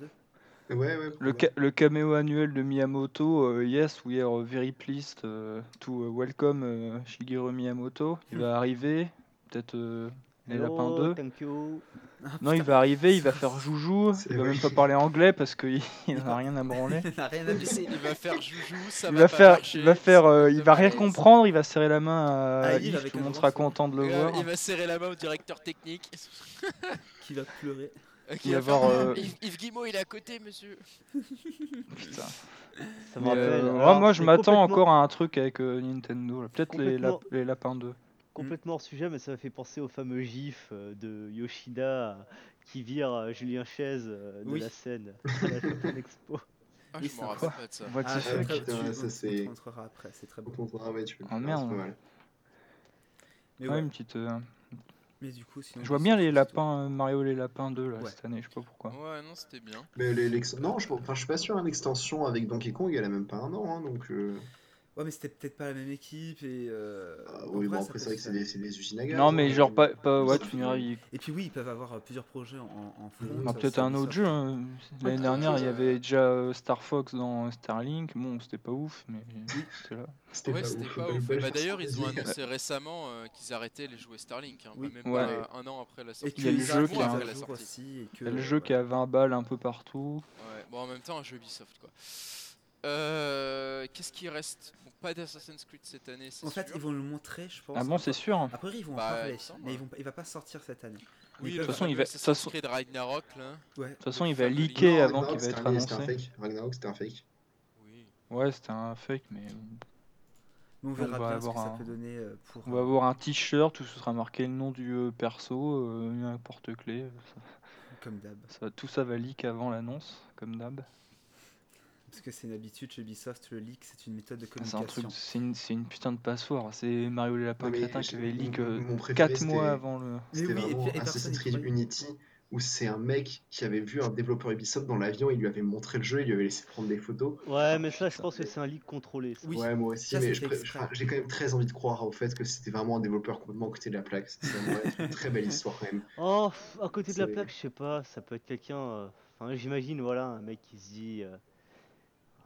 Speaker 3: Ouais, ouais.
Speaker 4: Le,
Speaker 3: pourquoi
Speaker 4: ca- le caméo annuel de Miyamoto, euh, yes, we are very pleased euh, to euh, welcome euh, Shigeru Miyamoto. Il
Speaker 5: Hmm.
Speaker 4: va arriver, peut-être euh, les
Speaker 2: Hello,
Speaker 4: lapins 2.
Speaker 2: thank you.
Speaker 4: Non, il va arriver, il va faire joujou,
Speaker 3: C'est
Speaker 4: il va
Speaker 3: vrai.
Speaker 4: même pas parler anglais parce qu'il n'a rien à branler.
Speaker 5: Il n'a rien à baisser.
Speaker 1: il va faire joujou, ça
Speaker 4: Il
Speaker 1: va,
Speaker 4: va
Speaker 1: pas
Speaker 4: faire,
Speaker 1: marcher,
Speaker 4: il va faire,
Speaker 1: ça
Speaker 4: euh, il va rien
Speaker 1: marcher.
Speaker 4: comprendre, il va serrer la main à
Speaker 5: Ah, il
Speaker 4: Yves,
Speaker 5: avec
Speaker 4: tout
Speaker 5: un
Speaker 4: le monde
Speaker 5: bras,
Speaker 4: sera
Speaker 5: c'est-
Speaker 4: content de le
Speaker 1: Euh,
Speaker 4: voir.
Speaker 1: il va serrer la main au directeur technique.
Speaker 5: Qui va pleurer.
Speaker 1: Euh, qui
Speaker 4: Il va
Speaker 1: va faire,
Speaker 4: voir, euh,
Speaker 1: Yves, Yves Guimau, il est à côté, monsieur.
Speaker 4: Putain.
Speaker 2: Ça me
Speaker 4: Mais,
Speaker 2: rappelle.
Speaker 4: euh,
Speaker 2: alors,
Speaker 4: moi, je
Speaker 2: c'est
Speaker 4: m'attends
Speaker 2: complètement-
Speaker 4: encore à un truc avec euh, Nintendo, là. peut-être les, lap- les lapins 2.
Speaker 2: Complètement hors sujet, mais ça m'a fait penser au fameux gif euh, de Yoshida euh, qui vire euh, Julien Chaise euh, de
Speaker 5: Oui.
Speaker 2: la scène à la Japan Expo.
Speaker 1: Ah,
Speaker 5: Oui,
Speaker 1: je
Speaker 5: c'est
Speaker 1: m'en
Speaker 5: incroyable.
Speaker 1: rappelle pas de ça.
Speaker 4: What the
Speaker 5: Ah,
Speaker 4: fuck
Speaker 5: d'accord,
Speaker 3: Putain,
Speaker 5: tu-
Speaker 3: ouais,
Speaker 5: on-
Speaker 3: ça,
Speaker 5: on
Speaker 3: c'est-
Speaker 5: te rentrera après, c'est très
Speaker 3: Au
Speaker 5: bon.
Speaker 3: contraire, ouais, tu peux-
Speaker 4: Ah,
Speaker 3: non,
Speaker 4: merde.
Speaker 3: c'est pas mal.
Speaker 5: Mais,
Speaker 4: Ouais,
Speaker 5: ouais,
Speaker 4: une petite, euh,
Speaker 5: mais du coup, sinon,
Speaker 4: Je vois
Speaker 5: qu'est-ce
Speaker 4: bien
Speaker 5: que
Speaker 4: les
Speaker 5: tu fais, toi
Speaker 4: lapins, euh, Mario les lapins 2 là,
Speaker 5: Ouais.
Speaker 4: cette année, je sais pas pourquoi.
Speaker 1: Ouais, non, c'était bien.
Speaker 3: Mais les- l'ex- non, je, enfin, je suis pas sûr. hein, L'extension avec Donkey Kong, elle a même pas un an, hein, donc. euh,
Speaker 5: Ouais, mais c'était peut-être pas la même équipe et. euh,
Speaker 3: ah,
Speaker 5: en
Speaker 3: oui,
Speaker 5: vrai,
Speaker 3: bon,
Speaker 5: ça
Speaker 3: après,
Speaker 5: peut
Speaker 3: c'est vrai
Speaker 5: se
Speaker 3: que c'est
Speaker 5: faire.
Speaker 3: des, c'est des usines à gaz.
Speaker 4: Non,
Speaker 3: hein,
Speaker 4: mais genre pas, pas ouais,
Speaker 5: ça
Speaker 4: tu
Speaker 5: fait-
Speaker 4: me diras, il-
Speaker 5: Et puis oui, ils peuvent avoir euh, plusieurs projets en, en front.
Speaker 4: Ah,
Speaker 5: ça-
Speaker 4: peut-être
Speaker 5: ça-
Speaker 4: un
Speaker 5: ça-
Speaker 4: autre jeu. hein. L'année
Speaker 5: Ouais,
Speaker 4: dernière, il y
Speaker 5: euh,
Speaker 4: avait déjà euh, Star Fox dans Starlink. Bon, c'était pas ouf, mais c'était là.
Speaker 3: C'était
Speaker 1: Ouais,
Speaker 3: pas
Speaker 1: c'était
Speaker 3: ouf,
Speaker 1: pas
Speaker 3: belle-
Speaker 1: ouf.
Speaker 3: belle
Speaker 1: Bah, D'ailleurs, ils ont
Speaker 3: façon de dire.
Speaker 1: annoncé récemment euh, qu'ils arrêtaient les jouets Starlink. hein,
Speaker 5: Oui.
Speaker 1: Même
Speaker 4: Ouais.
Speaker 1: pas euh, un an après la
Speaker 5: Et
Speaker 1: sortie.
Speaker 5: que
Speaker 4: Il y a le
Speaker 5: les
Speaker 4: jeu
Speaker 5: jeux
Speaker 4: qui
Speaker 5: qui
Speaker 4: a-
Speaker 1: après la
Speaker 5: jour
Speaker 1: sortie.
Speaker 5: aussi et que
Speaker 4: Il y a le
Speaker 5: euh,
Speaker 4: jeu qui
Speaker 5: voilà.
Speaker 4: a 20 balles un peu partout.
Speaker 1: Ouais, Bon, en même temps, un jeu Ubisoft, quoi. Euh, Qu'est-ce qui reste Bon, Pas d'Assassin's Creed cette année, c'est
Speaker 5: En fait,
Speaker 1: sûr.
Speaker 5: ils vont le montrer, je pense.
Speaker 4: Ah bon, c'est
Speaker 5: encore-
Speaker 4: sûr.
Speaker 5: A priori, ils vont en
Speaker 1: Bah, il
Speaker 5: parler,
Speaker 1: me semble,
Speaker 5: mais
Speaker 1: ouais.
Speaker 5: ils vont, pas- il va pas sortir cette année.
Speaker 1: Oui,
Speaker 5: Ils
Speaker 1: le
Speaker 5: peuvent-
Speaker 4: toute façon, il va-
Speaker 1: fameux
Speaker 4: de toute
Speaker 1: Assassin's Creed Ragnarok, là.
Speaker 5: Ouais.
Speaker 4: De toute façon, il va
Speaker 1: Non,
Speaker 4: leaker avant
Speaker 3: Ragnarok,
Speaker 4: qu'il va
Speaker 3: c'était
Speaker 4: être
Speaker 3: un- c'était un
Speaker 4: annoncé.
Speaker 3: fake. Ragnarok, c'était un fake.
Speaker 1: Oui.
Speaker 4: Ouais, c'était un fake, mais
Speaker 5: Mais on
Speaker 4: on va
Speaker 5: verra bien ce que
Speaker 4: avoir
Speaker 5: ça
Speaker 4: un-
Speaker 5: peut donner euh, pour.
Speaker 4: on va avoir un t-shirt où ce sera marqué le nom du euh, perso, euh, un porte-clé.
Speaker 5: euh, Comme d'hab.
Speaker 4: Ça- tout ça va leak avant l'annonce, comme d'hab.
Speaker 5: Parce que c'est une habitude chez Ubisoft, le leak, c'est une méthode de
Speaker 4: Ah, C'est un
Speaker 5: communication.
Speaker 4: truc, c'est une, c'est une putain de passoire. C'est Mario les lapins
Speaker 3: Non, mais
Speaker 4: crétins qui
Speaker 3: j'ai-
Speaker 4: avait leak
Speaker 3: mon- mon préféré,
Speaker 4: 4
Speaker 3: c'était-
Speaker 4: mois avant le.
Speaker 5: Mais
Speaker 3: C'était
Speaker 5: oui, et
Speaker 3: vraiment
Speaker 5: puis- et personne
Speaker 3: Assassin's
Speaker 5: y
Speaker 3: Creed
Speaker 5: croyait.
Speaker 3: Unity où c'est un mec qui avait vu un développeur Ubisoft dans l'avion, il lui avait montré le jeu, il lui avait laissé prendre des photos.
Speaker 2: Ouais, mais ça, je pense que
Speaker 3: mais-
Speaker 2: c'est un leak contrôlé. ça.
Speaker 5: Oui.
Speaker 3: Ouais, moi aussi,
Speaker 5: ça,
Speaker 3: mais je
Speaker 5: c'était
Speaker 3: pré-
Speaker 5: exprès.
Speaker 3: enfin, j'ai quand même très envie de croire au fait que c'était vraiment un développeur complètement à côté de la plaque. C'est vraiment une très belle histoire quand même.
Speaker 2: Oh, pff, à côté de la
Speaker 3: C'est-
Speaker 2: plaque, je sais pas, ça peut être quelqu'un. euh, Enfin, j'imagine, voilà, un mec qui se dit. euh,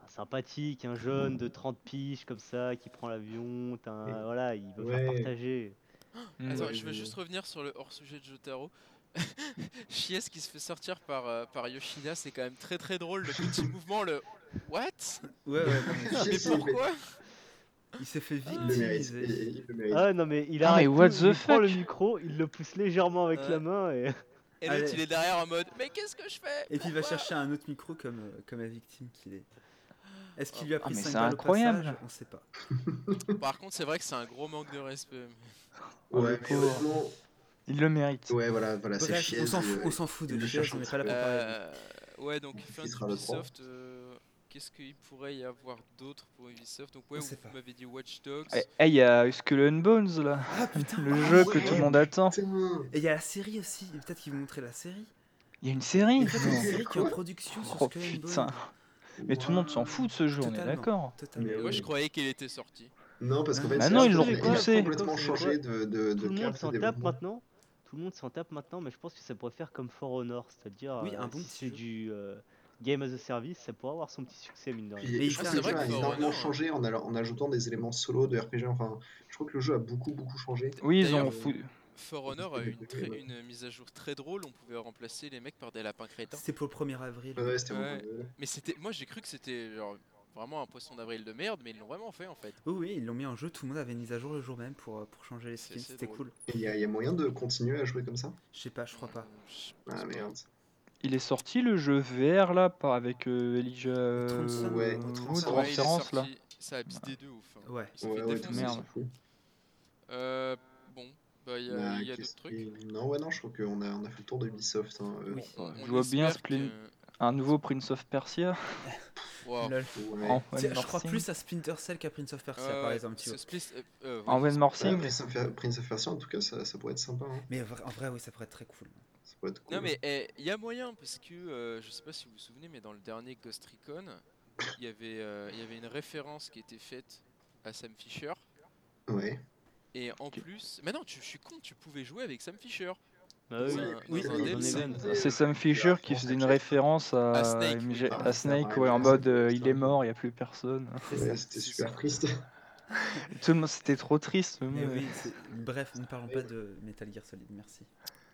Speaker 2: ah, sympathique, un jeune de 30 piges comme ça, qui prend l'avion, t'as un-
Speaker 3: Mais-
Speaker 2: voilà, il veut
Speaker 3: Ouais.
Speaker 2: faire partager.
Speaker 4: Mm.
Speaker 1: Attends,
Speaker 3: Ouais,
Speaker 1: je veux
Speaker 3: je-
Speaker 1: juste revenir sur le hors-sujet de Jotaro. Chies qui se fait sortir par, euh, par Yoshida, c'est quand même très très drôle le petit mouvement, le What
Speaker 5: Ouais, ouais, non, mais
Speaker 1: Mais
Speaker 3: Si, mais-
Speaker 1: pourquoi
Speaker 5: il s'est fait
Speaker 3: Il le mérite.
Speaker 5: victimiser.
Speaker 3: il- il le mérite.
Speaker 2: Ah non, mais il a.
Speaker 4: Ah, mais what the
Speaker 2: il prend le
Speaker 4: fuck
Speaker 2: micro, il le pousse légèrement avec
Speaker 5: Ouais.
Speaker 2: la main et.
Speaker 1: Et l'autre
Speaker 5: Allez.
Speaker 1: il est derrière en mode Mais qu'est-ce que je fais
Speaker 5: Et puis il va
Speaker 1: Pourquoi
Speaker 5: chercher un autre micro comme, euh, comme la victime qu'il est. Est-ce qu'il lui a
Speaker 4: Ah,
Speaker 5: pris
Speaker 4: mais
Speaker 5: 5
Speaker 4: c'est
Speaker 5: balles
Speaker 4: incroyable.
Speaker 5: au passage On sait pas.
Speaker 1: Par contre, c'est vrai que c'est un gros manque de respect.
Speaker 4: Oh,
Speaker 3: Ouais,
Speaker 4: le
Speaker 3: mais
Speaker 4: pauvre.
Speaker 3: honnêtement,
Speaker 4: Il le mérite.
Speaker 3: ouais, voilà, voilà, c'est
Speaker 5: Bref,
Speaker 3: chier.
Speaker 5: on s'en
Speaker 3: c'est-
Speaker 5: fout, on s'en fout de
Speaker 3: Ah, il le
Speaker 5: Chiez,
Speaker 3: cherche
Speaker 5: on
Speaker 3: un
Speaker 5: n'est
Speaker 3: petit
Speaker 5: pas là
Speaker 3: peu.
Speaker 5: pour parler.
Speaker 1: Euh, ouais, donc fin
Speaker 3: Il sera le trois.
Speaker 1: d'Ubisoft, euh, qu'est-ce qu'il pourrait y avoir d'autre pour Ubisoft Donc, ouais,
Speaker 5: On
Speaker 1: vous,
Speaker 5: sait pas.
Speaker 1: m'avez dit Watch Dogs.
Speaker 4: Eh, eh, il y a Skull and Bones là.
Speaker 5: Ah putain
Speaker 4: Le
Speaker 5: ah,
Speaker 4: jeu
Speaker 5: ouais.
Speaker 4: que tout le monde attend.
Speaker 3: Putain.
Speaker 5: Et il y a la série aussi, et peut-être qu'ils vont montrer la série.
Speaker 4: Il y a une série.
Speaker 5: Et peut-être une
Speaker 4: non.
Speaker 5: série qui est en
Speaker 3: Quoi
Speaker 5: production sur
Speaker 4: Oh
Speaker 5: Skull and Bones.
Speaker 4: putain. Mais tout le monde s'en fout de ce jeu, on est
Speaker 5: Totalement.
Speaker 4: d'accord.
Speaker 5: Totalement.
Speaker 3: Mais
Speaker 1: Moi,
Speaker 3: ouais.
Speaker 1: Euh, je croyais qu'il était sorti.
Speaker 3: Non, parce qu'en fait,
Speaker 4: Bah
Speaker 3: c'est
Speaker 4: non,
Speaker 3: un
Speaker 4: ils
Speaker 3: jeu
Speaker 4: l'ont
Speaker 3: qui a-
Speaker 4: repoussé.
Speaker 3: a complètement
Speaker 2: C'est
Speaker 3: changé de, de, de
Speaker 2: Tout le
Speaker 3: cap
Speaker 2: monde
Speaker 3: de
Speaker 2: s'en tape
Speaker 3: développement.
Speaker 2: maintenant. Tout le monde s'en tape maintenant, mais je pense que ça pourrait faire comme For Honor, c'est-à-dire
Speaker 5: Oui,
Speaker 2: euh,
Speaker 5: un bon
Speaker 2: si
Speaker 5: petit
Speaker 2: c'est
Speaker 5: jeu.
Speaker 2: du euh, game as a service, ça pourrait avoir son petit succès mine de rien.
Speaker 3: Puis,
Speaker 5: Mais
Speaker 3: je
Speaker 5: il
Speaker 3: crois
Speaker 5: fait
Speaker 3: que le jeu
Speaker 5: un vrai
Speaker 3: a
Speaker 5: que
Speaker 1: Forerunner,
Speaker 3: énormément
Speaker 1: hein.
Speaker 3: changé en, allant- en ajoutant des éléments solo de RPG. Enfin, je crois que le jeu a beaucoup, beaucoup changé.
Speaker 4: Oui, ils ont
Speaker 1: D'ailleurs,
Speaker 4: foutu.
Speaker 1: For Honor a eu une,
Speaker 3: Ouais.
Speaker 1: très- une mise à jour très drôle, on pouvait remplacer les mecs par des lapins crétins.
Speaker 5: C'était pour le 1er avril.
Speaker 3: Ouais, c'était
Speaker 1: Ouais.
Speaker 3: vraiment-
Speaker 1: Mais c'était, moi j'ai cru que c'était genre vraiment un poisson d'avril de merde, mais ils l'ont vraiment fait en fait.
Speaker 5: Oui, oui, ils l'ont mis en jeu, tout le monde avait une mise à jour le jour même pour, euh, pour changer les
Speaker 1: C'est-
Speaker 5: skins,
Speaker 1: c'est
Speaker 5: c'était
Speaker 1: drôle.
Speaker 5: cool.
Speaker 3: Et Il y, a- il y a moyen de continuer à jouer comme ça
Speaker 5: Je sais pas, je crois pas.
Speaker 1: Euh, Je pense pas.
Speaker 3: Ah merde.
Speaker 4: Il est sorti le jeu VR là, par- avec euh, Elijah euh,
Speaker 5: Transcend-
Speaker 3: Ouais,
Speaker 4: Wood
Speaker 5: Transcend-
Speaker 4: en
Speaker 1: Ouais, il est
Speaker 4: référence, là.
Speaker 1: sorti, Ça a bidé de ouf. hein.
Speaker 5: Ouais.
Speaker 1: Il s'est
Speaker 3: Ouais,
Speaker 1: fait
Speaker 3: ouais, tout le
Speaker 1: défoncer.
Speaker 3: monde
Speaker 4: merde.
Speaker 3: s'en fout.
Speaker 1: Euh, bon, bah il y a,
Speaker 3: Bah,
Speaker 1: il y a
Speaker 3: qu'est-ce
Speaker 1: d'autres trucs.
Speaker 3: qui- Non, ouais, non, je trouve qu'on a, on a fait le tour de Ubisoft. hein, euh.
Speaker 5: Oui.
Speaker 1: On-
Speaker 4: Je
Speaker 1: on
Speaker 4: vois bien
Speaker 1: espère
Speaker 4: Splin-
Speaker 1: que-
Speaker 4: Un nouveau Prince of Persia.
Speaker 1: Wow.
Speaker 5: Lol.
Speaker 3: Ouais. Bah,
Speaker 4: En Van
Speaker 5: Tiens, je crois
Speaker 4: Morrison.
Speaker 5: plus à Splinter Cell qu'à Prince of Persia,
Speaker 1: Ouais,
Speaker 5: par
Speaker 1: ouais,
Speaker 5: exemple. tu
Speaker 1: ce
Speaker 5: vois.
Speaker 1: split, euh, euh,
Speaker 4: En
Speaker 1: ouais,
Speaker 4: Van
Speaker 3: Ouais,
Speaker 4: Morrison,
Speaker 3: Prince, of, Prince of Persia, en tout cas, ça, ça pourrait être sympa. hein.
Speaker 5: Mais vra- en vrai, oui, ça pourrait être très cool.
Speaker 3: Ça pourrait être cool.
Speaker 1: Non mais eh, il y a moyen parce que euh, je sais pas si vous vous souvenez mais dans le dernier Ghost Recon il y avait euh, il y avait une référence qui était faite à Sam Fisher
Speaker 3: Ouais.
Speaker 1: et en
Speaker 4: Ok.
Speaker 1: plus mais non tu, je suis con tu pouvais jouer avec Sam Fisher
Speaker 2: Bah
Speaker 1: dans
Speaker 2: oui,
Speaker 1: un-
Speaker 3: oui,
Speaker 1: dans un
Speaker 2: oui,
Speaker 1: DLC.
Speaker 2: oui, oui.
Speaker 3: Ouais.
Speaker 4: c'est Sam Fisher qui faisait une référence à,
Speaker 1: À Snake,
Speaker 4: MJ
Speaker 1: oui,
Speaker 4: à
Speaker 3: pardon.
Speaker 4: Snake,
Speaker 3: Ouais,
Speaker 4: ouais, en
Speaker 3: ouais,
Speaker 4: mode
Speaker 3: c'est-
Speaker 4: euh, il est mort, il n'y a plus personne.
Speaker 5: C'est
Speaker 3: Ouais,
Speaker 5: ça.
Speaker 3: c'était
Speaker 1: c'est
Speaker 3: super
Speaker 1: ça.
Speaker 3: triste.
Speaker 4: Tout le monde, c'était trop triste. le
Speaker 5: Mais
Speaker 4: monde.
Speaker 5: oui, c'est- bref, ne parlons pas de Metal Gear Solid, merci.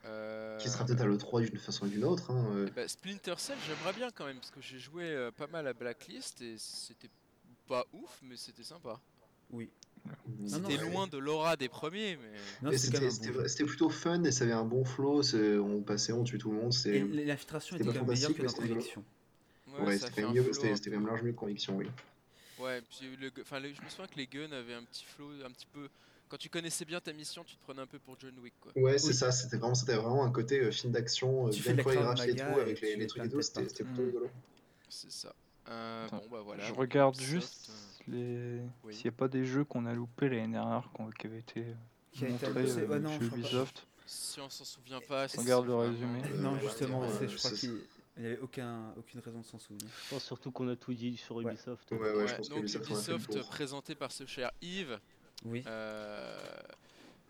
Speaker 1: Euh,
Speaker 3: Qui sera peut-être à l'E3 d'une façon ou d'une autre. hein, euh.
Speaker 1: eh ben, Splinter Cell j'aimerais bien quand même parce que j'ai joué euh, pas mal à Blacklist et c'était pas ouf mais c'était sympa
Speaker 5: Oui. Non, non,
Speaker 1: c'était
Speaker 5: ouais.
Speaker 1: loin de l'aura des premiers mais
Speaker 5: Non,
Speaker 3: Et
Speaker 5: c'est quand
Speaker 3: C'était
Speaker 5: même
Speaker 3: c'était-
Speaker 5: un bon jeu.
Speaker 3: c'était plutôt fun et ça avait un bon flow. c'est- On passait, on tuait tout le monde.
Speaker 5: Et
Speaker 3: c'est-
Speaker 5: l'infiltration
Speaker 3: c'était
Speaker 5: était quand
Speaker 3: pas
Speaker 5: même meilleure
Speaker 3: fantastique,
Speaker 5: que
Speaker 3: mais
Speaker 5: dans
Speaker 3: c'était rigolo.
Speaker 5: Conviction.
Speaker 1: ouais,
Speaker 3: Ouais,
Speaker 1: ça
Speaker 3: c'était
Speaker 1: fait
Speaker 3: quand
Speaker 1: un
Speaker 3: même mieux.
Speaker 1: flow un
Speaker 3: C'était c'était
Speaker 1: peu.
Speaker 3: quand même largement mieux que conviction, oui.
Speaker 1: Ouais, puis le, gu- enfin, le- je me souviens que les guns avaient un petit flow, un petit peu. Quand tu connaissais bien ta mission, tu te prenais un peu pour John Wick, quoi.
Speaker 3: Ouais, c'est ça, c'était vraiment, c'était vraiment un côté euh, film d'action, euh,
Speaker 5: Tu fais de
Speaker 3: bien
Speaker 5: la
Speaker 3: chorégraphié et
Speaker 5: Krav Maga
Speaker 3: tout, avec
Speaker 5: et
Speaker 3: les,
Speaker 5: tu
Speaker 3: les
Speaker 5: mets
Speaker 3: trucs
Speaker 5: plein
Speaker 3: et
Speaker 5: de
Speaker 3: tout,
Speaker 5: têtes
Speaker 3: c'était c'était
Speaker 5: partout.
Speaker 3: plutôt rigolo.
Speaker 1: C'est ça. Euh,
Speaker 4: Attends,
Speaker 1: bon, bah voilà.
Speaker 4: Je regarde
Speaker 1: Ubisoft,
Speaker 4: juste
Speaker 1: euh,
Speaker 4: les...
Speaker 1: oui.
Speaker 4: s'il n'y a pas des jeux qu'on a loupés l'année dernière qu'on- qui avaient été euh,
Speaker 5: Qui a été
Speaker 4: montrés
Speaker 5: annoncé-
Speaker 4: euh,
Speaker 5: ouais, non,
Speaker 4: chez
Speaker 5: je crois pas.
Speaker 4: Ubisoft.
Speaker 1: Si on s'en souvient pas, si
Speaker 4: Regarde
Speaker 1: c'est
Speaker 4: le
Speaker 1: vraiment-
Speaker 4: résumé.
Speaker 3: Euh,
Speaker 5: non,
Speaker 3: ouais,
Speaker 5: justement,
Speaker 3: ouais,
Speaker 5: c'est- je
Speaker 3: euh,
Speaker 5: crois
Speaker 3: c'est-
Speaker 5: qu'il n'y avait aucun, aucune raison de s'en souvenir.
Speaker 2: Je pense surtout qu'on a tout dit sur
Speaker 5: Ouais.
Speaker 2: Ubisoft.
Speaker 3: Ouais, ouais, je
Speaker 1: Ouais,
Speaker 3: pense que
Speaker 1: donc
Speaker 3: Ubisoft en a fait le
Speaker 1: Ubisoft
Speaker 3: tour.
Speaker 1: présenté par ce cher Yves
Speaker 5: Oui.
Speaker 1: euh,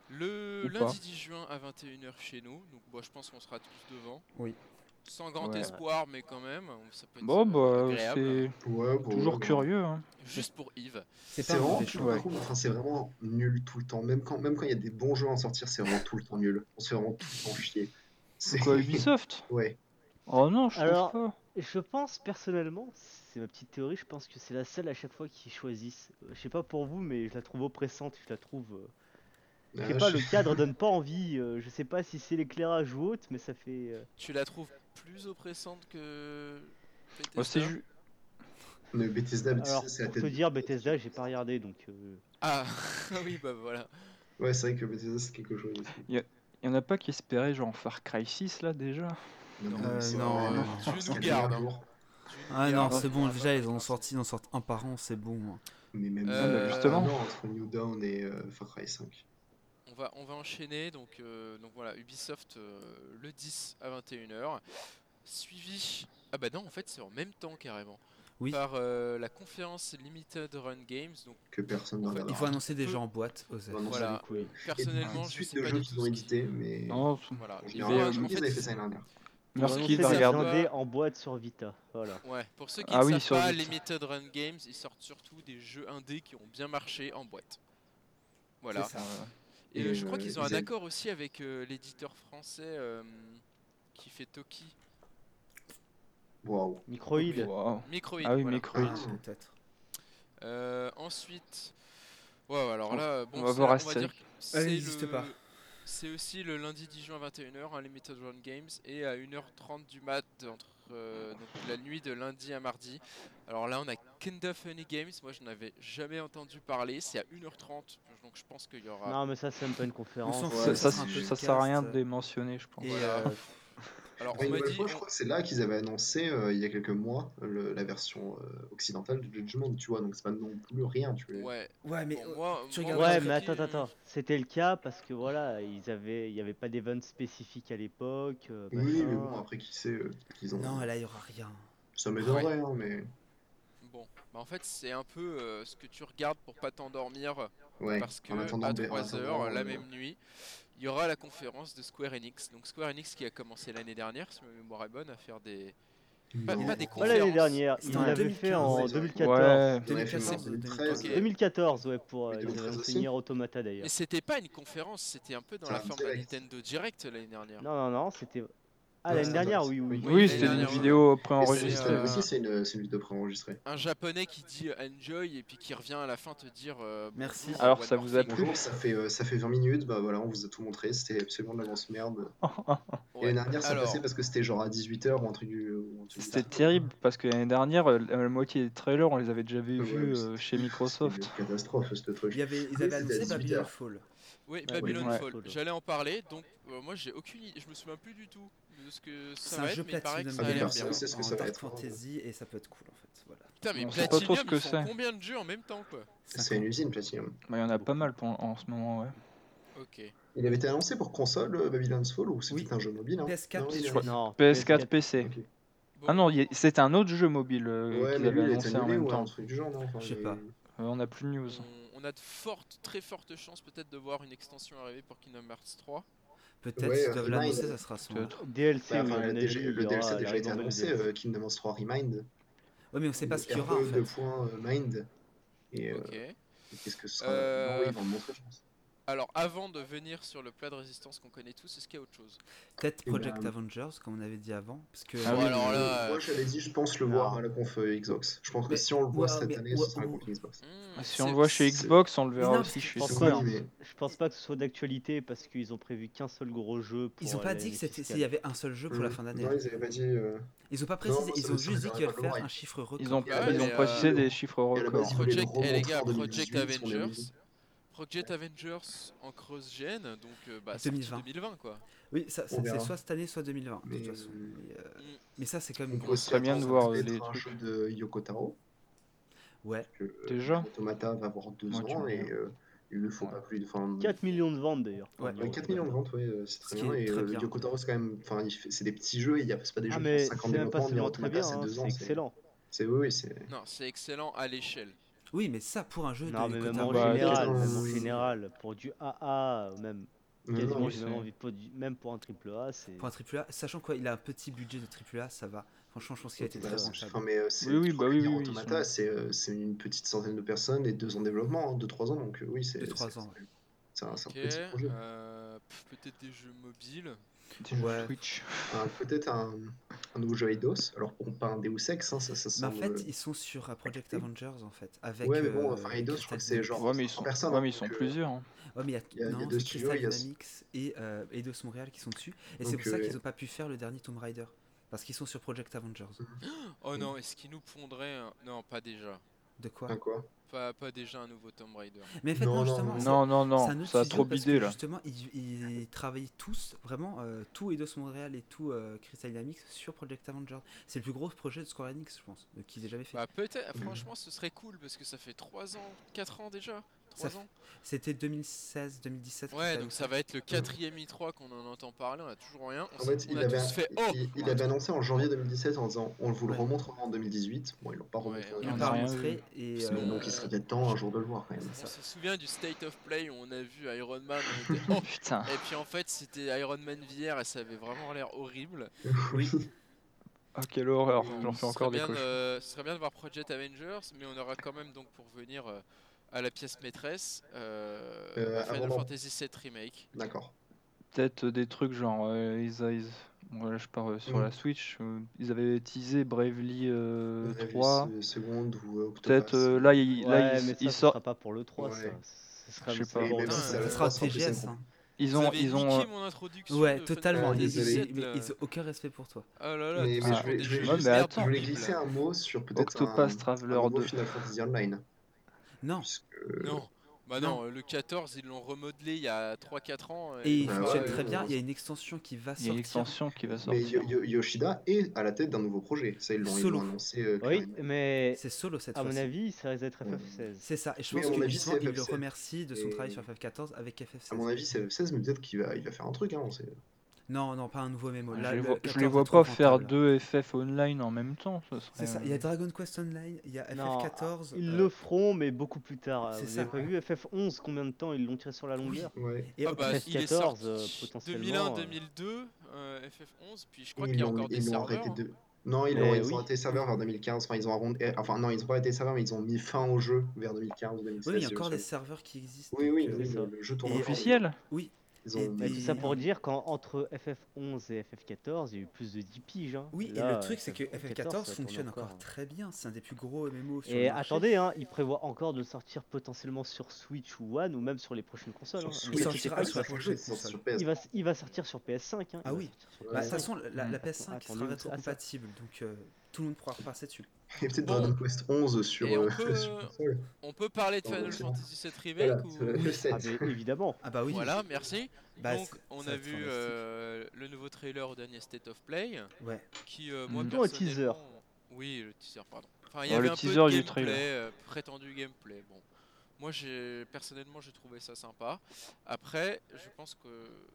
Speaker 1: le
Speaker 4: Ou pas.
Speaker 1: lundi 10 juin à 21h chez nous. Donc bah, je pense qu'on sera tous devant.
Speaker 5: Oui.
Speaker 1: Sans grand
Speaker 4: Ouais.
Speaker 1: espoir, mais quand même, ça peut être
Speaker 4: Bon,
Speaker 1: euh,
Speaker 4: bah,
Speaker 1: agréable. Oh.
Speaker 4: c'est
Speaker 3: Ouais, bon,
Speaker 4: toujours
Speaker 5: Oh.
Speaker 3: ouais,
Speaker 4: curieux. hein.
Speaker 1: Juste pour Yves.
Speaker 5: C'est
Speaker 3: C'est
Speaker 5: pas un
Speaker 3: vraiment
Speaker 5: mauvais
Speaker 3: toujours
Speaker 5: choix.
Speaker 3: un coup, enfin, c'est vraiment nul tout le temps. Même quand, même quand il y a des bons jeux à en sortir, c'est vraiment tout le temps nul. On se fait vraiment tout le temps chier. C'est
Speaker 4: Quoi, Ubisoft
Speaker 3: Ouais.
Speaker 4: Oh non, je
Speaker 2: Alors-
Speaker 4: trouve pas.
Speaker 2: Et Je pense personnellement, c'est ma petite théorie, je pense que c'est la seule à chaque fois qu'ils choisissent. Euh, Je sais pas pour vous, mais je la trouve oppressante, je la trouve. euh, Je sais
Speaker 3: Ah,
Speaker 2: pas, le cadre donne pas envie. euh, Je sais pas si c'est l'éclairage ou autre, mais ça fait. euh,
Speaker 1: Tu la trouves plus oppressante que.
Speaker 4: Bah, c'est
Speaker 1: Bethesda
Speaker 4: ju-
Speaker 3: Ah, Mais Bethesda, Bethesda,
Speaker 2: Alors,
Speaker 3: c'est la
Speaker 2: pour
Speaker 3: tête.
Speaker 2: te
Speaker 3: de-
Speaker 2: dire, Bethesda, j'ai pas regardé, donc. euh,
Speaker 1: Ah oui, bah voilà.
Speaker 3: Ouais, c'est vrai que Bethesda, c'est quelque chose aussi.
Speaker 4: y en a pas qui espéraient genre Far Cry 6 là déjà.
Speaker 3: Non,
Speaker 5: Euh,
Speaker 3: c'est-
Speaker 5: non,
Speaker 3: euh,
Speaker 5: non.
Speaker 1: Dieu
Speaker 3: c'est
Speaker 1: nous
Speaker 3: le meilleur
Speaker 1: garde, hein.
Speaker 3: jour.
Speaker 5: Ah non, c'est bon,
Speaker 1: Ah,
Speaker 5: déjà,
Speaker 1: bah,
Speaker 5: ils en ont
Speaker 1: bah,
Speaker 5: sorti, ils en sortent un par an, c'est bon.
Speaker 3: Mais même
Speaker 1: Euh,
Speaker 3: Ah,
Speaker 4: justement.
Speaker 3: non, entre New Dawn et euh, Far Cry 5.
Speaker 1: On va, on va enchaîner, donc, euh, donc voilà, Ubisoft euh, le 10 à 21h, suivi, ah bah non, en fait c'est en même temps carrément,
Speaker 5: Oui.
Speaker 1: par euh, la conférence Limited Run Games, donc
Speaker 3: Que personne ne
Speaker 1: En fait,
Speaker 5: Il
Speaker 3: regardera.
Speaker 5: faut annoncer des
Speaker 1: peu-
Speaker 5: jeux en boîte, aux elfes.
Speaker 3: Vraiment,
Speaker 1: Voilà.
Speaker 3: ça
Speaker 2: du coup, euh, oui.
Speaker 3: Et puis,
Speaker 1: personnellement
Speaker 3: une
Speaker 1: je
Speaker 3: suite
Speaker 1: sais
Speaker 3: de
Speaker 1: pas
Speaker 3: jeux
Speaker 1: du
Speaker 3: qu'ils
Speaker 1: tout
Speaker 3: ont
Speaker 1: ce qu'ils-
Speaker 3: édité, mais.
Speaker 4: Non, c'est-
Speaker 1: Voilà,
Speaker 3: En
Speaker 1: ils
Speaker 3: général,
Speaker 1: vont-
Speaker 4: euh,
Speaker 1: en
Speaker 3: ils avaient
Speaker 1: fait,
Speaker 3: fait ça l'année dernière.
Speaker 4: Merci
Speaker 2: ils ont
Speaker 4: qui
Speaker 2: fait
Speaker 4: va
Speaker 2: ça
Speaker 4: regarder.
Speaker 2: blindé en boîte sur Vita, voilà.
Speaker 1: ouais, pour ceux qui
Speaker 4: Ah
Speaker 1: ne
Speaker 4: oui,
Speaker 1: savent
Speaker 4: sur
Speaker 1: pas,
Speaker 4: Vita.
Speaker 1: Limited Run Games, ils sortent surtout des jeux indés qui ont bien marché en boîte. Voilà.
Speaker 5: C'est ça.
Speaker 1: Et
Speaker 3: Et,
Speaker 1: euh, je crois
Speaker 3: euh,
Speaker 1: qu'ils ont un
Speaker 3: ils aiment-
Speaker 1: accord aussi avec euh, l'éditeur français euh, qui fait Toki.
Speaker 3: Waouh.
Speaker 2: Microïd,
Speaker 4: Waouh.
Speaker 1: Microïd.
Speaker 4: Ah oui,
Speaker 1: voilà.
Speaker 4: Microïd.
Speaker 5: Ah, peut-être.
Speaker 1: Euh, ensuite, ouais, ouais, alors
Speaker 4: On-
Speaker 1: là, euh, bon,
Speaker 4: va
Speaker 1: c'est- on
Speaker 4: voir
Speaker 1: va
Speaker 4: Astérix.
Speaker 1: dire que
Speaker 5: Allez,
Speaker 1: c'est
Speaker 5: n'hésitez
Speaker 1: le-
Speaker 5: pas.
Speaker 1: C'est aussi le lundi 10 juin à 21h, à hein, Limited Run Games, et à 1h30 du mat, entre euh, donc la nuit de lundi à mardi. Alors là, on a Kinda Funny Games, moi je n'avais jamais entendu parler, c'est à 1h30, donc je pense qu'il y aura.
Speaker 2: non mais ça c'est même pas une conférence.
Speaker 5: s'en
Speaker 3: Ouais,
Speaker 4: Ça, ça,
Speaker 5: ça sera un
Speaker 4: ça
Speaker 5: podcast,
Speaker 4: sert à rien
Speaker 5: euh,
Speaker 4: de les mentionner, je pense.
Speaker 5: Et
Speaker 1: Voilà.
Speaker 5: euh,
Speaker 1: Alors
Speaker 3: Ouais,
Speaker 1: on
Speaker 3: une
Speaker 1: m'a
Speaker 3: nouvelle
Speaker 1: dit.
Speaker 3: fois, je crois que c'est là qu'ils avaient annoncé euh, il y a quelques mois le- la version euh, occidentale de Judgment, tu vois, donc c'est pas non plus rien, tu vois.
Speaker 1: Ouais,
Speaker 5: ouais, mais
Speaker 1: bon,
Speaker 5: euh,
Speaker 1: moi,
Speaker 5: tu
Speaker 1: moi,
Speaker 5: regardes-
Speaker 1: moi,
Speaker 2: Ouais
Speaker 1: je
Speaker 2: mais
Speaker 1: dis-
Speaker 2: attends attends, c'était le cas parce que voilà ils avaient, il y avait pas d'event spécifique à l'époque. euh,
Speaker 3: Oui,
Speaker 2: machin.
Speaker 3: mais
Speaker 4: Ah.
Speaker 3: bon, après, qui sait, euh, qu'ils ont.
Speaker 5: non, là, il n'y aura rien.
Speaker 3: Ça m'étonnerait, hein, mais.
Speaker 1: Bon, bah en fait, c'est un peu euh, ce que tu regardes pour pas t'endormir.
Speaker 3: Ouais,
Speaker 1: parce que
Speaker 3: en attendant,
Speaker 1: à
Speaker 3: ben, en
Speaker 1: 3h
Speaker 3: attendant,
Speaker 1: la
Speaker 3: euh,
Speaker 1: même nuit il y aura la conférence de Square Enix donc Square Enix qui a commencé l'année dernière si ma mémoire est bonne à faire des pas,
Speaker 3: non.
Speaker 1: pas des
Speaker 2: Pas
Speaker 1: conférences
Speaker 2: l'année dernière,
Speaker 5: C'était
Speaker 2: ils
Speaker 5: en
Speaker 2: l'avaient
Speaker 5: 2015,
Speaker 2: fait en
Speaker 3: ouais, ils ont-
Speaker 2: 2014.
Speaker 4: Ouais.
Speaker 3: Ils avaient fait
Speaker 5: 2014,
Speaker 3: en 2013.
Speaker 1: 2013.
Speaker 2: 2014 ouais pour
Speaker 3: Mais
Speaker 2: euh,
Speaker 3: 2013 aussi.
Speaker 2: Nier Automata d'ailleurs.
Speaker 1: mais c'était pas une conférence c'était un peu dans
Speaker 3: C'est
Speaker 1: la
Speaker 3: un
Speaker 1: forme d'un
Speaker 3: direct.
Speaker 1: Nintendo Direct l'année dernière
Speaker 2: Non non non c'était
Speaker 3: Ouais,
Speaker 2: ah l'année
Speaker 3: c'est
Speaker 2: dernière
Speaker 3: ça.
Speaker 2: oui oui.
Speaker 1: l'année
Speaker 4: Oui, c'était une
Speaker 1: dernière, ouais.
Speaker 4: vidéo
Speaker 3: Et c'est-
Speaker 4: préenregistrée.
Speaker 3: c'est-
Speaker 1: euh,
Speaker 3: aussi, c'est une, c'est une vidéo préenregistrée.
Speaker 1: un japonais qui dit euh, enjoy et puis qui revient à la fin te dire euh,
Speaker 5: Merci.
Speaker 1: bonjour,
Speaker 4: Alors,
Speaker 1: one
Speaker 4: ça
Speaker 1: more
Speaker 4: vous a
Speaker 1: thing.
Speaker 4: plu
Speaker 3: Bonjour, ça fait, euh, ça fait 20 minutes, bah voilà, on vous a tout montré, c'était absolument de l'avance merde.
Speaker 1: euh,
Speaker 3: Et
Speaker 1: Ouais.
Speaker 3: l'année dernière, ça
Speaker 1: Alors,
Speaker 3: passait parce que c'était genre à 18h ou un truc du. ou un truc du
Speaker 4: C'était
Speaker 3: genre.
Speaker 4: terrible parce que l'année dernière, euh, la moitié des trailers, on les avait déjà vus
Speaker 3: Ah Ouais, mais
Speaker 4: euh,
Speaker 3: c'était-
Speaker 4: chez
Speaker 3: C'était
Speaker 4: Microsoft.
Speaker 3: une catastrophe, ce truc.
Speaker 5: Il y avait, ils
Speaker 3: Oui,
Speaker 5: avaient
Speaker 3: c'était à
Speaker 5: annoncé
Speaker 3: 18
Speaker 5: Babylon
Speaker 3: heures.
Speaker 5: Fall.
Speaker 1: oui,
Speaker 2: Ah,
Speaker 1: Babylon
Speaker 4: ouais.
Speaker 1: Fall.
Speaker 2: Ouais.
Speaker 1: J'allais en parler, donc euh, moi j'ai aucune, i- je me souviens plus du tout de ce que
Speaker 5: C'est
Speaker 1: ça
Speaker 5: un
Speaker 1: va
Speaker 5: jeu
Speaker 1: être, mais il paraît que
Speaker 5: Platinum
Speaker 1: ça a l'air
Speaker 3: Personne
Speaker 1: bien.
Speaker 3: sait ce que
Speaker 5: en
Speaker 3: ça va
Speaker 5: Dark
Speaker 3: être, hein.
Speaker 5: Fantasy et ça peut être cool en fait. Voilà.
Speaker 1: Putain, mais
Speaker 4: On sait pas trop
Speaker 1: Platinum,
Speaker 4: ce que
Speaker 1: ils font
Speaker 4: c'est.
Speaker 1: combien de jeux en même temps, quoi
Speaker 3: C'est une usine Platinum.
Speaker 4: Bah, Il y en a pas mal pour- en ce moment, ouais.
Speaker 1: Ok.
Speaker 3: Il avait été annoncé pour console euh, Babylon's Fall ou c'était
Speaker 5: Oui.
Speaker 3: un jeu mobile hein
Speaker 5: PS4,
Speaker 3: Non, il
Speaker 5: je
Speaker 3: est-
Speaker 5: crois.
Speaker 2: Non,
Speaker 4: PS4, PC.
Speaker 3: Ok.
Speaker 1: Bon.
Speaker 4: Ah non, il y a- c'était un autre jeu mobile euh,
Speaker 3: Ouais,
Speaker 4: qu'ils
Speaker 3: mais lui,
Speaker 4: avaient
Speaker 3: il a été
Speaker 4: annoncé en
Speaker 3: annulé
Speaker 4: même
Speaker 3: ou un
Speaker 4: temps.
Speaker 3: truc du genre, non Enfin, bah,
Speaker 5: Je sais
Speaker 3: il-
Speaker 5: pas.
Speaker 4: Euh, on n'a plus de news.
Speaker 1: On, on a de fortes, très fortes chances peut-être de voir une extension arriver pour Kingdom Hearts 3.
Speaker 5: Peut-être
Speaker 3: Ouais,
Speaker 5: s'ils doivent
Speaker 3: euh,
Speaker 5: l'annoncer,
Speaker 3: Nine.
Speaker 5: ça sera son.
Speaker 4: Peut-être.
Speaker 2: DLC,
Speaker 3: Bah,
Speaker 2: oui,
Speaker 3: enfin,
Speaker 2: à
Speaker 3: le
Speaker 2: mon
Speaker 3: DG
Speaker 2: avis, il
Speaker 3: le
Speaker 2: y
Speaker 3: DLC
Speaker 2: aura
Speaker 3: a déjà été
Speaker 2: l'arrivée en
Speaker 3: annoncé,
Speaker 2: DLC.
Speaker 3: euh, Kingdom Hearts 3 Remind.
Speaker 5: Ouais, mais on sait pas ce qu'il y aura en
Speaker 3: R2, deux
Speaker 5: fait.
Speaker 3: points, euh, Mind. Et euh,
Speaker 1: Ok.
Speaker 3: qu'est-ce que ce sera
Speaker 1: Euh,
Speaker 3: Non, oui, ils vont le montrer, je pense.
Speaker 1: Alors, avant de venir sur le plat de résistance qu'on connaît tous, est-ce qu'il y a autre chose
Speaker 5: Peut-être
Speaker 3: Eh
Speaker 5: Project
Speaker 3: ben-
Speaker 5: Avengers, comme on avait dit avant. Parce que.
Speaker 4: Ah
Speaker 1: Bon,
Speaker 4: oui,
Speaker 1: alors
Speaker 4: mais-
Speaker 1: là.
Speaker 3: Moi,
Speaker 1: euh,
Speaker 3: j'avais dit, je pense le voir à la conf euh, Xbox. Je pense que si on le voit
Speaker 5: ouais,
Speaker 3: cette
Speaker 5: mais-
Speaker 3: année, ce
Speaker 5: ouais,
Speaker 3: sera la
Speaker 5: ou-
Speaker 3: conf Xbox.
Speaker 1: hmm,
Speaker 4: Ah, Si on
Speaker 1: c'est-
Speaker 4: le voit chez
Speaker 1: c'est-
Speaker 4: Xbox, on le verra
Speaker 5: Non,
Speaker 4: aussi
Speaker 5: parce que-
Speaker 4: chez.
Speaker 2: pense
Speaker 3: C'est
Speaker 2: pas,
Speaker 3: Sony,
Speaker 2: hein.
Speaker 3: mais-
Speaker 2: Je pense pas que ce soit d'actualité parce qu'ils ont prévu qu'un seul gros jeu pour.
Speaker 5: Ils ont
Speaker 2: euh,
Speaker 5: pas
Speaker 2: l'année
Speaker 5: dit que c'était-
Speaker 2: fiscale.
Speaker 5: s'il y avait un seul jeu pour la
Speaker 3: Mm.
Speaker 5: fin d'année.
Speaker 3: Non, ils avaient pas dit. euh,
Speaker 5: Ils ont pas précisé,
Speaker 3: moi, ça
Speaker 5: ils
Speaker 3: me
Speaker 5: ont juste dit
Speaker 3: suffirait pas
Speaker 5: qu'ils allaient
Speaker 3: de
Speaker 5: faire
Speaker 3: l'oreille.
Speaker 5: un chiffre record.
Speaker 4: Ils ont,
Speaker 1: Ah ouais,
Speaker 4: ils ont
Speaker 1: mais, euh,
Speaker 4: précisé des chiffres
Speaker 3: la base,
Speaker 4: records.
Speaker 3: ils voulaient le
Speaker 1: Project, eh, les gars,
Speaker 3: remonter en
Speaker 1: Project
Speaker 3: 2018 sur les
Speaker 1: Avengers.
Speaker 3: musiques.
Speaker 1: Project Avengers en cross-gen, donc euh, bah,
Speaker 5: 2020.
Speaker 1: 2020. 2020 quoi.
Speaker 5: Oui, ça, ça-
Speaker 3: On
Speaker 5: c'est
Speaker 3: verra.
Speaker 5: soit cette année, soit 2020. de
Speaker 3: Mais,
Speaker 5: toute façon.
Speaker 3: euh,
Speaker 5: Mais, euh,
Speaker 1: Mm.
Speaker 5: mais ça, c'est quand même
Speaker 3: On
Speaker 5: gros.
Speaker 3: peut aussi
Speaker 4: serait bien de
Speaker 3: attendre
Speaker 4: voir, euh,
Speaker 3: peut-être
Speaker 4: les
Speaker 3: un
Speaker 4: trucs.
Speaker 3: jeu de Yoko Taro.
Speaker 5: Ouais.
Speaker 3: que, euh,
Speaker 4: Déjà
Speaker 3: Automata va avoir 2
Speaker 4: Moi, tu
Speaker 3: ans
Speaker 4: me
Speaker 3: et
Speaker 4: dis.
Speaker 3: euh, il ne faut
Speaker 4: Ouais.
Speaker 3: pas plus de. enfin,
Speaker 2: 4 millions de ventes d'ailleurs.
Speaker 5: Ouais,
Speaker 2: Enfin,
Speaker 3: ouais, 4 millions de ventes, ouais, euh, c'est
Speaker 5: Ce
Speaker 3: très
Speaker 5: qui
Speaker 3: bien.
Speaker 5: est
Speaker 3: Et
Speaker 5: très
Speaker 3: euh,
Speaker 5: bien.
Speaker 3: Yoko Taro, c'est quand même. Enfin, il fait- c'est des petits jeux, il y a- c'est pas des jeux
Speaker 2: Ah,
Speaker 3: qui ont
Speaker 2: mais c'est même
Speaker 3: 50
Speaker 2: pas
Speaker 3: développements, mais
Speaker 2: seulement très
Speaker 3: Automata,
Speaker 2: bien,
Speaker 3: c'est
Speaker 2: hein,
Speaker 3: 2 ans.
Speaker 2: c'est excellent.
Speaker 3: C'est oui, oui, c'est.
Speaker 1: Non, c'est excellent à l'échelle.
Speaker 5: Oui, mais ça, pour un jeu
Speaker 2: Non,
Speaker 5: de
Speaker 2: mais
Speaker 5: euh, Yokota
Speaker 2: même en
Speaker 4: Bah,
Speaker 5: Watanabe,
Speaker 2: général,
Speaker 3: quasiment,
Speaker 2: même en
Speaker 3: oui.
Speaker 2: général, pour du AA, même
Speaker 3: Non,
Speaker 2: quasiment,
Speaker 3: non,
Speaker 4: oui,
Speaker 2: j'ai
Speaker 4: c'est-
Speaker 2: même envie de pour du- même pour un triple A, c'est.
Speaker 5: Pour un AAA, sachant quoi, il a un petit budget de AAA, ça va. Franchement, je pense qu'il a été
Speaker 3: Automata,
Speaker 5: très
Speaker 3: c'est- enfin,
Speaker 5: rentable.
Speaker 3: mais, euh, c'est-
Speaker 4: Oui, oui,
Speaker 3: je crois
Speaker 4: bah
Speaker 3: que
Speaker 4: oui,
Speaker 3: dire
Speaker 4: oui, oui,
Speaker 3: Automata, c'est euh, c'est une petite centaine de personnes et 2 ans de développement, 2-3 ans, donc euh, oui, c'est.
Speaker 5: Deux, trois
Speaker 3: c'est-
Speaker 5: ans, ouais.
Speaker 3: C'est un c'est un
Speaker 1: Ok.
Speaker 3: petit projet.
Speaker 1: euh, pff, Peut-être des jeux mobiles.
Speaker 4: des jeux
Speaker 5: Ouais.
Speaker 4: Switch.
Speaker 1: euh,
Speaker 3: Un- Peut-être un, un nouveau jeu Eidos, alors bon, pas un Deus Ex, hein, ça, ça
Speaker 5: Mais en
Speaker 3: semble.
Speaker 5: fait, ils sont sur euh, Project Avengers en fait. Avec,
Speaker 3: ouais, mais bon,
Speaker 5: euh,
Speaker 3: enfin, Eidos, je crois
Speaker 5: Crystal
Speaker 3: que c'est
Speaker 5: Dynamics.
Speaker 3: genre.
Speaker 4: Ouais, mais ils
Speaker 3: cent
Speaker 4: sont,
Speaker 3: personnes,
Speaker 4: ouais,
Speaker 3: hein,
Speaker 4: mais ils sont
Speaker 3: donc, euh,
Speaker 4: plusieurs. hein.
Speaker 5: Ouais, mais il y a,
Speaker 3: il y a- il y a
Speaker 5: non,
Speaker 3: deux
Speaker 5: c'est
Speaker 3: studios,
Speaker 5: Crystal
Speaker 3: il y a-
Speaker 5: Dynamics et euh, Eidos Montréal qui sont dessus. Et c'est
Speaker 3: Donc,
Speaker 5: pour ça
Speaker 3: euh,
Speaker 5: qu'ils ont pas pu faire le dernier Tomb Raider. Parce qu'ils sont sur Project Avengers.
Speaker 1: Oh
Speaker 3: Oui.
Speaker 1: non, est-ce qu'ils nous pondrait un... Non, pas déjà.
Speaker 5: De quoi
Speaker 3: Enfin, quoi
Speaker 1: Pas, pas déjà un nouveau Tomb Raider.
Speaker 5: Mais en fait, non,
Speaker 3: Non, non,
Speaker 5: justement.
Speaker 3: non.
Speaker 5: c'est-
Speaker 4: Non, non,
Speaker 5: c'est un
Speaker 4: non,
Speaker 5: autre
Speaker 4: ça a
Speaker 5: studio
Speaker 4: trop
Speaker 5: parce que
Speaker 4: bidé là.
Speaker 5: Justement, ils, ils travaillent tous, vraiment, euh, tout Eidos Montréal et tout euh, Crystal Dynamics sur Project Avengers. C'est le plus gros projet de Square Enix, je pense, euh, qu'ils aient jamais fait.
Speaker 1: Bah peut-être,
Speaker 3: Mm.
Speaker 1: franchement ce serait cool parce que ça fait 3 ans, 4 ans déjà 3
Speaker 5: Ça fait-
Speaker 1: ans
Speaker 5: C'était 2016-2017.
Speaker 1: Ouais, donc ça va être le quatrième i3 qu'on en entend parler, on a toujours rien. On,
Speaker 3: En
Speaker 1: s-
Speaker 3: fait,
Speaker 1: on
Speaker 3: il
Speaker 1: a
Speaker 3: avait,
Speaker 1: tous fait Oh
Speaker 3: il, il
Speaker 1: on a
Speaker 3: avait
Speaker 1: tous-
Speaker 3: annoncé en janvier 2017 en disant on vous le
Speaker 5: Ouais.
Speaker 3: remontrera en 2018. Bon, ils l'ont pas
Speaker 1: Ouais,
Speaker 3: remontré. en
Speaker 4: il
Speaker 5: Ils l'ont
Speaker 3: 2018,
Speaker 5: pas
Speaker 4: rien
Speaker 5: montré
Speaker 4: vu.
Speaker 5: et.
Speaker 1: Parce
Speaker 5: euh,
Speaker 1: qu'on
Speaker 3: mais Donc, il serait peut-être temps un jour de le voir quand même.
Speaker 1: On
Speaker 5: ça.
Speaker 1: se souvient du State of Play où on a vu Iron Man, on était, Oh
Speaker 4: Putain.
Speaker 1: Et puis en fait, c'était Iron Man VR et ça avait vraiment l'air horrible.
Speaker 5: Oui,
Speaker 4: Ah, quelle horreur.
Speaker 1: Donc, ce
Speaker 4: J'en fais
Speaker 1: serait
Speaker 4: encore des
Speaker 1: bien
Speaker 4: coches.
Speaker 1: de- euh, Ce serait bien de voir Project Avengers, mais on aura quand même donc pour venir euh, à la pièce maîtresse euh,
Speaker 3: Euh,
Speaker 1: Final
Speaker 3: avant d'en-
Speaker 1: Fantasy VII Remake.
Speaker 3: D'accord.
Speaker 4: Peut-être des trucs genre euh, Eyes Eyes. Bon, là, je pars euh, sur
Speaker 3: Mm.
Speaker 4: la Switch. euh, ils avaient teasé Bravely euh,
Speaker 3: On a vu
Speaker 4: 3.
Speaker 3: ce- Seconde ou euh, Octopus.
Speaker 4: Peut-être euh, là, il, là,
Speaker 2: Ouais,
Speaker 4: ils-
Speaker 2: mais ça,
Speaker 4: ils
Speaker 2: ce
Speaker 4: sortent.
Speaker 2: sera pas pour le 3, ça.
Speaker 3: Ouais.
Speaker 2: Ce sera
Speaker 4: Je sais
Speaker 2: ça
Speaker 4: pas.
Speaker 2: va
Speaker 3: Et même
Speaker 2: en-
Speaker 3: si ça
Speaker 5: ce
Speaker 3: le
Speaker 5: sera
Speaker 3: sera en plus,
Speaker 5: TGS.
Speaker 3: c'est
Speaker 5: hein.
Speaker 4: Ils
Speaker 1: Vous
Speaker 4: ont,
Speaker 1: avez
Speaker 4: ils ont.
Speaker 1: niqué
Speaker 4: euh,
Speaker 1: mon introduction
Speaker 5: Ouais,
Speaker 1: de
Speaker 5: totalement.
Speaker 1: Final
Speaker 5: ils-
Speaker 1: Fantasy
Speaker 3: Euh, désolé.
Speaker 5: ils,
Speaker 1: VII,
Speaker 5: mais
Speaker 1: là.
Speaker 5: ils ont aucun respect pour toi.
Speaker 1: Oh là là,
Speaker 3: Mais, mais
Speaker 1: ils
Speaker 4: Ah.
Speaker 1: font
Speaker 3: je vais,
Speaker 1: des
Speaker 3: je vais
Speaker 1: jeux
Speaker 4: Ouais,
Speaker 3: juste-
Speaker 4: mais
Speaker 1: hyper
Speaker 4: attends.
Speaker 3: je voulais
Speaker 1: horribles.
Speaker 3: glisser un mot sur peut-être
Speaker 4: Octopath
Speaker 3: un,
Speaker 4: Traveler
Speaker 3: un nouveau
Speaker 4: 2.
Speaker 3: Final Fantasy Online.
Speaker 5: Non.
Speaker 3: puisque-
Speaker 1: Non, bah non, le 14, ils l'ont remodelé il y a 3-4 ans. euh,
Speaker 5: Et il
Speaker 3: bah ouais,
Speaker 5: fonctionne
Speaker 3: ouais,
Speaker 5: très
Speaker 3: ouais,
Speaker 5: bien.
Speaker 3: ouais.
Speaker 5: Il y a une extension qui va
Speaker 4: Il y a une
Speaker 5: sortir.
Speaker 4: extension qui va
Speaker 3: Mais
Speaker 4: sortir.
Speaker 3: Yo- Yo- Yoshida est à la tête d'un nouveau projet. Ça, ils l'ont ils
Speaker 5: Solo.
Speaker 3: l'ont annoncé. euh,
Speaker 2: Oui,
Speaker 3: clairement.
Speaker 2: mais
Speaker 5: C'est solo cette
Speaker 2: à mon
Speaker 5: fois-ci.
Speaker 2: avis, ça risque d'être
Speaker 3: Ouais.
Speaker 2: FF16.
Speaker 5: C'est ça. Et je
Speaker 3: Oui,
Speaker 5: pense
Speaker 3: à mon
Speaker 5: que
Speaker 3: avis,
Speaker 5: justement,
Speaker 3: c'est
Speaker 5: il le
Speaker 3: FF16.
Speaker 5: remercie de son
Speaker 3: Et-
Speaker 5: travail sur FF14 avec
Speaker 3: À mon
Speaker 5: FF16.
Speaker 3: avis, c'est F16, mais peut-être qu'il va, il va faire un truc. Hein, on sait.
Speaker 5: Non, non, pas un nouveau mémo. Là,
Speaker 4: je, les
Speaker 5: le
Speaker 4: vois, je les
Speaker 5: 14
Speaker 4: vois
Speaker 5: est
Speaker 4: pas
Speaker 5: trop
Speaker 4: faire
Speaker 5: rentable.
Speaker 4: deux FF online en même temps. ça serait,
Speaker 5: C'est ça. Il y a Dragon Quest Online, il y a
Speaker 2: Non,
Speaker 5: FF14.
Speaker 2: Ils
Speaker 5: euh,
Speaker 2: le feront, mais beaucoup plus tard.
Speaker 5: c'est
Speaker 2: Vous avez
Speaker 5: ça.
Speaker 2: pas vu FF11 combien de temps ils l'ont tiré sur la longueur
Speaker 3: Ouais.
Speaker 5: et
Speaker 1: Ah bah,
Speaker 5: Octopath-
Speaker 1: il est
Speaker 2: 14,
Speaker 1: sorti
Speaker 2: euh, potentiellement,
Speaker 1: 2001,
Speaker 2: euh.
Speaker 1: 2002, euh, FF11, puis je crois
Speaker 3: Ils
Speaker 1: qu'il y a
Speaker 3: l'ont-
Speaker 1: encore des
Speaker 3: ils l'ont
Speaker 1: serveurs. hein.
Speaker 3: arrêté de- Non, ils,
Speaker 2: Mais
Speaker 3: ont, ils ont
Speaker 2: oui.
Speaker 3: arrêté serveur vers 2015. Enfin, ils ont arrondi- eh, enfin, non, ils ont pas arrêté serveur, mais ils ont mis fin au jeu vers 2015 ou 2016.
Speaker 5: Oui, il y a
Speaker 3: je
Speaker 5: encore
Speaker 3: me
Speaker 5: des
Speaker 3: souviens.
Speaker 5: serveurs qui existent.
Speaker 3: Oui, oui,
Speaker 5: donc,
Speaker 3: oui,
Speaker 5: euh,
Speaker 2: c'est
Speaker 3: le,
Speaker 2: ça.
Speaker 3: le jeu tourne
Speaker 5: Et
Speaker 3: encore.
Speaker 4: officiel
Speaker 5: Oui,
Speaker 3: Ils ont-
Speaker 5: Et-
Speaker 2: Bah, tout
Speaker 5: Et-
Speaker 2: ça pour dire qu'entre FF11 et FF14, il y a eu plus de 10 piges. hein.
Speaker 5: oui, et
Speaker 2: Là,
Speaker 5: le truc, c'est que
Speaker 2: ça
Speaker 5: FF14
Speaker 2: tourne
Speaker 5: fonctionne encore
Speaker 2: hein.
Speaker 5: très bien. C'est un des plus gros MMO sur
Speaker 2: Et
Speaker 5: le marché.
Speaker 2: attendez, hein, ils prévoient encore de le sortir potentiellement sur Switch ou One ou même sur les prochaines consoles. hein.
Speaker 3: Sur
Speaker 2: Mais
Speaker 5: Il
Speaker 3: Switch,
Speaker 2: c'est
Speaker 5: sortira
Speaker 2: pas-
Speaker 3: c'est
Speaker 5: sur la
Speaker 3: pas
Speaker 5: prochaine
Speaker 3: sûr, c'est
Speaker 5: console.
Speaker 3: sur PS.
Speaker 2: il va, il va sortir sur PS5. hein, il
Speaker 5: Ah
Speaker 2: va
Speaker 5: oui.
Speaker 2: sortir sur
Speaker 5: Bah, de toute
Speaker 2: PS5.
Speaker 5: façon, la, la
Speaker 4: Mm.
Speaker 5: PS5
Speaker 2: Attendez,
Speaker 5: sera
Speaker 2: attendez,
Speaker 5: rétrocompatible, donc euh, tout le monde pourra repasser dessus.
Speaker 3: Et peut-être
Speaker 1: Bon.
Speaker 3: Dragon Quest 11 sur.
Speaker 1: Et on
Speaker 3: euh,
Speaker 1: peut-
Speaker 3: sur console.
Speaker 1: On peut parler de
Speaker 3: Non,
Speaker 1: Final
Speaker 3: mais c'est-
Speaker 1: Fantasy VII
Speaker 3: Voilà,
Speaker 1: Remake
Speaker 3: c'est
Speaker 1: ou...
Speaker 3: le
Speaker 2: Ah,
Speaker 3: 7.
Speaker 2: mais évidemment.
Speaker 5: Ah bah oui.
Speaker 1: Voilà, merci.
Speaker 5: Bah,
Speaker 1: Donc
Speaker 5: c'est-
Speaker 1: on a
Speaker 5: ça va être
Speaker 1: vu
Speaker 5: fantastique.
Speaker 1: euh, le nouveau trailer au dernier State of Play,
Speaker 5: Ouais.
Speaker 1: qui euh, moi
Speaker 4: Mm.
Speaker 2: Non, le
Speaker 1: personnellement- Oui, le teaser, pardon. Enfin, il y
Speaker 4: Ouais,
Speaker 1: avait
Speaker 4: le
Speaker 1: un peu de
Speaker 4: teaser du
Speaker 1: gameplay,
Speaker 4: trailer.
Speaker 1: euh, prétendu gameplay. Bon, moi j'ai personnellement j'ai trouvé ça sympa. Après, je pense que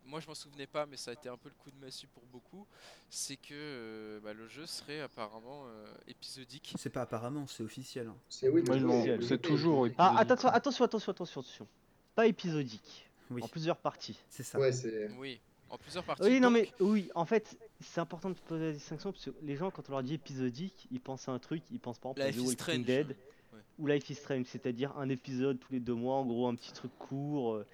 Speaker 1: moi je m'en souvenais pas, mais ça a été un peu le coup de massue pour beaucoup. C'est que euh, bah, le jeu serait apparemment euh, épisodique.
Speaker 5: C'est pas apparemment, c'est officiel. hein.
Speaker 3: C'est oui,
Speaker 4: Moi,
Speaker 3: le
Speaker 4: ils
Speaker 3: jeu
Speaker 4: l'ont-
Speaker 3: est-
Speaker 4: c'est toujours
Speaker 2: Ah,
Speaker 4: épisodique.
Speaker 2: attention, attention, attention, attention, attention. Pas épisodique.
Speaker 5: Oui,
Speaker 2: En plusieurs parties.
Speaker 5: c'est ça.
Speaker 3: Ouais, c'est.
Speaker 1: Oui, en plusieurs parties.
Speaker 2: Oui, non,
Speaker 1: donc-
Speaker 2: mais oui, en fait, c'est important de poser la distinction parce que les gens, quand on leur dit épisodique, ils pensent à un truc, ils pensent par exemple à
Speaker 1: Life
Speaker 2: The
Speaker 1: is
Speaker 2: Walking
Speaker 1: Strange.
Speaker 2: Dead
Speaker 1: Ouais.
Speaker 2: ou Life is Strange, c'est-à-dire un épisode tous les deux mois, en gros, un petit truc court. euh.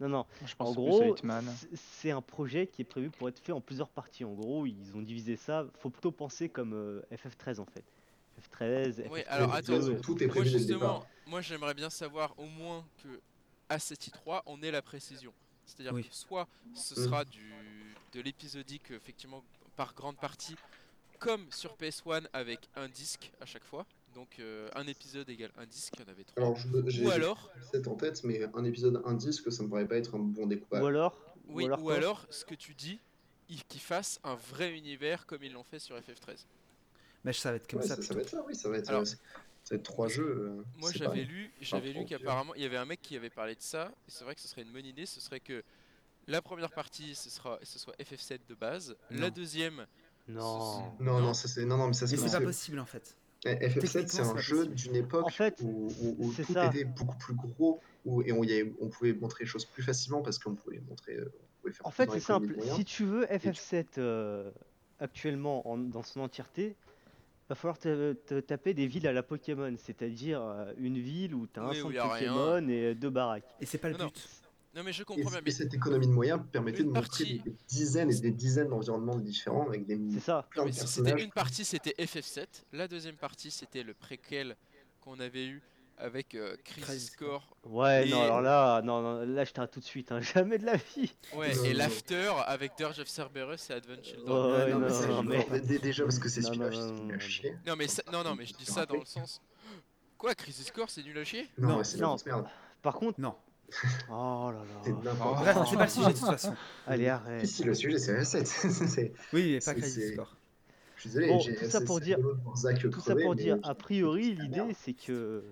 Speaker 2: Non, non,
Speaker 4: Je
Speaker 2: en
Speaker 4: pense plus à
Speaker 2: gros,
Speaker 4: Hitman.
Speaker 2: c'est- c'est un projet qui est prévu pour être fait en plusieurs parties. En gros, ils ont divisé ça, faut plutôt penser comme euh, FF13 en fait. FF13, FF13.
Speaker 1: Oui, alors
Speaker 3: Oui,
Speaker 1: attends,
Speaker 3: tout-
Speaker 2: euh.
Speaker 3: tout est
Speaker 1: Moi
Speaker 3: prévu dès le
Speaker 1: justement,
Speaker 3: départ.
Speaker 1: moi j'aimerais bien savoir au moins que à cet i3 on ait la précision. C'est-à-dire
Speaker 5: Oui.
Speaker 1: que soit ce
Speaker 3: Mm.
Speaker 1: sera du de l'épisodique euh, effectivement par grande partie comme sur PS1 avec un disque à chaque fois. Donc euh, un épisode égale un disque, il y en avait trois.
Speaker 3: Alors, je- j'ai
Speaker 1: Ou alors,
Speaker 3: j'ai le 7 en tête, mais un épisode, un disque, ça me paraît pas être un bon découpage.
Speaker 2: Ou alors,
Speaker 1: oui,
Speaker 2: ou alors,
Speaker 1: ou
Speaker 2: quoi
Speaker 1: alors ce que tu dis, il- qu'ils fassent un vrai univers comme ils l'ont fait sur FF13.
Speaker 5: Mais ça va être comme
Speaker 3: Ouais,
Speaker 5: ça.
Speaker 3: ça, ça va être ça, oui, ça va être,
Speaker 1: Alors-
Speaker 3: euh, ça va être trois jeux. euh,
Speaker 1: Moi
Speaker 3: c'est
Speaker 1: j'avais
Speaker 3: pareil.
Speaker 1: lu, j'avais lu
Speaker 3: trop dur.
Speaker 1: qu'apparemment il y avait un mec qui avait parlé de ça et c'est vrai que ce serait une bonne idée, ce serait que la première partie ce sera ce soit FF7 de base, la
Speaker 5: Non.
Speaker 1: deuxième
Speaker 2: Non.
Speaker 3: Non, non, ça, c'est... non, non, mais ça
Speaker 5: Mais
Speaker 3: c'est
Speaker 5: c'est
Speaker 3: parce
Speaker 5: pas
Speaker 3: que-
Speaker 5: possible en fait.
Speaker 3: Eh, FF7, c'est
Speaker 5: Techniquement, c'est
Speaker 3: un
Speaker 5: pas
Speaker 3: jeu
Speaker 5: possible.
Speaker 3: d'une époque
Speaker 2: En fait,
Speaker 3: où, où- où
Speaker 2: c'est
Speaker 3: tout
Speaker 2: ça.
Speaker 3: était beaucoup plus gros où, et on, y avait- on pouvait montrer les choses plus facilement parce qu'on pouvait montrer. euh, on pouvait faire
Speaker 2: En
Speaker 3: plus
Speaker 2: fait,
Speaker 3: dans
Speaker 2: c'est
Speaker 3: les premiers
Speaker 2: simple.
Speaker 3: moyens.
Speaker 2: Si tu veux FF7 euh, actuellement en- dans son entièreté, va falloir te, te taper des villes à la Pokémon, c'est-à-dire euh, une ville où t'as un
Speaker 1: Oui, où y a
Speaker 2: centre
Speaker 1: rien.
Speaker 2: Pokémon et euh, deux baraques.
Speaker 5: Et c'est pas le
Speaker 1: Non, non.
Speaker 5: but.
Speaker 1: Non mais je
Speaker 3: Et,
Speaker 1: comprends bien
Speaker 3: et
Speaker 1: mais
Speaker 3: cette économie de moyens permettait
Speaker 1: Une
Speaker 3: de montrer des,
Speaker 1: partie-
Speaker 3: des dizaines et des dizaines d'environnements différents avec des
Speaker 2: C'est ça.
Speaker 1: non,
Speaker 3: plein
Speaker 1: mais
Speaker 3: de
Speaker 1: si c'était
Speaker 3: personnages.
Speaker 1: une partie c'était FF7, la deuxième partie c'était le préquel qu'on avait eu avec euh,
Speaker 5: Crisis
Speaker 1: Crisis
Speaker 5: Core.
Speaker 1: Core.
Speaker 2: Ouais,
Speaker 1: Et-
Speaker 2: non, alors là, non, non, là, je t'arrête tout de suite, hein, jamais de la vie.
Speaker 1: Ouais,
Speaker 3: Non,
Speaker 1: et
Speaker 3: non.
Speaker 1: l'after avec Dirge of Cerberus et Advent Children.
Speaker 2: ouais,
Speaker 5: Ouais, non,
Speaker 2: non,
Speaker 5: mais ça,
Speaker 2: non,
Speaker 5: j'y
Speaker 2: mais-
Speaker 3: Dé- dé- Déjà parce que c'est
Speaker 2: Non, non,
Speaker 3: celui-là,
Speaker 2: non, non,
Speaker 3: c'est nul
Speaker 2: non.
Speaker 3: à chier.
Speaker 1: Non mais ça- non non mais je dis ça dans le
Speaker 3: Rappelez.
Speaker 1: sens Quoi Crisis Core c'est nul à chier
Speaker 3: Non,
Speaker 5: Non,
Speaker 3: c'est
Speaker 2: non.
Speaker 3: la grosse merde.
Speaker 2: Par contre,
Speaker 5: Non.
Speaker 2: oh là
Speaker 3: C'est
Speaker 2: là.
Speaker 3: n'importe
Speaker 5: Bref,
Speaker 3: quoi.
Speaker 5: c'est pas le sujet de toute façon.
Speaker 2: Allez,
Speaker 3: Si,
Speaker 2: arrête.
Speaker 3: si, le sujet c'est FF7. c'est-
Speaker 5: Oui, mais pas
Speaker 3: C'est-
Speaker 5: Crisis
Speaker 3: c'est-
Speaker 5: Core.
Speaker 3: Je suis désolé,
Speaker 2: Bon,
Speaker 3: j'ai-
Speaker 2: tout ça
Speaker 3: c'est-
Speaker 2: pour
Speaker 3: c'est
Speaker 2: dire-
Speaker 3: rigolo de voir Zach
Speaker 2: Tout ça
Speaker 3: crever,
Speaker 2: pour
Speaker 3: mais
Speaker 2: dire,
Speaker 3: je-
Speaker 2: a priori,
Speaker 3: c'est la
Speaker 2: l'idée,
Speaker 3: merde.
Speaker 2: c'est que.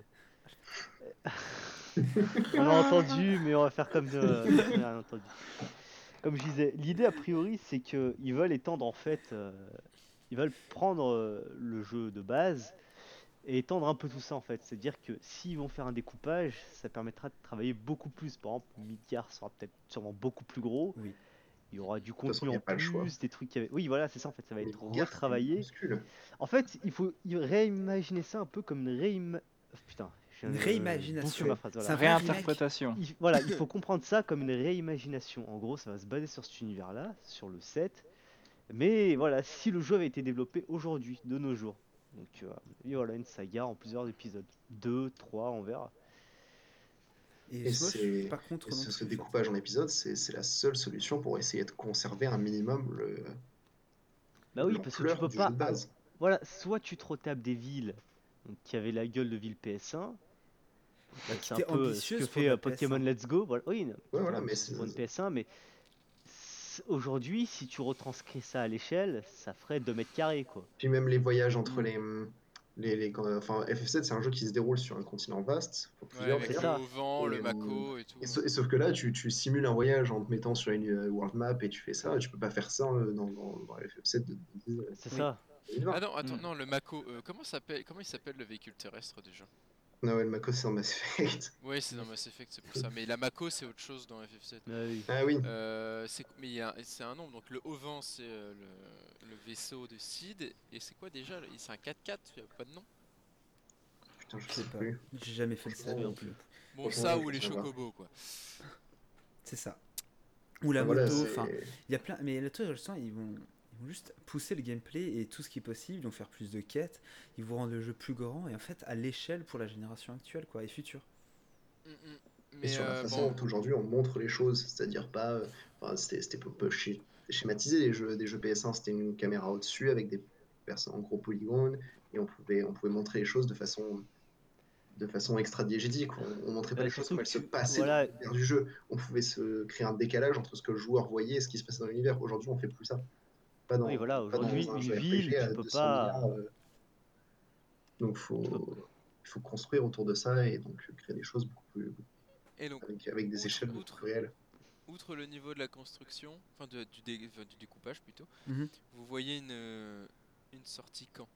Speaker 2: on l'a entendu, mais on va faire comme. euh, on a rien entendu. Comme je disais, l'idée, a priori, c'est que ils veulent étendre, en fait. euh, Ils veulent prendre euh, le jeu de base et étendre un peu tout ça, en fait. C'est-à-dire que s'ils vont faire un découpage, ça permettra de travailler beaucoup plus. Par exemple, Midgar sera peut-être sûrement beaucoup plus gros.
Speaker 5: Oui.
Speaker 2: Il y aura du
Speaker 3: toute façon,
Speaker 2: contenu
Speaker 3: il y
Speaker 2: en
Speaker 3: a pas le choix.
Speaker 2: plus, des trucs. qui avaient- Oui, voilà, c'est ça, en fait. Ça va
Speaker 3: Mais
Speaker 2: être
Speaker 3: Midgar, c'est
Speaker 2: retravaillé.
Speaker 3: minuscule.
Speaker 2: En fait, il faut y- réimaginer ça un peu comme une réim... Putain, j'ai
Speaker 5: Une
Speaker 2: un-
Speaker 5: réimagination.
Speaker 2: bouffé ma phrase, voilà.
Speaker 5: Ça-
Speaker 4: Réinterprétation.
Speaker 2: Il, voilà, il faut comprendre ça comme une réimagination. En gros, ça va se baser sur cet univers-là, sur le 7. Mais voilà, si le jeu avait été développé aujourd'hui, de nos jours. Donc euh, et voilà, une saga en plusieurs épisodes. 2, 3, on verra.
Speaker 5: Et,
Speaker 3: Et
Speaker 5: soit je
Speaker 3: c'est-
Speaker 5: suis pas contre
Speaker 3: Et
Speaker 5: non
Speaker 3: ce, ce
Speaker 5: plus.
Speaker 3: découpage en épisodes, c'est c'est la seule solution pour essayer de conserver un minimum le.
Speaker 2: Bah oui, parce que tu
Speaker 3: l'ampleur
Speaker 2: peux
Speaker 3: du
Speaker 2: pas.
Speaker 3: jeu de base.
Speaker 2: Voilà, soit tu te retapes des villes donc, qui avaient la gueule de ville PS1. Là, c'est un
Speaker 5: T'es
Speaker 2: peu euh, ce
Speaker 5: ambitieuse
Speaker 2: que
Speaker 5: pour
Speaker 2: fait
Speaker 5: la
Speaker 2: euh, Pokémon
Speaker 5: PS1.
Speaker 2: Let's Go. Voilà. Oui, non,
Speaker 3: Ouais, voilà,
Speaker 2: c'est
Speaker 3: mais c'est-
Speaker 2: pour une PS1, mais c'est- aujourd'hui, si tu retranscris ça à l'échelle, ça ferait 2 mètres carrés, quoi.
Speaker 3: Puis même les voyages entre les. les, les- enfin, FF7, c'est un jeu qui se déroule sur un continent vaste, pour
Speaker 1: Ouais,
Speaker 3: plusieurs
Speaker 1: avec
Speaker 3: d'ailleurs.
Speaker 1: le
Speaker 2: ça.
Speaker 1: Haut-Vent, le
Speaker 3: Et, euh,
Speaker 1: Mako et tout.
Speaker 3: Et, sa- et sauf que là, tu, tu simules un voyage en te mettant sur une euh, world map et tu fais ça. Tu peux pas faire ça euh, dans, dans, dans FF7 de
Speaker 2: C'est
Speaker 5: Oui.
Speaker 2: ça.
Speaker 3: 2020.
Speaker 1: Ah non, attends,
Speaker 4: Hmm.
Speaker 1: non, le Mako, euh, comment, s'appelle, comment il s'appelle le véhicule terrestre déjà
Speaker 3: Non, ouais, le Mako, c'est dans Mass Effect.
Speaker 1: Oui, c'est dans Mass Effect, c'est pour ça. Mais la Mako, c'est autre chose dans FF7.
Speaker 5: Bah
Speaker 2: Mais oui.
Speaker 3: Ah oui.
Speaker 1: Euh, c'est- mais il y a- c'est un nombre, donc le Ovin, c'est euh, le, le vaisseau de Sid. Et c'est quoi déjà le- C'est un 4x4, il n'y a pas de nom
Speaker 3: Putain, je
Speaker 5: Je
Speaker 3: sais
Speaker 5: sais pas.
Speaker 3: plus.
Speaker 5: J'ai jamais fait ça
Speaker 3: Ouais,
Speaker 5: Oh, non
Speaker 3: ouais.
Speaker 5: plus.
Speaker 1: Bon,
Speaker 3: Franchement,
Speaker 1: ça
Speaker 3: ouais,
Speaker 1: ou les
Speaker 3: ça va.
Speaker 1: chocobos, quoi.
Speaker 5: C'est ça. Ou la
Speaker 3: Ah, Voilà,
Speaker 5: moto,
Speaker 3: c'est-
Speaker 5: enfin. Il y a plein, mais là-dessus, je sens, ils vont, ils vont juste pousser le gameplay et tout ce qui est possible. Ils vont faire plus de quêtes, ils vont rendre le jeu plus grand et en fait à l'échelle pour la génération actuelle quoi et future.
Speaker 1: Mm, mm.
Speaker 3: Et
Speaker 1: Mais
Speaker 3: sur la
Speaker 1: euh,
Speaker 3: façon
Speaker 1: bon,
Speaker 3: dont aujourd'hui on montre les choses, c'est-à-dire pas. euh, Enfin, c'était c'était peu- peu schématisé les jeux, des jeux PS1, c'était une caméra au-dessus avec des, faire ça en gros polygone et on pouvait, on pouvait montrer les choses de façon de façon extra diégétique. On, on montrait pas
Speaker 2: Bah,
Speaker 3: les choses
Speaker 2: surtout
Speaker 3: comme elles
Speaker 2: que
Speaker 3: se
Speaker 2: tu-
Speaker 3: passaient
Speaker 2: voilà.
Speaker 3: dans l'univers du jeu. On pouvait se créer un décalage entre ce que le joueur voyait et ce qui se passait dans l'univers. Aujourd'hui, on fait plus ça. Pas dans,
Speaker 2: Oui, voilà,
Speaker 3: pas dans
Speaker 2: aujourd'hui,
Speaker 3: un
Speaker 2: une
Speaker 3: jeu
Speaker 2: ville,
Speaker 3: RPG
Speaker 2: tu
Speaker 3: à
Speaker 2: peux
Speaker 3: 200
Speaker 2: pas-
Speaker 3: milliards, euh. Donc, faut, il faut construire autour de ça et donc euh, créer des choses beaucoup plus
Speaker 1: Et donc,
Speaker 3: avec, avec des
Speaker 1: Outre-
Speaker 3: échelles beaucoup
Speaker 1: outre-
Speaker 3: plus réelles.
Speaker 1: outre le niveau de la construction, enfin de- du, dé- enfin, du découpage plutôt,
Speaker 5: Mhm.
Speaker 1: vous voyez une, euh, une sortie quand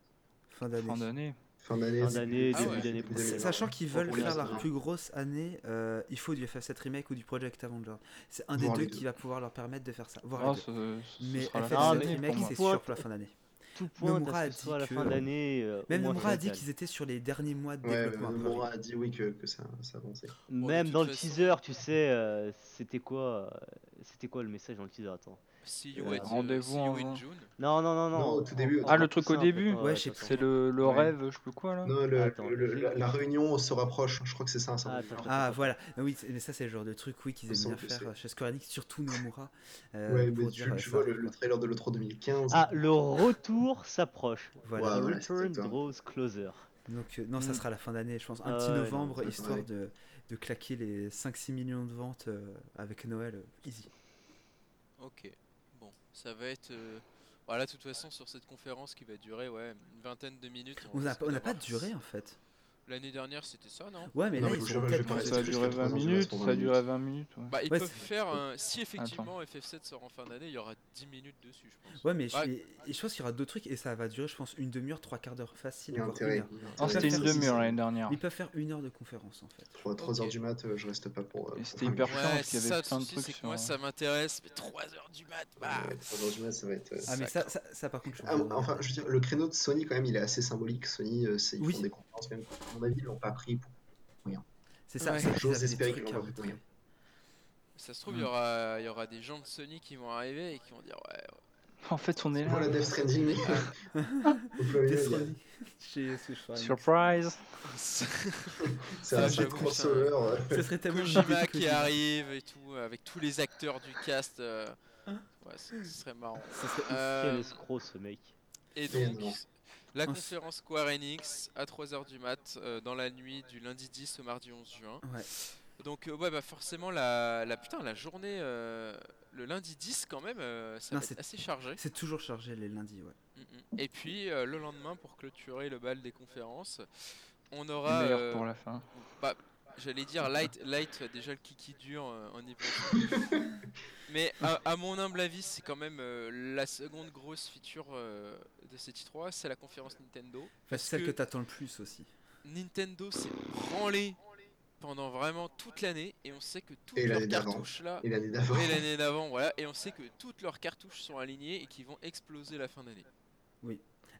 Speaker 5: Fin d'année.
Speaker 4: Fin d'année.
Speaker 3: Fin d'année,
Speaker 2: Fin
Speaker 3: c'est-
Speaker 2: d'année,
Speaker 3: c'est-
Speaker 1: début
Speaker 3: c'est-
Speaker 2: d'année
Speaker 3: c'est-
Speaker 2: prochaine.
Speaker 3: c'est-
Speaker 5: Sachant qu'ils
Speaker 3: Pour
Speaker 5: veulent
Speaker 3: les
Speaker 5: faire
Speaker 3: raisons.
Speaker 5: leur plus grosse année, euh, il faut du FF7 Remake ou du Project Avenger. C'est un des
Speaker 3: Voir
Speaker 5: deux,
Speaker 3: les deux.
Speaker 5: qui va pouvoir leur permettre de faire ça. Voir
Speaker 4: Ah,
Speaker 5: les deux.
Speaker 4: ce- ce
Speaker 5: Mais
Speaker 4: sera la
Speaker 5: FF7
Speaker 4: fin
Speaker 2: Ah,
Speaker 4: d'année
Speaker 2: mais
Speaker 4: pour
Speaker 5: Remake,
Speaker 4: moi.
Speaker 5: c'est
Speaker 2: Point.
Speaker 5: sûr pour la fin d'année.
Speaker 2: Tout point,
Speaker 5: Nomura
Speaker 2: parce
Speaker 5: a
Speaker 2: que
Speaker 5: dit
Speaker 2: ce soit à la
Speaker 5: que-
Speaker 2: fin d'année. euh, au
Speaker 5: Même
Speaker 2: moins,
Speaker 5: Nomura
Speaker 2: ça
Speaker 5: a dit
Speaker 2: calme.
Speaker 5: qu'ils étaient sur les derniers mois de
Speaker 3: Ouais,
Speaker 5: développement.
Speaker 3: mais
Speaker 5: après.
Speaker 3: Moura a dit oui que, que ça, ça avançait.
Speaker 2: Même
Speaker 1: toute
Speaker 2: dans le
Speaker 1: façon-
Speaker 2: teaser, tu sais, euh, c'était quoi, euh, c'était quoi le message dans le teaser Attends.
Speaker 1: See you,
Speaker 2: Euh,
Speaker 1: at, euh,
Speaker 4: rendez-vous
Speaker 1: see you
Speaker 4: en-
Speaker 1: in June.
Speaker 2: Non, non, non, non.
Speaker 3: Non, au tout début.
Speaker 2: encore
Speaker 3: Ah,
Speaker 4: le
Speaker 2: plus
Speaker 4: truc au
Speaker 2: simple,
Speaker 4: début
Speaker 2: quoi,
Speaker 5: Ouais,
Speaker 2: de
Speaker 5: je sais
Speaker 2: toute
Speaker 5: plus.
Speaker 2: façon.
Speaker 4: C'est le, le
Speaker 3: Ouais.
Speaker 4: rêve, je sais plus quoi là.
Speaker 3: Non, le-
Speaker 2: Attends,
Speaker 3: le-
Speaker 2: j'ai-
Speaker 3: la, la réunion se rapproche, je crois que c'est ça. hein, ça
Speaker 2: Ah,
Speaker 3: me-
Speaker 2: attends, attends.
Speaker 5: Ah voilà, Ah oui, c'est- mais ça c'est le genre de truc oui qu'ils
Speaker 3: Ils
Speaker 5: aiment
Speaker 3: sont
Speaker 5: bien
Speaker 3: poussés.
Speaker 5: faire euh, chez Square Enix, surtout Nomura. euh,
Speaker 3: ouais,
Speaker 5: pour
Speaker 3: mais
Speaker 5: dire,
Speaker 3: tu,
Speaker 5: euh,
Speaker 3: tu
Speaker 5: ça
Speaker 3: vois le,
Speaker 5: arrive,
Speaker 3: le
Speaker 5: quoi.
Speaker 3: trailer de l'E3 2015.
Speaker 2: Ah, le retour s'approche.
Speaker 5: Voilà.
Speaker 3: Ouais,
Speaker 2: The
Speaker 3: voilà,
Speaker 2: return
Speaker 3: c'est ça.
Speaker 2: draws closer.
Speaker 5: Donc euh, non, ça
Speaker 4: Mm.
Speaker 5: sera la fin d'année, je pense.
Speaker 2: Ah
Speaker 5: Un petit
Speaker 2: ouais, non,
Speaker 5: novembre,
Speaker 3: ça,
Speaker 5: histoire
Speaker 3: ouais.
Speaker 5: de, de claquer les 5-6 millions de ventes euh, avec Noël, euh, easy.
Speaker 1: Ok, bon, ça va être. euh, Voilà, de toute façon, sur cette conférence qui va durer ouais, une vingtaine de minutes.
Speaker 5: On n'a
Speaker 1: risque
Speaker 5: pas, on a pas
Speaker 1: d'avoir-
Speaker 5: duré en fait.
Speaker 1: L'année dernière, c'était ça, non
Speaker 5: Ouais, mais
Speaker 3: Non,
Speaker 5: là
Speaker 3: mais
Speaker 5: ils
Speaker 3: je-
Speaker 5: ont
Speaker 3: je
Speaker 5: peut-être
Speaker 3: vais pas
Speaker 5: pensé
Speaker 3: rester
Speaker 4: Ça a
Speaker 5: à
Speaker 3: jusqu'à
Speaker 4: duré
Speaker 3: 3
Speaker 4: 20
Speaker 3: ans, je
Speaker 4: minutes,
Speaker 3: reste pour
Speaker 4: ça a
Speaker 3: 20
Speaker 4: duré 20 minutes. ouais.
Speaker 1: Bah, ils
Speaker 5: Ouais,
Speaker 1: peuvent
Speaker 5: c'est-
Speaker 1: faire. un- Si effectivement FF7 sort en fin d'année, il y aura 10 minutes dessus, je pense.
Speaker 5: Ouais, mais je,
Speaker 1: Ouais.
Speaker 5: et- et je pense qu'il y aura d'autres trucs et ça va durer, je pense, une demi-heure, trois quarts d'heure facile.
Speaker 3: Il y a
Speaker 5: voire
Speaker 3: intérêt.
Speaker 5: une heure.
Speaker 4: Non, Ah, c'était une
Speaker 5: faire six,
Speaker 4: demi-heure l'année dernière.
Speaker 5: Ils peuvent faire une heure de conférence en fait.
Speaker 3: 3 heures
Speaker 1: Ok.
Speaker 3: du mat, euh, je reste pas pour.
Speaker 4: Et c'était hyper chiant
Speaker 1: Ouais,
Speaker 4: parce qu'il y avait
Speaker 1: ça, le
Speaker 4: plein de
Speaker 1: souci,
Speaker 4: trucs
Speaker 1: c'est que
Speaker 4: sur- euh,
Speaker 1: moi, ça m'intéresse, mais 3h du mat, bah
Speaker 3: 3 heures du mat, ça va être. euh,
Speaker 5: Ah, mais ça,
Speaker 1: Sacre.
Speaker 5: ça, ça, par contre, je
Speaker 3: Ah,
Speaker 5: comprends pas.
Speaker 3: enfin, je veux dire, le créneau de Sony, quand même, il est assez symbolique. Sony, euh, c'est- ils
Speaker 5: Oui.
Speaker 3: font des conférences, même. À mon avis, ils l'ont pas pris pour.
Speaker 5: c'est ça,
Speaker 1: Ouais.
Speaker 5: c'est
Speaker 3: J'ose
Speaker 5: ça, c'est
Speaker 3: espérer
Speaker 5: des
Speaker 3: qu'ils
Speaker 5: trucs hein.
Speaker 3: vont
Speaker 5: à
Speaker 3: avoir
Speaker 5: montrer.
Speaker 3: moyen.
Speaker 1: Ça se trouve, il y aura, il y aura des gens de Sony qui vont arriver et qui vont dire Ouais,
Speaker 4: En fait, on est
Speaker 3: Moi, la
Speaker 4: là.
Speaker 3: Death Stranding. au pluriel, il
Speaker 5: Death
Speaker 3: y a-
Speaker 5: Stranding. Chez chez Square Enix.
Speaker 4: Surprise
Speaker 3: C'est
Speaker 1: Ça,
Speaker 3: un
Speaker 1: j'avoue,
Speaker 3: jeu de
Speaker 1: putain.
Speaker 3: crossover. euh,
Speaker 5: Ce serait tellement
Speaker 1: Kojima
Speaker 5: marrant,
Speaker 1: qui
Speaker 5: Kojima.
Speaker 1: arrive et tout, avec tous les acteurs du cast. euh,
Speaker 5: Hein
Speaker 1: Ouais, ce ce serait marrant.
Speaker 5: Ce serait-
Speaker 2: Quel
Speaker 1: Euh,
Speaker 2: escroc ce mec.
Speaker 1: et
Speaker 3: Mais
Speaker 1: donc,
Speaker 3: non.
Speaker 1: la
Speaker 5: Un-
Speaker 1: conférence Square Enix à 3h du mat, euh, dans la nuit du lundi 10 au mardi 11 juin.
Speaker 5: Ouais.
Speaker 1: Donc, euh, ouais, bah forcément, la, la, putain, la journée, euh, le lundi 10, quand même, euh, ça
Speaker 5: Non,
Speaker 1: va être
Speaker 5: c'est-
Speaker 1: assez chargé.
Speaker 5: C'est toujours chargé les lundis,
Speaker 1: Mm,
Speaker 5: ouais.
Speaker 1: mm. Et puis, euh, le lendemain, pour clôturer le bal des conférences, on aura.
Speaker 4: Meilleur
Speaker 1: euh,
Speaker 4: pour la fin.
Speaker 1: bah, j'allais dire light, light, euh, déjà le kiki dur euh, en y pensant. Mais à, à mon humble avis, c'est quand même euh, la seconde grosse feature euh, de cette i3, c'est la conférence Nintendo.
Speaker 5: Enfin,
Speaker 1: Parce
Speaker 5: c'est celle que
Speaker 1: que-
Speaker 5: t'attends le plus aussi.
Speaker 1: Nintendo s'est branlé pendant vraiment toute l'année et on sait que toutes
Speaker 3: Et l'année
Speaker 1: leurs
Speaker 3: d'avant.
Speaker 1: cartouches là.
Speaker 3: Et l'année d'avant.
Speaker 1: et l'année d'avant, voilà, et on sait que toutes leurs cartouches sont alignées et qui vont exploser la fin d'année.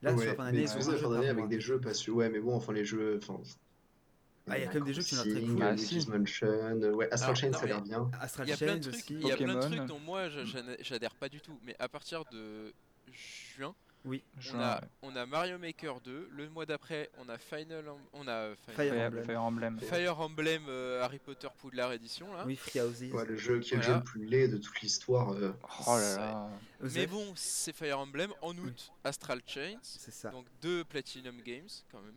Speaker 5: Là,
Speaker 3: ouais,
Speaker 5: sur la fin
Speaker 3: mais
Speaker 5: d'année, ils
Speaker 3: excusez,
Speaker 5: ont un
Speaker 3: la
Speaker 5: jeu
Speaker 3: fin d'année
Speaker 5: par
Speaker 3: avec
Speaker 5: mois.
Speaker 3: des jeux pas su. Ouais, mais bon, enfin, les jeux. Enfin,
Speaker 5: Ah, il y a quand même des jeux qui ont l'air très
Speaker 3: Crossing,
Speaker 5: cool.
Speaker 3: euh,
Speaker 4: Ah, si.
Speaker 3: Luigi's Mansion, euh, ouais, Astral
Speaker 1: Alors,
Speaker 3: Chain,
Speaker 1: non,
Speaker 3: ça a l'air
Speaker 1: mais-
Speaker 3: bien.
Speaker 5: Astral
Speaker 1: Il y a plein
Speaker 5: Chain
Speaker 1: de trucs,
Speaker 5: Ah, aussi.
Speaker 1: il y a plein de
Speaker 4: Pokémon.
Speaker 1: trucs dont moi je- je- j'adhère pas du tout, mais à partir de juin,
Speaker 5: Oui.
Speaker 1: on
Speaker 4: Juin,
Speaker 1: a,
Speaker 4: ouais.
Speaker 1: on a Mario Maker 2, le mois d'après on a Final Em- on a euh, Final-
Speaker 5: Fire
Speaker 4: Fire,
Speaker 5: Emblem.
Speaker 4: Fire Emblem.
Speaker 1: Fire Emblem euh, Harry Potter Poudlard édition là.
Speaker 5: Oui, Free Houses.
Speaker 3: Ouais, le jeu
Speaker 5: Oh
Speaker 3: qui est le jeu
Speaker 1: Voilà.
Speaker 3: le plus laid de toute l'histoire. euh,
Speaker 4: Oh là là.
Speaker 1: Mais
Speaker 5: Ozef,
Speaker 1: bon, c'est Fire Emblem en août, Astral Chains,
Speaker 5: C'est ça.
Speaker 1: donc deux Platinum Games quand même.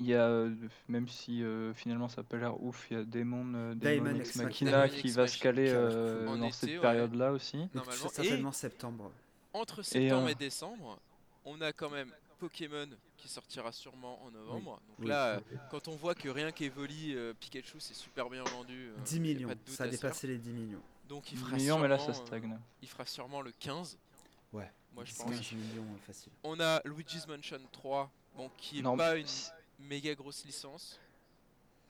Speaker 4: Il y a, euh, même si euh, finalement ça n'a pas l'air ouf, il y a Demon, euh,
Speaker 5: Daemon
Speaker 4: Daemon
Speaker 5: Ex
Speaker 4: Ex Machina
Speaker 1: Machina.
Speaker 4: qui va se caler
Speaker 5: Qui a l'air
Speaker 4: euh,
Speaker 1: cool. En
Speaker 4: dans
Speaker 1: été, ouais.
Speaker 4: cette période-là aussi.
Speaker 5: Donc,
Speaker 1: Normalement,
Speaker 5: certainement septembre.
Speaker 1: Entre septembre
Speaker 4: euh,
Speaker 1: et décembre, on a quand même Pokémon qui sortira sûrement en novembre. Donc
Speaker 5: Oui.
Speaker 1: là, euh, quand on voit que rien qu'Evoli, euh, Pikachu, c'est super bien vendu. euh,
Speaker 5: 10
Speaker 1: y a pas
Speaker 5: millions.
Speaker 1: de doute
Speaker 5: Ça a
Speaker 1: à se faire.
Speaker 5: dépassé les 10 millions.
Speaker 1: Donc il fera,
Speaker 4: Million, mais là ça
Speaker 1: sûrement, euh,
Speaker 4: stagne.
Speaker 1: il fera sûrement le 15.
Speaker 5: Ouais.
Speaker 1: Moi je
Speaker 5: 10,
Speaker 1: pense.
Speaker 5: 15 millions, euh, facile.
Speaker 1: On a Luigi's Mansion 3, bon, qui est
Speaker 4: Non,
Speaker 1: pas
Speaker 4: mais
Speaker 1: une
Speaker 4: c'est-
Speaker 1: méga grosse licence.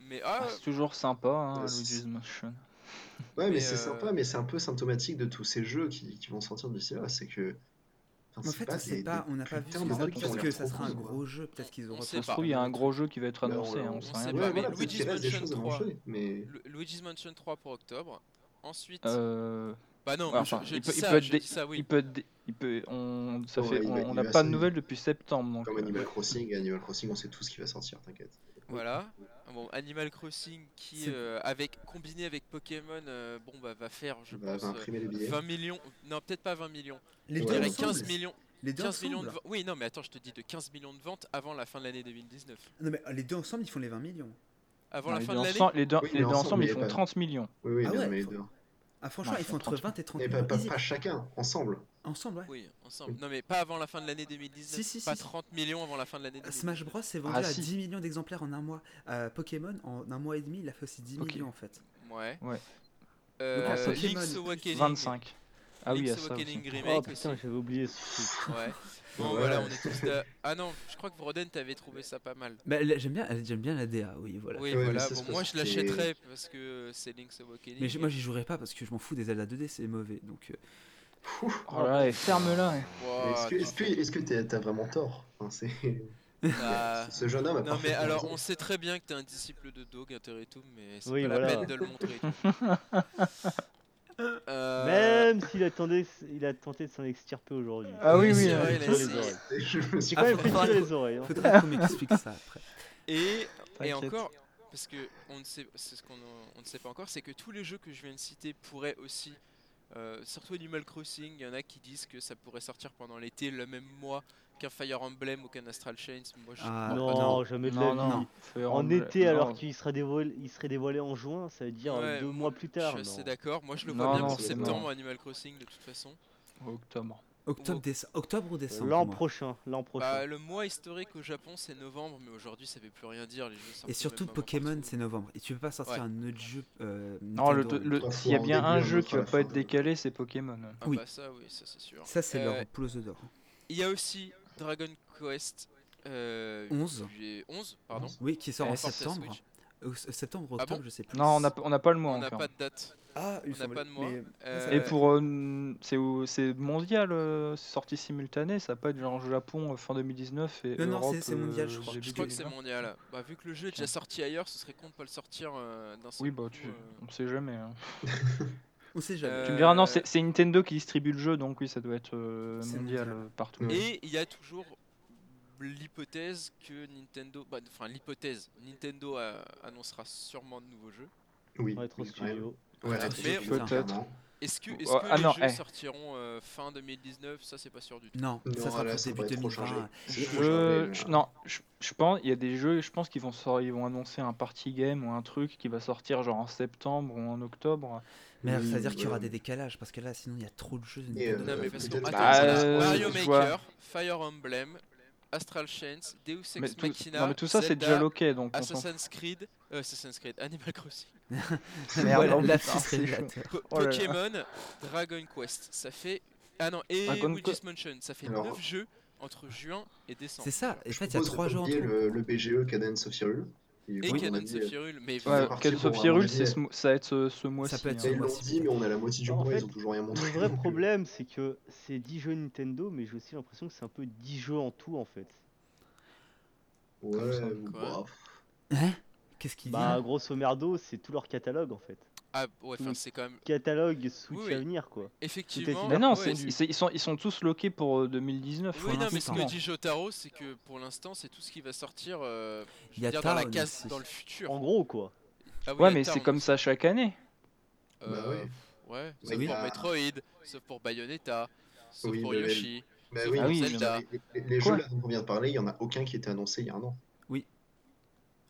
Speaker 1: Mais ah,
Speaker 4: ah, c'est toujours sympa, hein,
Speaker 3: euh, c'est-
Speaker 4: Luigi's Mansion.
Speaker 3: Ouais, mais,
Speaker 1: Mais,
Speaker 3: c'est
Speaker 1: euh,
Speaker 3: sympa, mais c'est un peu symptomatique de tous ces jeux qui, qui vont sortir d'ici là. C'est que.
Speaker 5: En fait, on sait pas, on n'a pas vu ce
Speaker 3: putains
Speaker 5: qu'ils
Speaker 3: de
Speaker 5: ont
Speaker 3: jeux qui ont
Speaker 5: parce
Speaker 3: l'air
Speaker 5: que ça
Speaker 3: trop
Speaker 5: sera un
Speaker 3: cool,
Speaker 5: gros jeu. Peut-être qu'ils auront
Speaker 1: On sait
Speaker 4: Ça
Speaker 1: pas.
Speaker 4: se trouve, il y a un gros jeu qui va être
Speaker 3: Bah,
Speaker 4: annoncé,
Speaker 3: on-
Speaker 4: hein,
Speaker 3: on
Speaker 4: on
Speaker 1: sait
Speaker 4: sait rien.
Speaker 1: pas,
Speaker 4: du
Speaker 3: Ouais, voilà,
Speaker 4: tout.
Speaker 1: mais
Speaker 3: peut-être qu'il
Speaker 1: Luigi's
Speaker 3: reste des
Speaker 1: Mansion
Speaker 3: choses à
Speaker 1: 3.
Speaker 3: manger, mais.
Speaker 1: Lu- Luigi's Mansion 3 pour octobre. Ensuite,
Speaker 4: Euh,
Speaker 1: bah non,
Speaker 4: ouais,
Speaker 1: mais
Speaker 4: enfin,
Speaker 1: j'ai
Speaker 4: il
Speaker 1: dit
Speaker 4: peut- il
Speaker 1: ça,
Speaker 4: peut être
Speaker 1: j'ai
Speaker 4: dé-
Speaker 1: dit ça, oui.
Speaker 4: Il peut, être dé- il peut, on, ça
Speaker 3: Ouais,
Speaker 4: fait,
Speaker 3: Oh, il va-
Speaker 4: on
Speaker 3: il
Speaker 4: n'a
Speaker 3: va
Speaker 4: pas
Speaker 3: se-
Speaker 4: de nouvelles depuis septembre, donc
Speaker 3: Comme
Speaker 4: euh,
Speaker 3: Animal Crossing, Animal Crossing, on sait tous ce qui va sortir, t'inquiète.
Speaker 1: Voilà. Bon, Animal Crossing qui,
Speaker 5: C'est-
Speaker 1: euh, avec combiné avec Pokémon, euh, bon bah va faire, je
Speaker 3: On va,
Speaker 1: pense,
Speaker 3: va
Speaker 1: euh,
Speaker 3: imprimer les billets.
Speaker 1: 20 millions. Non, peut-être pas 20 millions.
Speaker 5: Les
Speaker 1: Je
Speaker 3: Ouais,
Speaker 1: dirais
Speaker 3: ensemble,
Speaker 1: 15 millions.
Speaker 5: Les deux
Speaker 1: 15 millions de
Speaker 5: ensemble.
Speaker 1: vo- Oui, non, mais attends, je te dis de 15 millions de ventes avant la fin de l'année 2019.
Speaker 5: Non, mais euh, les deux ensemble, ils font les 20 millions.
Speaker 1: Avant
Speaker 4: Non,
Speaker 1: la
Speaker 4: les
Speaker 1: fin
Speaker 4: deux
Speaker 1: de l'année
Speaker 4: ensemble- les deux
Speaker 3: Oui,
Speaker 4: les
Speaker 3: mais
Speaker 4: deux
Speaker 3: ensemble,
Speaker 4: ensemble,
Speaker 3: il y
Speaker 4: ils
Speaker 3: a
Speaker 4: font
Speaker 3: pas de-
Speaker 4: 30 millions.
Speaker 3: Oui, oui,
Speaker 5: Ah
Speaker 3: non,
Speaker 5: ouais,
Speaker 3: mais les
Speaker 5: faut-
Speaker 3: deux.
Speaker 5: Ah, franchement,
Speaker 1: Bah,
Speaker 4: Ouais,
Speaker 5: ils
Speaker 4: ils
Speaker 5: font
Speaker 4: font
Speaker 5: entre 20 et 30
Speaker 3: Mais
Speaker 5: millions.
Speaker 3: pas, pas,
Speaker 5: easy.
Speaker 3: pas chacun, ensemble.
Speaker 5: Ensemble, ouais.
Speaker 1: Oui, ensemble. Non, mais pas avant la fin de l'année 2019.
Speaker 5: Si, si, si,
Speaker 1: pas
Speaker 5: si.
Speaker 1: 30 millions avant la fin de l'année 2019.
Speaker 5: Smash Bros s'est vendu
Speaker 4: Ah,
Speaker 5: à
Speaker 4: si.
Speaker 5: 10 millions d'exemplaires en un mois. Euh, Pokémon, en un mois et demi, il a fait aussi 10
Speaker 4: Ok.
Speaker 5: millions en fait.
Speaker 1: Ouais.
Speaker 4: Ouais.
Speaker 1: Euh,
Speaker 4: Ah, ça,
Speaker 1: Link's
Speaker 5: Pokémon,
Speaker 1: Awakening.
Speaker 4: 25. Ah oui, il y a
Speaker 1: Link's
Speaker 4: ça aussi.
Speaker 1: Awakening
Speaker 2: Oh
Speaker 1: Remake aussi.
Speaker 2: putain, j'avais oublié ce truc.
Speaker 1: Ouais. Bon,
Speaker 3: Ouais.
Speaker 1: voilà, on est tous là. Ah non, je crois que Broden, t'avais trouvé ça pas mal.
Speaker 5: Bah, là, j'aime bien, j'aime bien la DA, oui, voilà.
Speaker 1: Oui,
Speaker 3: Ah Ouais, mais
Speaker 1: voilà. Bon,
Speaker 3: ça, c'est
Speaker 1: moi, je
Speaker 3: parce que c'est-
Speaker 1: l'achèterais parce que euh, c'est Link's Awakening.
Speaker 5: Mais j- moi, j'y jouerai pas parce que je m'en fous des Zelda 2D, c'est mauvais. Donc, euh,
Speaker 4: Oh là là, et ferme-la. hein.
Speaker 1: Wow,
Speaker 3: Est-ce que-
Speaker 1: tu
Speaker 3: est-ce que est-ce que t'es- t'as vraiment tort Enfin, c'est-
Speaker 1: t'as-
Speaker 3: Ce jeune homme a
Speaker 1: Bah, Ah. Non, mais
Speaker 3: parfaitement
Speaker 1: alors,
Speaker 3: raison.
Speaker 1: on sait très bien que t'es un disciple de Dog, Interretum, mais c'est
Speaker 2: Oui,
Speaker 1: pas la
Speaker 2: voilà.
Speaker 1: peine de le montrer. Euh,
Speaker 2: Même s'il attendait, il a tenté de s'en extirper aujourd'hui.
Speaker 4: Ah oui,
Speaker 2: Il
Speaker 4: oui,
Speaker 2: s'est
Speaker 4: euh,
Speaker 2: fait
Speaker 1: il a
Speaker 2: tirer les
Speaker 1: essayé.
Speaker 2: oreilles.
Speaker 3: Je me suis
Speaker 5: Ah,
Speaker 2: Ouais, il
Speaker 5: faut-
Speaker 2: fait
Speaker 5: faut-
Speaker 2: tirer les oreilles. hein.
Speaker 5: faudrait qu'on m'explique ça après.
Speaker 1: Et, et
Speaker 4: T'inquiète.
Speaker 1: encore, parce que on ne sait, c'est ce qu'on on ne sait pas encore, c'est que tous les jeux que je viens de citer pourraient aussi, euh, surtout Animal Crossing, il y en a qui disent que ça pourrait sortir pendant l'été, le même mois qu'un Fire Emblem ou qu'un Astral Chains. Moi, je
Speaker 5: Ah,
Speaker 1: comprends
Speaker 2: non,
Speaker 1: pas trop.
Speaker 2: jamais de la
Speaker 4: Non,
Speaker 2: vie.
Speaker 4: non. Fais
Speaker 2: En
Speaker 4: remble-
Speaker 2: été, alors
Speaker 4: non.
Speaker 2: qu'il serait dévoilé, il serait dévoilé en juin, ça veut dire
Speaker 1: Ouais,
Speaker 2: deux mois plus tard.
Speaker 1: je
Speaker 2: non.
Speaker 1: suis assez d'accord. Moi, je le vois
Speaker 4: Non,
Speaker 1: bien
Speaker 4: non,
Speaker 1: pour
Speaker 3: c'est
Speaker 1: septembre,
Speaker 4: mort.
Speaker 1: Animal Crossing, de toute façon.
Speaker 4: Octobre.
Speaker 5: Octobre, déce- octobre ou décembre
Speaker 2: L'an
Speaker 5: moi.
Speaker 2: prochain, l'an prochain.
Speaker 1: Bah, le mois historique au Japon, c'est novembre, mais aujourd'hui, ça veut plus rien dire. Les jeux sortent
Speaker 5: Et
Speaker 1: au
Speaker 5: surtout,
Speaker 1: même moment
Speaker 5: Pokémon,
Speaker 1: partout.
Speaker 5: c'est novembre. Et tu peux pas sortir
Speaker 1: Ouais.
Speaker 5: un autre jeu. euh,
Speaker 4: Non, le,
Speaker 5: Nintendo.
Speaker 4: le-
Speaker 3: Trois
Speaker 4: s'il y a
Speaker 3: fois en
Speaker 4: bien un
Speaker 3: début,
Speaker 4: jeu
Speaker 3: un
Speaker 4: qui
Speaker 3: autre à
Speaker 4: va
Speaker 3: la
Speaker 4: pas
Speaker 3: fin.
Speaker 4: être décalé, c'est Pokémon.
Speaker 1: Ah
Speaker 5: oui.
Speaker 1: bah ça, oui, ça c'est sûr.
Speaker 5: Ça, c'est
Speaker 1: Euh,
Speaker 5: leur poule d'or.
Speaker 1: Il y a aussi Dragon Quest euh,
Speaker 5: 11.
Speaker 1: juillet- 11, pardon.
Speaker 5: Oui, qui sort
Speaker 1: Elle
Speaker 5: en
Speaker 1: sort sur
Speaker 5: septembre.
Speaker 1: euh, Switch.
Speaker 5: Au- euh, septembre,
Speaker 1: Ah
Speaker 5: octobre,
Speaker 1: bon
Speaker 5: je sais plus.
Speaker 4: Non, on n'a on n'a pas le mois
Speaker 1: On n'a
Speaker 4: encore.
Speaker 1: pas de date.
Speaker 5: Ah, il
Speaker 1: On n'a
Speaker 5: semble-
Speaker 1: pas de mois.
Speaker 5: mais-
Speaker 1: Euh,
Speaker 4: Et pour euh, c'est où- c'est mondial, euh, c'est sorti simultané, ça va pas être genre Japon euh, fin 2019 et
Speaker 5: Non, non,
Speaker 4: Europe. euh,
Speaker 5: c'est- c'est mondial, je crois.
Speaker 4: début
Speaker 1: Je crois que c'est
Speaker 4: 2020.
Speaker 1: mondial. Bah, vu que le jeu est déjà sorti ailleurs, ce serait con de pas le sortir euh, d'un seul
Speaker 4: Oui, bah
Speaker 1: coup,
Speaker 4: tu,
Speaker 1: euh.
Speaker 4: on sait jamais. hein.
Speaker 5: On sait jamais.
Speaker 1: Euh,
Speaker 4: Tu me diras non, c'est c'est Nintendo qui distribue le jeu, donc oui, ça doit être euh,
Speaker 5: C'est
Speaker 4: mondial
Speaker 5: mondial.
Speaker 4: euh, partout.
Speaker 3: Ouais.
Speaker 1: Et il y a toujours l'hypothèse que Nintendo. bah, Enfin, l'hypothèse. Nintendo euh, annoncera sûrement de nouveaux jeux.
Speaker 3: Oui,
Speaker 2: Retro
Speaker 3: oui,
Speaker 2: Studio.
Speaker 3: ouais. Ouais,
Speaker 1: Ah,
Speaker 3: Retro
Speaker 1: mais-
Speaker 3: Studio,
Speaker 4: Peut-être.
Speaker 3: clairement.
Speaker 1: Est-ce que,
Speaker 4: Oh,
Speaker 1: est-ce que
Speaker 4: ah
Speaker 1: les
Speaker 4: non,
Speaker 1: jeux
Speaker 4: eh.
Speaker 1: sortiront euh, fin 2019 Ça, c'est pas sûr du tout.
Speaker 5: Non, ça
Speaker 3: Non,
Speaker 5: sera
Speaker 3: là,
Speaker 5: pour
Speaker 3: ça
Speaker 5: début
Speaker 3: pourrait être trop
Speaker 5: 2020.
Speaker 3: changé.
Speaker 5: Et-
Speaker 3: Je-
Speaker 4: Je,
Speaker 3: Aujourd'hui,
Speaker 4: je-
Speaker 3: euh,
Speaker 4: non, je, je pense, il y a des jeux, je pense qu'ils vont, sor- ils vont annoncer un party game ou un truc qui va sortir genre en septembre ou en octobre.
Speaker 5: Mais alors,
Speaker 3: Oui,
Speaker 5: c'est-à-dire qu'il y aura
Speaker 3: ouais.
Speaker 5: des décalages, parce que là, sinon, il y a trop de jeux.
Speaker 3: Mm. Et, euh,
Speaker 5: Nintendo.
Speaker 1: Non, mais parce que.
Speaker 3: peut-être
Speaker 1: attends,
Speaker 4: pas.
Speaker 1: on a
Speaker 4: Euh,
Speaker 1: Mario
Speaker 4: je vois.
Speaker 1: Maker, Fire Emblem, Astral Chains, Deus Ex
Speaker 4: Mais tout,
Speaker 1: Machina.
Speaker 4: non, mais tout ça c'est
Speaker 1: Zelda, Ah,
Speaker 4: déjà loqué, donc on s'en
Speaker 1: Assassin's Creed, euh, Assassin's Creed, Animal Crossing,
Speaker 4: fout.
Speaker 5: Voilà,
Speaker 4: Merde,
Speaker 5: là,
Speaker 4: putain,
Speaker 5: ce serait
Speaker 4: c'est chaud.
Speaker 5: révélateur.
Speaker 1: Po-
Speaker 4: Oh là là.
Speaker 1: Pokémon, Dragon Quest, ça fait ah non et
Speaker 4: Dragon
Speaker 1: Luigi's Mansion, ça fait
Speaker 3: Alors-
Speaker 1: 9 jeux entre juin et décembre.
Speaker 5: C'est ça. Et en
Speaker 3: Je
Speaker 5: fait, il y a
Speaker 3: propose de
Speaker 5: trois
Speaker 3: pas
Speaker 5: jeux en
Speaker 3: oublier
Speaker 5: tout.
Speaker 3: le, le BGE Cadence of Hyrule.
Speaker 1: Et
Speaker 3: bon, on a
Speaker 1: Cadence
Speaker 3: dit-
Speaker 1: of Hyrule, mais
Speaker 3: Ouais,
Speaker 4: Ouais,
Speaker 1: vraiment,
Speaker 3: parti
Speaker 4: Cadence
Speaker 3: pour
Speaker 4: of
Speaker 3: un
Speaker 4: Hyrule,
Speaker 3: budget.
Speaker 4: c'est ce mo- ça va être ce, ce mois-ci.
Speaker 5: peut
Speaker 4: hein.
Speaker 5: être ce
Speaker 3: Ils l'ont
Speaker 5: mois-ci,
Speaker 3: dit, mais on a la moitié du
Speaker 2: En
Speaker 3: mois,
Speaker 2: fait,
Speaker 3: ils ont toujours rien
Speaker 2: Le
Speaker 3: montré.
Speaker 2: vrai
Speaker 3: donc, euh,
Speaker 2: problème, c'est que c'est 10 jeux Nintendo, mais j'ai aussi l'impression que c'est un peu 10 jeux en tout en fait.
Speaker 1: Comme ça,
Speaker 3: Ouais,
Speaker 1: quoi.
Speaker 3: bah,
Speaker 5: Hein Qu'est-ce qu'il dit
Speaker 2: Bah, grosso merdo, c'est tout leur catalogue en fait.
Speaker 1: ah ouais, enfin
Speaker 2: Oui.
Speaker 1: c'est quand même
Speaker 2: Catalogue Switch
Speaker 1: Oui, oui.
Speaker 2: à venir quoi.
Speaker 1: effectivement.
Speaker 4: Mais non,
Speaker 1: ouais,
Speaker 4: c'est-
Speaker 1: c'est-
Speaker 4: c'est- ils, sont, ils sont tous loqués pour euh, 2019.
Speaker 1: Oui,
Speaker 4: pour
Speaker 1: non, mais ce
Speaker 4: l'instant.
Speaker 1: que dit Jotaro, c'est que pour l'instant, c'est tout ce qui va sortir euh, je
Speaker 5: Il y
Speaker 1: veux
Speaker 5: a
Speaker 1: dire, dans la
Speaker 5: Town
Speaker 1: case
Speaker 5: aussi.
Speaker 1: dans le futur.
Speaker 2: En gros quoi.
Speaker 1: Ah oui, il
Speaker 4: Ouais,
Speaker 1: y a
Speaker 4: mais c'est
Speaker 1: Town.
Speaker 4: comme ça chaque année.
Speaker 3: Bah
Speaker 1: Euh,
Speaker 3: ouais.
Speaker 1: ouais,
Speaker 3: Oui,
Speaker 1: sauf
Speaker 3: il y
Speaker 1: pour
Speaker 3: a-
Speaker 1: Metroid, sauf pour Bayonetta, sauf
Speaker 3: Oui,
Speaker 1: pour
Speaker 3: mais-
Speaker 1: Yoshi.
Speaker 3: bah
Speaker 1: Sauf
Speaker 3: oui,
Speaker 1: pour
Speaker 4: Ah oui, mais-
Speaker 1: Zelda.
Speaker 3: les, les- les
Speaker 4: Quoi
Speaker 3: jeux là dont on vient de parler, il n'y en a aucun qui était annoncé il y a un an.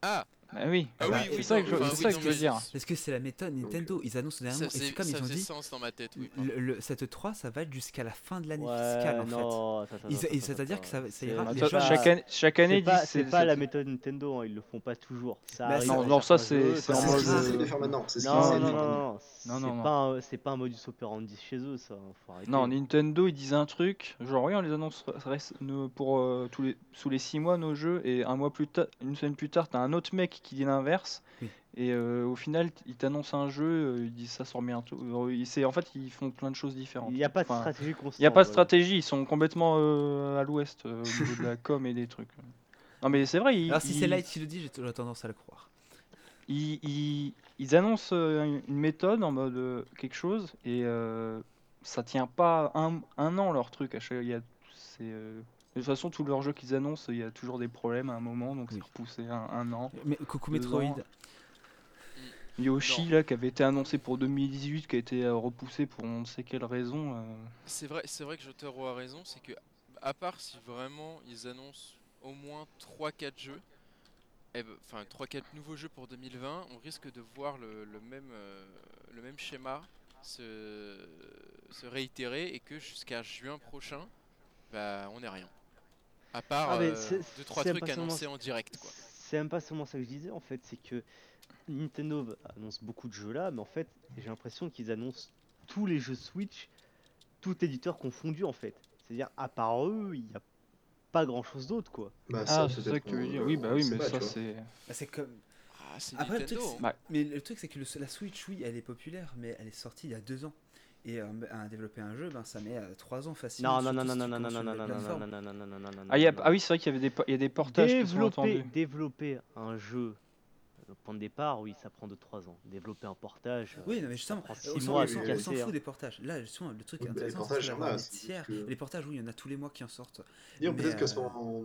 Speaker 1: Ah,
Speaker 4: Ah oui,
Speaker 1: Ah
Speaker 4: bah,
Speaker 1: oui,
Speaker 4: c'est
Speaker 1: oui,
Speaker 4: ça
Speaker 1: non,
Speaker 4: que je
Speaker 1: enfin,
Speaker 4: c'est
Speaker 1: oui,
Speaker 4: ça que
Speaker 1: non,
Speaker 4: je veux
Speaker 1: mais
Speaker 4: dire.
Speaker 5: Parce que c'est la méthode Nintendo. Ils annoncent
Speaker 1: Ça
Speaker 5: dernièrement. Et
Speaker 1: faisait,
Speaker 5: c'est comme
Speaker 1: ça
Speaker 5: ils ont
Speaker 1: faisait
Speaker 5: dit.
Speaker 1: sens dans ma tête, oui. pardon.
Speaker 5: Le, le- cette 3, ça va être jusqu'à la fin de l'année
Speaker 2: Ouais,
Speaker 5: fiscale en fait.
Speaker 2: non, attends, attends,
Speaker 5: Ils-
Speaker 2: attends,
Speaker 5: et
Speaker 2: attends,
Speaker 5: c'est-à-dire que ça-
Speaker 2: attends.
Speaker 5: ça ira-
Speaker 2: C'est
Speaker 5: les
Speaker 4: Attends,
Speaker 5: gens-
Speaker 2: pas-
Speaker 4: chaque année, chaque année
Speaker 2: bah, C'est pas,
Speaker 4: disent,
Speaker 2: c'est pas la méthode Nintendo, hein, ils le font pas toujours. Ça
Speaker 5: Mais
Speaker 2: arrive
Speaker 5: non,
Speaker 2: à
Speaker 4: non, ça,
Speaker 2: certains
Speaker 4: c'est-
Speaker 2: jeux,
Speaker 4: c'est
Speaker 2: ça
Speaker 5: en
Speaker 2: arrive
Speaker 3: C'est ce
Speaker 5: mode,
Speaker 3: qu'ils
Speaker 2: à-
Speaker 5: euh,
Speaker 3: essaient de faire maintenant. C'est ce qu'ils
Speaker 2: Non,
Speaker 3: essaient
Speaker 2: non,
Speaker 3: de
Speaker 2: non,
Speaker 3: faire maintenant.
Speaker 2: non, non, c'est
Speaker 4: Non, non,
Speaker 2: pas, un- c'est pas un modus operandi chez eux, ça. hein, Faut arrêter.
Speaker 4: Non, Nintendo, ils disent un truc, genre oui, on les annonce res- nos- pour euh, tous les sous les 6 mois nos jeux et un mois plus tard, une semaine plus tard, t'as un autre mec qui dit l'inverse
Speaker 5: Oui.
Speaker 4: et euh, au final, t- ils t'annoncent un jeu, euh, ils disent ça sort bientôt. Euh, ils- c'est en fait, ils font plein de choses différentes.
Speaker 2: Il n'y a pas de
Speaker 4: Enfin,
Speaker 2: stratégie constante. euh,
Speaker 4: Il n'y a pas de
Speaker 2: voilà.
Speaker 4: stratégie, ils sont complètement euh, à l'ouest euh, au niveau de la com et des trucs. Non mais c'est vrai, ils,
Speaker 5: Alors Ah, si c'est
Speaker 4: ils-
Speaker 5: Light qui le dit, j'ai t- j'aurais tendance à le croire.
Speaker 4: ils, ils- ils annoncent euh, une méthode en mode euh, quelque chose et euh, ça tient pas un, un an leur truc. à chaque- il y a- c'est, euh, de toute façon, tous leurs jeux qu'ils annoncent, il y a toujours des problèmes à un moment, donc
Speaker 5: Oui.
Speaker 4: c'est repoussé un, un an.
Speaker 5: Mais coucou
Speaker 4: Deux
Speaker 5: Metroid.
Speaker 4: ans. Yoshi,
Speaker 1: Non.
Speaker 4: là, qui avait été annoncé pour 2018, qui a été euh, repoussé pour on ne sait quelle raison. euh,
Speaker 1: C'est vrai, c'est vrai que Jotaro a raison, c'est que à part si vraiment ils annoncent au moins 3-4 jeux, eh ben, enfin 3-4 nouveaux jeux pour 2020, on risque de voir le, le même, euh, le même schéma se, se réitérer et que jusqu'à juin prochain, bah, on n'est rien. À part
Speaker 2: Ah, mais
Speaker 1: 2-3
Speaker 2: c'est- c'est
Speaker 1: trucs
Speaker 2: impatientement-
Speaker 1: annoncés en direct. Quoi.
Speaker 2: C'est même pas seulement ça que je disais en fait, c'est que Nintendo v- annonce beaucoup de jeux là, mais en fait j'ai l'impression qu'ils annoncent tous les jeux Switch, tout éditeur confondu en fait. C'est-à-dire à part eux, il n'y a pas grand chose d'autre quoi.
Speaker 3: Bah,
Speaker 4: Ah,
Speaker 3: peut-être
Speaker 4: c'est ça que tu veux
Speaker 3: qu'on-
Speaker 4: dire. Oui, bah oui,
Speaker 3: on sait
Speaker 4: mais
Speaker 3: pas,
Speaker 4: ça,
Speaker 3: tu vois.
Speaker 4: c'est.
Speaker 5: Bah, c'est comme.
Speaker 1: Ah, c'est
Speaker 5: Après, le
Speaker 1: Nintendo.
Speaker 5: truc,
Speaker 1: hein.
Speaker 5: c'est- Mais le truc, c'est que le- la Switch, oui, elle est populaire, mais elle est sortie il y a deux ans. Et euh, à développer un jeu, ben, ça met euh, trois ans facilement.
Speaker 2: Non non non
Speaker 5: surtout
Speaker 2: non
Speaker 5: si
Speaker 2: non
Speaker 5: tu
Speaker 2: non non
Speaker 5: commences
Speaker 2: non
Speaker 5: sur
Speaker 2: non non non
Speaker 5: des plateformes.
Speaker 2: non non non non non non
Speaker 4: Ah, il y a-
Speaker 2: non,
Speaker 4: ah oui, c'est vrai qu'il y avait des, po- il y a des portages qui sont
Speaker 2: développer,
Speaker 4: attendus.
Speaker 2: développer un jeu, le point de départ, oui, ça prend 2-3 ans. Développer un portage, euh,
Speaker 5: Oui, non, mais justement,
Speaker 2: prend six
Speaker 5: on s'en
Speaker 2: mois à
Speaker 5: on s'en-
Speaker 2: tout
Speaker 5: on s'en
Speaker 2: casser,
Speaker 5: fout
Speaker 2: hein.
Speaker 5: des portages. Là, justement, le truc
Speaker 3: Oui, bah, les
Speaker 5: intéressant, c'est
Speaker 3: portages, il y en
Speaker 5: d'avoir
Speaker 3: a,
Speaker 5: des
Speaker 3: c'est juste
Speaker 5: tiers.
Speaker 3: que-
Speaker 5: Les portages, oui, il y en a tous les mois qui en sortent.
Speaker 3: Disons,
Speaker 5: Mais,
Speaker 3: peut-être
Speaker 5: euh,
Speaker 3: que sur, en-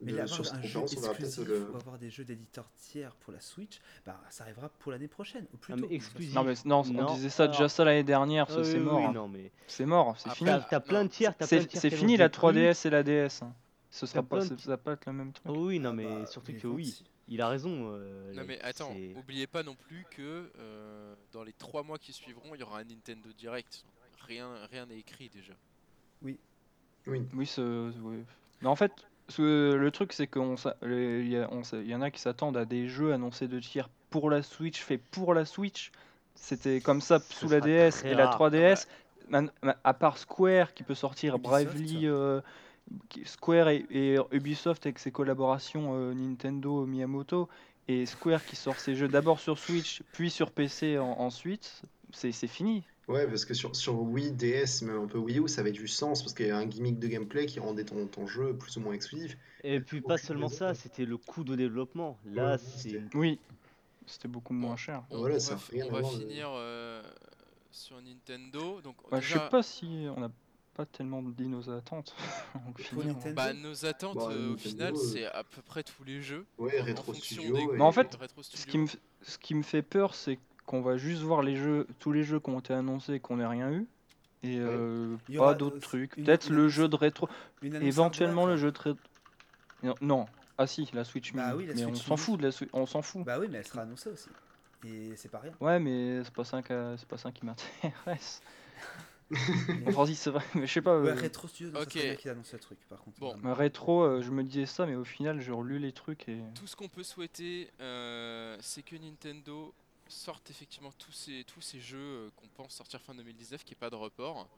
Speaker 5: Mais
Speaker 3: de-
Speaker 5: là,
Speaker 3: sur
Speaker 5: avoir
Speaker 3: cette
Speaker 5: un jeu
Speaker 3: conférence, on verra peut-être
Speaker 5: exclusif
Speaker 3: le.
Speaker 5: ou avoir des jeux d'éditeurs tiers pour la Switch, bah, ça arrivera pour l'année prochaine, ou plus
Speaker 2: Non,
Speaker 5: tôt.
Speaker 2: mais
Speaker 5: de toute
Speaker 2: exclusif.
Speaker 5: façon.
Speaker 4: Non, mais non, on
Speaker 2: Non.
Speaker 4: disait ça déjà ça l'année dernière, ça,
Speaker 2: Ah oui,
Speaker 4: c'est
Speaker 2: oui,
Speaker 4: mort.
Speaker 2: oui,
Speaker 4: hein.
Speaker 2: non, mais
Speaker 4: C'est mort, c'est
Speaker 1: Ah,
Speaker 4: fini.
Speaker 2: t'as t'as plein de tiers, t'as plein de
Speaker 4: C'est
Speaker 2: tiers.
Speaker 4: c'est
Speaker 2: qui
Speaker 4: fini
Speaker 2: annoncent
Speaker 4: la
Speaker 2: des
Speaker 4: 3DS et la DS. hein. Ce
Speaker 2: T'as
Speaker 4: sera pas,
Speaker 2: plein
Speaker 4: ça
Speaker 2: de
Speaker 4: ça va pas être le même truc.
Speaker 2: trucs. Oui, non, mais
Speaker 5: Bah,
Speaker 2: surtout
Speaker 5: les
Speaker 2: que oui,
Speaker 5: ventes,
Speaker 2: il a raison. euh,
Speaker 1: Non mais
Speaker 2: Alex,
Speaker 1: attends,
Speaker 2: c'est-
Speaker 1: oubliez pas non plus que euh, dans les trois mois qui suivront, il y aura un Nintendo Direct. Rien, rien n'est écrit déjà.
Speaker 3: Oui,
Speaker 4: Oui, c'est- ouais. Mais en fait, ce- le truc, c'est qu'on s'a- les- il y, a- on s'a- il y en a qui s'attendent à des jeux annoncés de tiers pour la Switch, fait pour la Switch. C'était comme ça
Speaker 2: Ce
Speaker 4: sous la
Speaker 2: sera
Speaker 4: DS
Speaker 2: très
Speaker 4: et la
Speaker 2: rare. Ah
Speaker 4: 3DS. Man- ma- à part Square qui peut sortir
Speaker 5: Ubisoft.
Speaker 4: Bravely, euh, qui- Square et, et Ubisoft avec ses collaborations euh, Nintendo Miyamoto et Square qui sort ses jeux d'abord sur Switch puis sur PC en- ensuite, c'est c'est fini.
Speaker 3: ouais, parce que sur, sur Wii, DS, même un peu Wii U, ça avait du sens parce qu'il y a un gimmick de gameplay qui rendait ton, ton jeu plus ou moins exclusif.
Speaker 2: Et puis pas seulement ça, c'était le coût de développement. Là,
Speaker 3: Ouais,
Speaker 2: c'est.
Speaker 4: Oui, c'était beaucoup moins cher.
Speaker 1: On,
Speaker 3: Voilà,
Speaker 1: on
Speaker 3: Ah ça
Speaker 1: va,
Speaker 3: a
Speaker 1: fi-
Speaker 3: rien
Speaker 1: on
Speaker 3: à
Speaker 1: va
Speaker 3: voir, mais-
Speaker 1: finir euh, sur Nintendo. Donc
Speaker 4: Bah, Je
Speaker 1: déjà,
Speaker 4: sais pas si on n'a pas tellement dit nos attentes. Donc,
Speaker 5: Pour
Speaker 4: finalement.
Speaker 5: Nintendo.
Speaker 1: bah, nos attentes
Speaker 3: Bah,
Speaker 1: euh, au
Speaker 3: Nintendo,
Speaker 1: final,
Speaker 3: euh,
Speaker 1: c'est à peu près tous les jeux.
Speaker 3: Ouais,
Speaker 1: en- en
Speaker 3: Retro
Speaker 1: fonction
Speaker 3: Studio.
Speaker 1: des-
Speaker 3: et-
Speaker 4: Mais en fait,
Speaker 1: Retro Studio.
Speaker 4: ce, qui me, f- ce qui me fait peur, c'est qu'on va juste voir les jeux, tous les jeux qui ont été annoncés et qu'on n'ait rien eu. Et euh,
Speaker 5: Il y aura
Speaker 4: pas
Speaker 5: de-
Speaker 4: d'autres trucs.
Speaker 5: une-
Speaker 4: Peut-être
Speaker 5: une
Speaker 4: le
Speaker 5: annonce-
Speaker 4: jeu de rétro.
Speaker 5: Une annonce
Speaker 4: Éventuellement le
Speaker 5: hardware.
Speaker 4: jeu de rétro. Non, non. Ah si, la Switch
Speaker 5: Bah
Speaker 4: Mini.
Speaker 5: oui, la
Speaker 4: mais
Speaker 5: Switch
Speaker 4: on s'en
Speaker 5: Mini.
Speaker 4: fout de la Switch. On s'en fout.
Speaker 5: Bah oui, mais elle sera annoncée aussi. Et c'est pas rien.
Speaker 4: Ouais, mais c'est pas ça, qu'a- c'est pas ça qui m'intéresse.
Speaker 5: Mais-
Speaker 4: Bon, Francis, c'est vrai, mais je sais pas.
Speaker 5: Ouais,
Speaker 4: euh,
Speaker 5: Retro Studio, donc
Speaker 1: Ok.
Speaker 5: ça serait bien qu'ils annoncent le truc, par contre.
Speaker 1: Bon.
Speaker 5: vraiment.
Speaker 4: mais rétro, euh, je me disais ça, mais au final, j'ai relu les trucs et.
Speaker 1: Tout ce qu'on peut souhaiter, euh, c'est que Nintendo sorte effectivement tous ces, tous ces jeux euh, qu'on pense sortir fin 2019, qu'il n'y ait pas de report.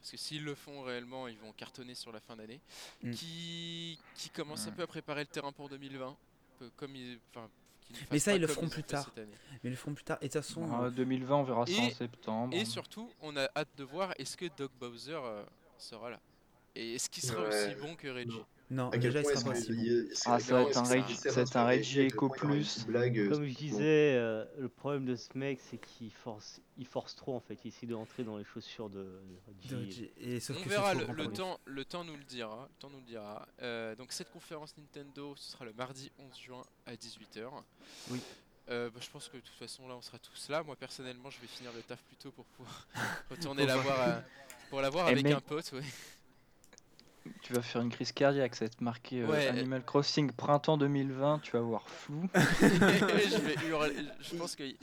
Speaker 1: Parce que s'ils le font réellement, ils vont cartonner sur la fin d'année.
Speaker 5: Mm.
Speaker 1: Qui, qui commence un peu à préparer le terrain pour 2020. peu Comme ils, enfin, qu'ils ne
Speaker 5: Mais
Speaker 1: fassent
Speaker 5: ça,
Speaker 1: pas
Speaker 5: ils le
Speaker 1: comme
Speaker 5: feront
Speaker 1: ont
Speaker 5: plus
Speaker 1: fait
Speaker 5: tard.
Speaker 1: cette année.
Speaker 5: Mais ils le feront plus tard. Et de toute façon,
Speaker 4: Ah,
Speaker 5: euh,
Speaker 4: 2020, on verra ça en
Speaker 1: Et-
Speaker 4: septembre.
Speaker 1: Et surtout, on a hâte de voir est-ce que Doc Bowser euh, sera là. Et est-ce qu'il sera
Speaker 3: Ouais.
Speaker 1: aussi bon que Reggie
Speaker 3: Non.
Speaker 5: non,
Speaker 3: À quel
Speaker 5: déjà, il
Speaker 3: point
Speaker 5: sera pas
Speaker 3: est-ce
Speaker 5: si
Speaker 3: qu'il
Speaker 5: bon.
Speaker 3: y a- c'est-
Speaker 4: Ah,
Speaker 3: à
Speaker 4: ça
Speaker 3: quel
Speaker 1: va
Speaker 3: point
Speaker 1: être un
Speaker 3: est-ce qu'il
Speaker 1: Rage-
Speaker 3: essaie
Speaker 4: ça va être un
Speaker 3: d'insérer-
Speaker 4: Rage
Speaker 3: à quel
Speaker 4: Echo
Speaker 3: point il y aura une
Speaker 4: plus.
Speaker 3: petite blague, euh,
Speaker 2: Comme je
Speaker 3: bon.
Speaker 2: disais, euh, le problème de ce mec, c'est qu'il force, il force trop en fait. Il essaie de rentrer dans les chaussures de, de
Speaker 5: De-
Speaker 2: Reggie.
Speaker 5: Et sauf
Speaker 1: On
Speaker 5: que
Speaker 1: verra,
Speaker 5: c'est
Speaker 1: le,
Speaker 5: trop grand
Speaker 1: le
Speaker 5: pour lui.
Speaker 1: temps, le temps nous le dira. le temps nous le dira. Euh, donc cette conférence Nintendo, ce sera le mardi 11 juin à 18h.
Speaker 2: Oui.
Speaker 1: Euh, bah, je pense que de toute façon là on sera tous là. Moi personnellement je vais finir le taf plus tôt pour pouvoir retourner la voir, à- pour la voir
Speaker 4: Eh,
Speaker 1: avec
Speaker 4: mais-
Speaker 1: un pote. ouais.
Speaker 4: Tu vas faire une crise cardiaque, ça va être marqué euh,
Speaker 1: Ouais.
Speaker 4: Animal Crossing printemps 2020, tu vas voir flou.
Speaker 1: je vais hurler. Je pense que
Speaker 5: Il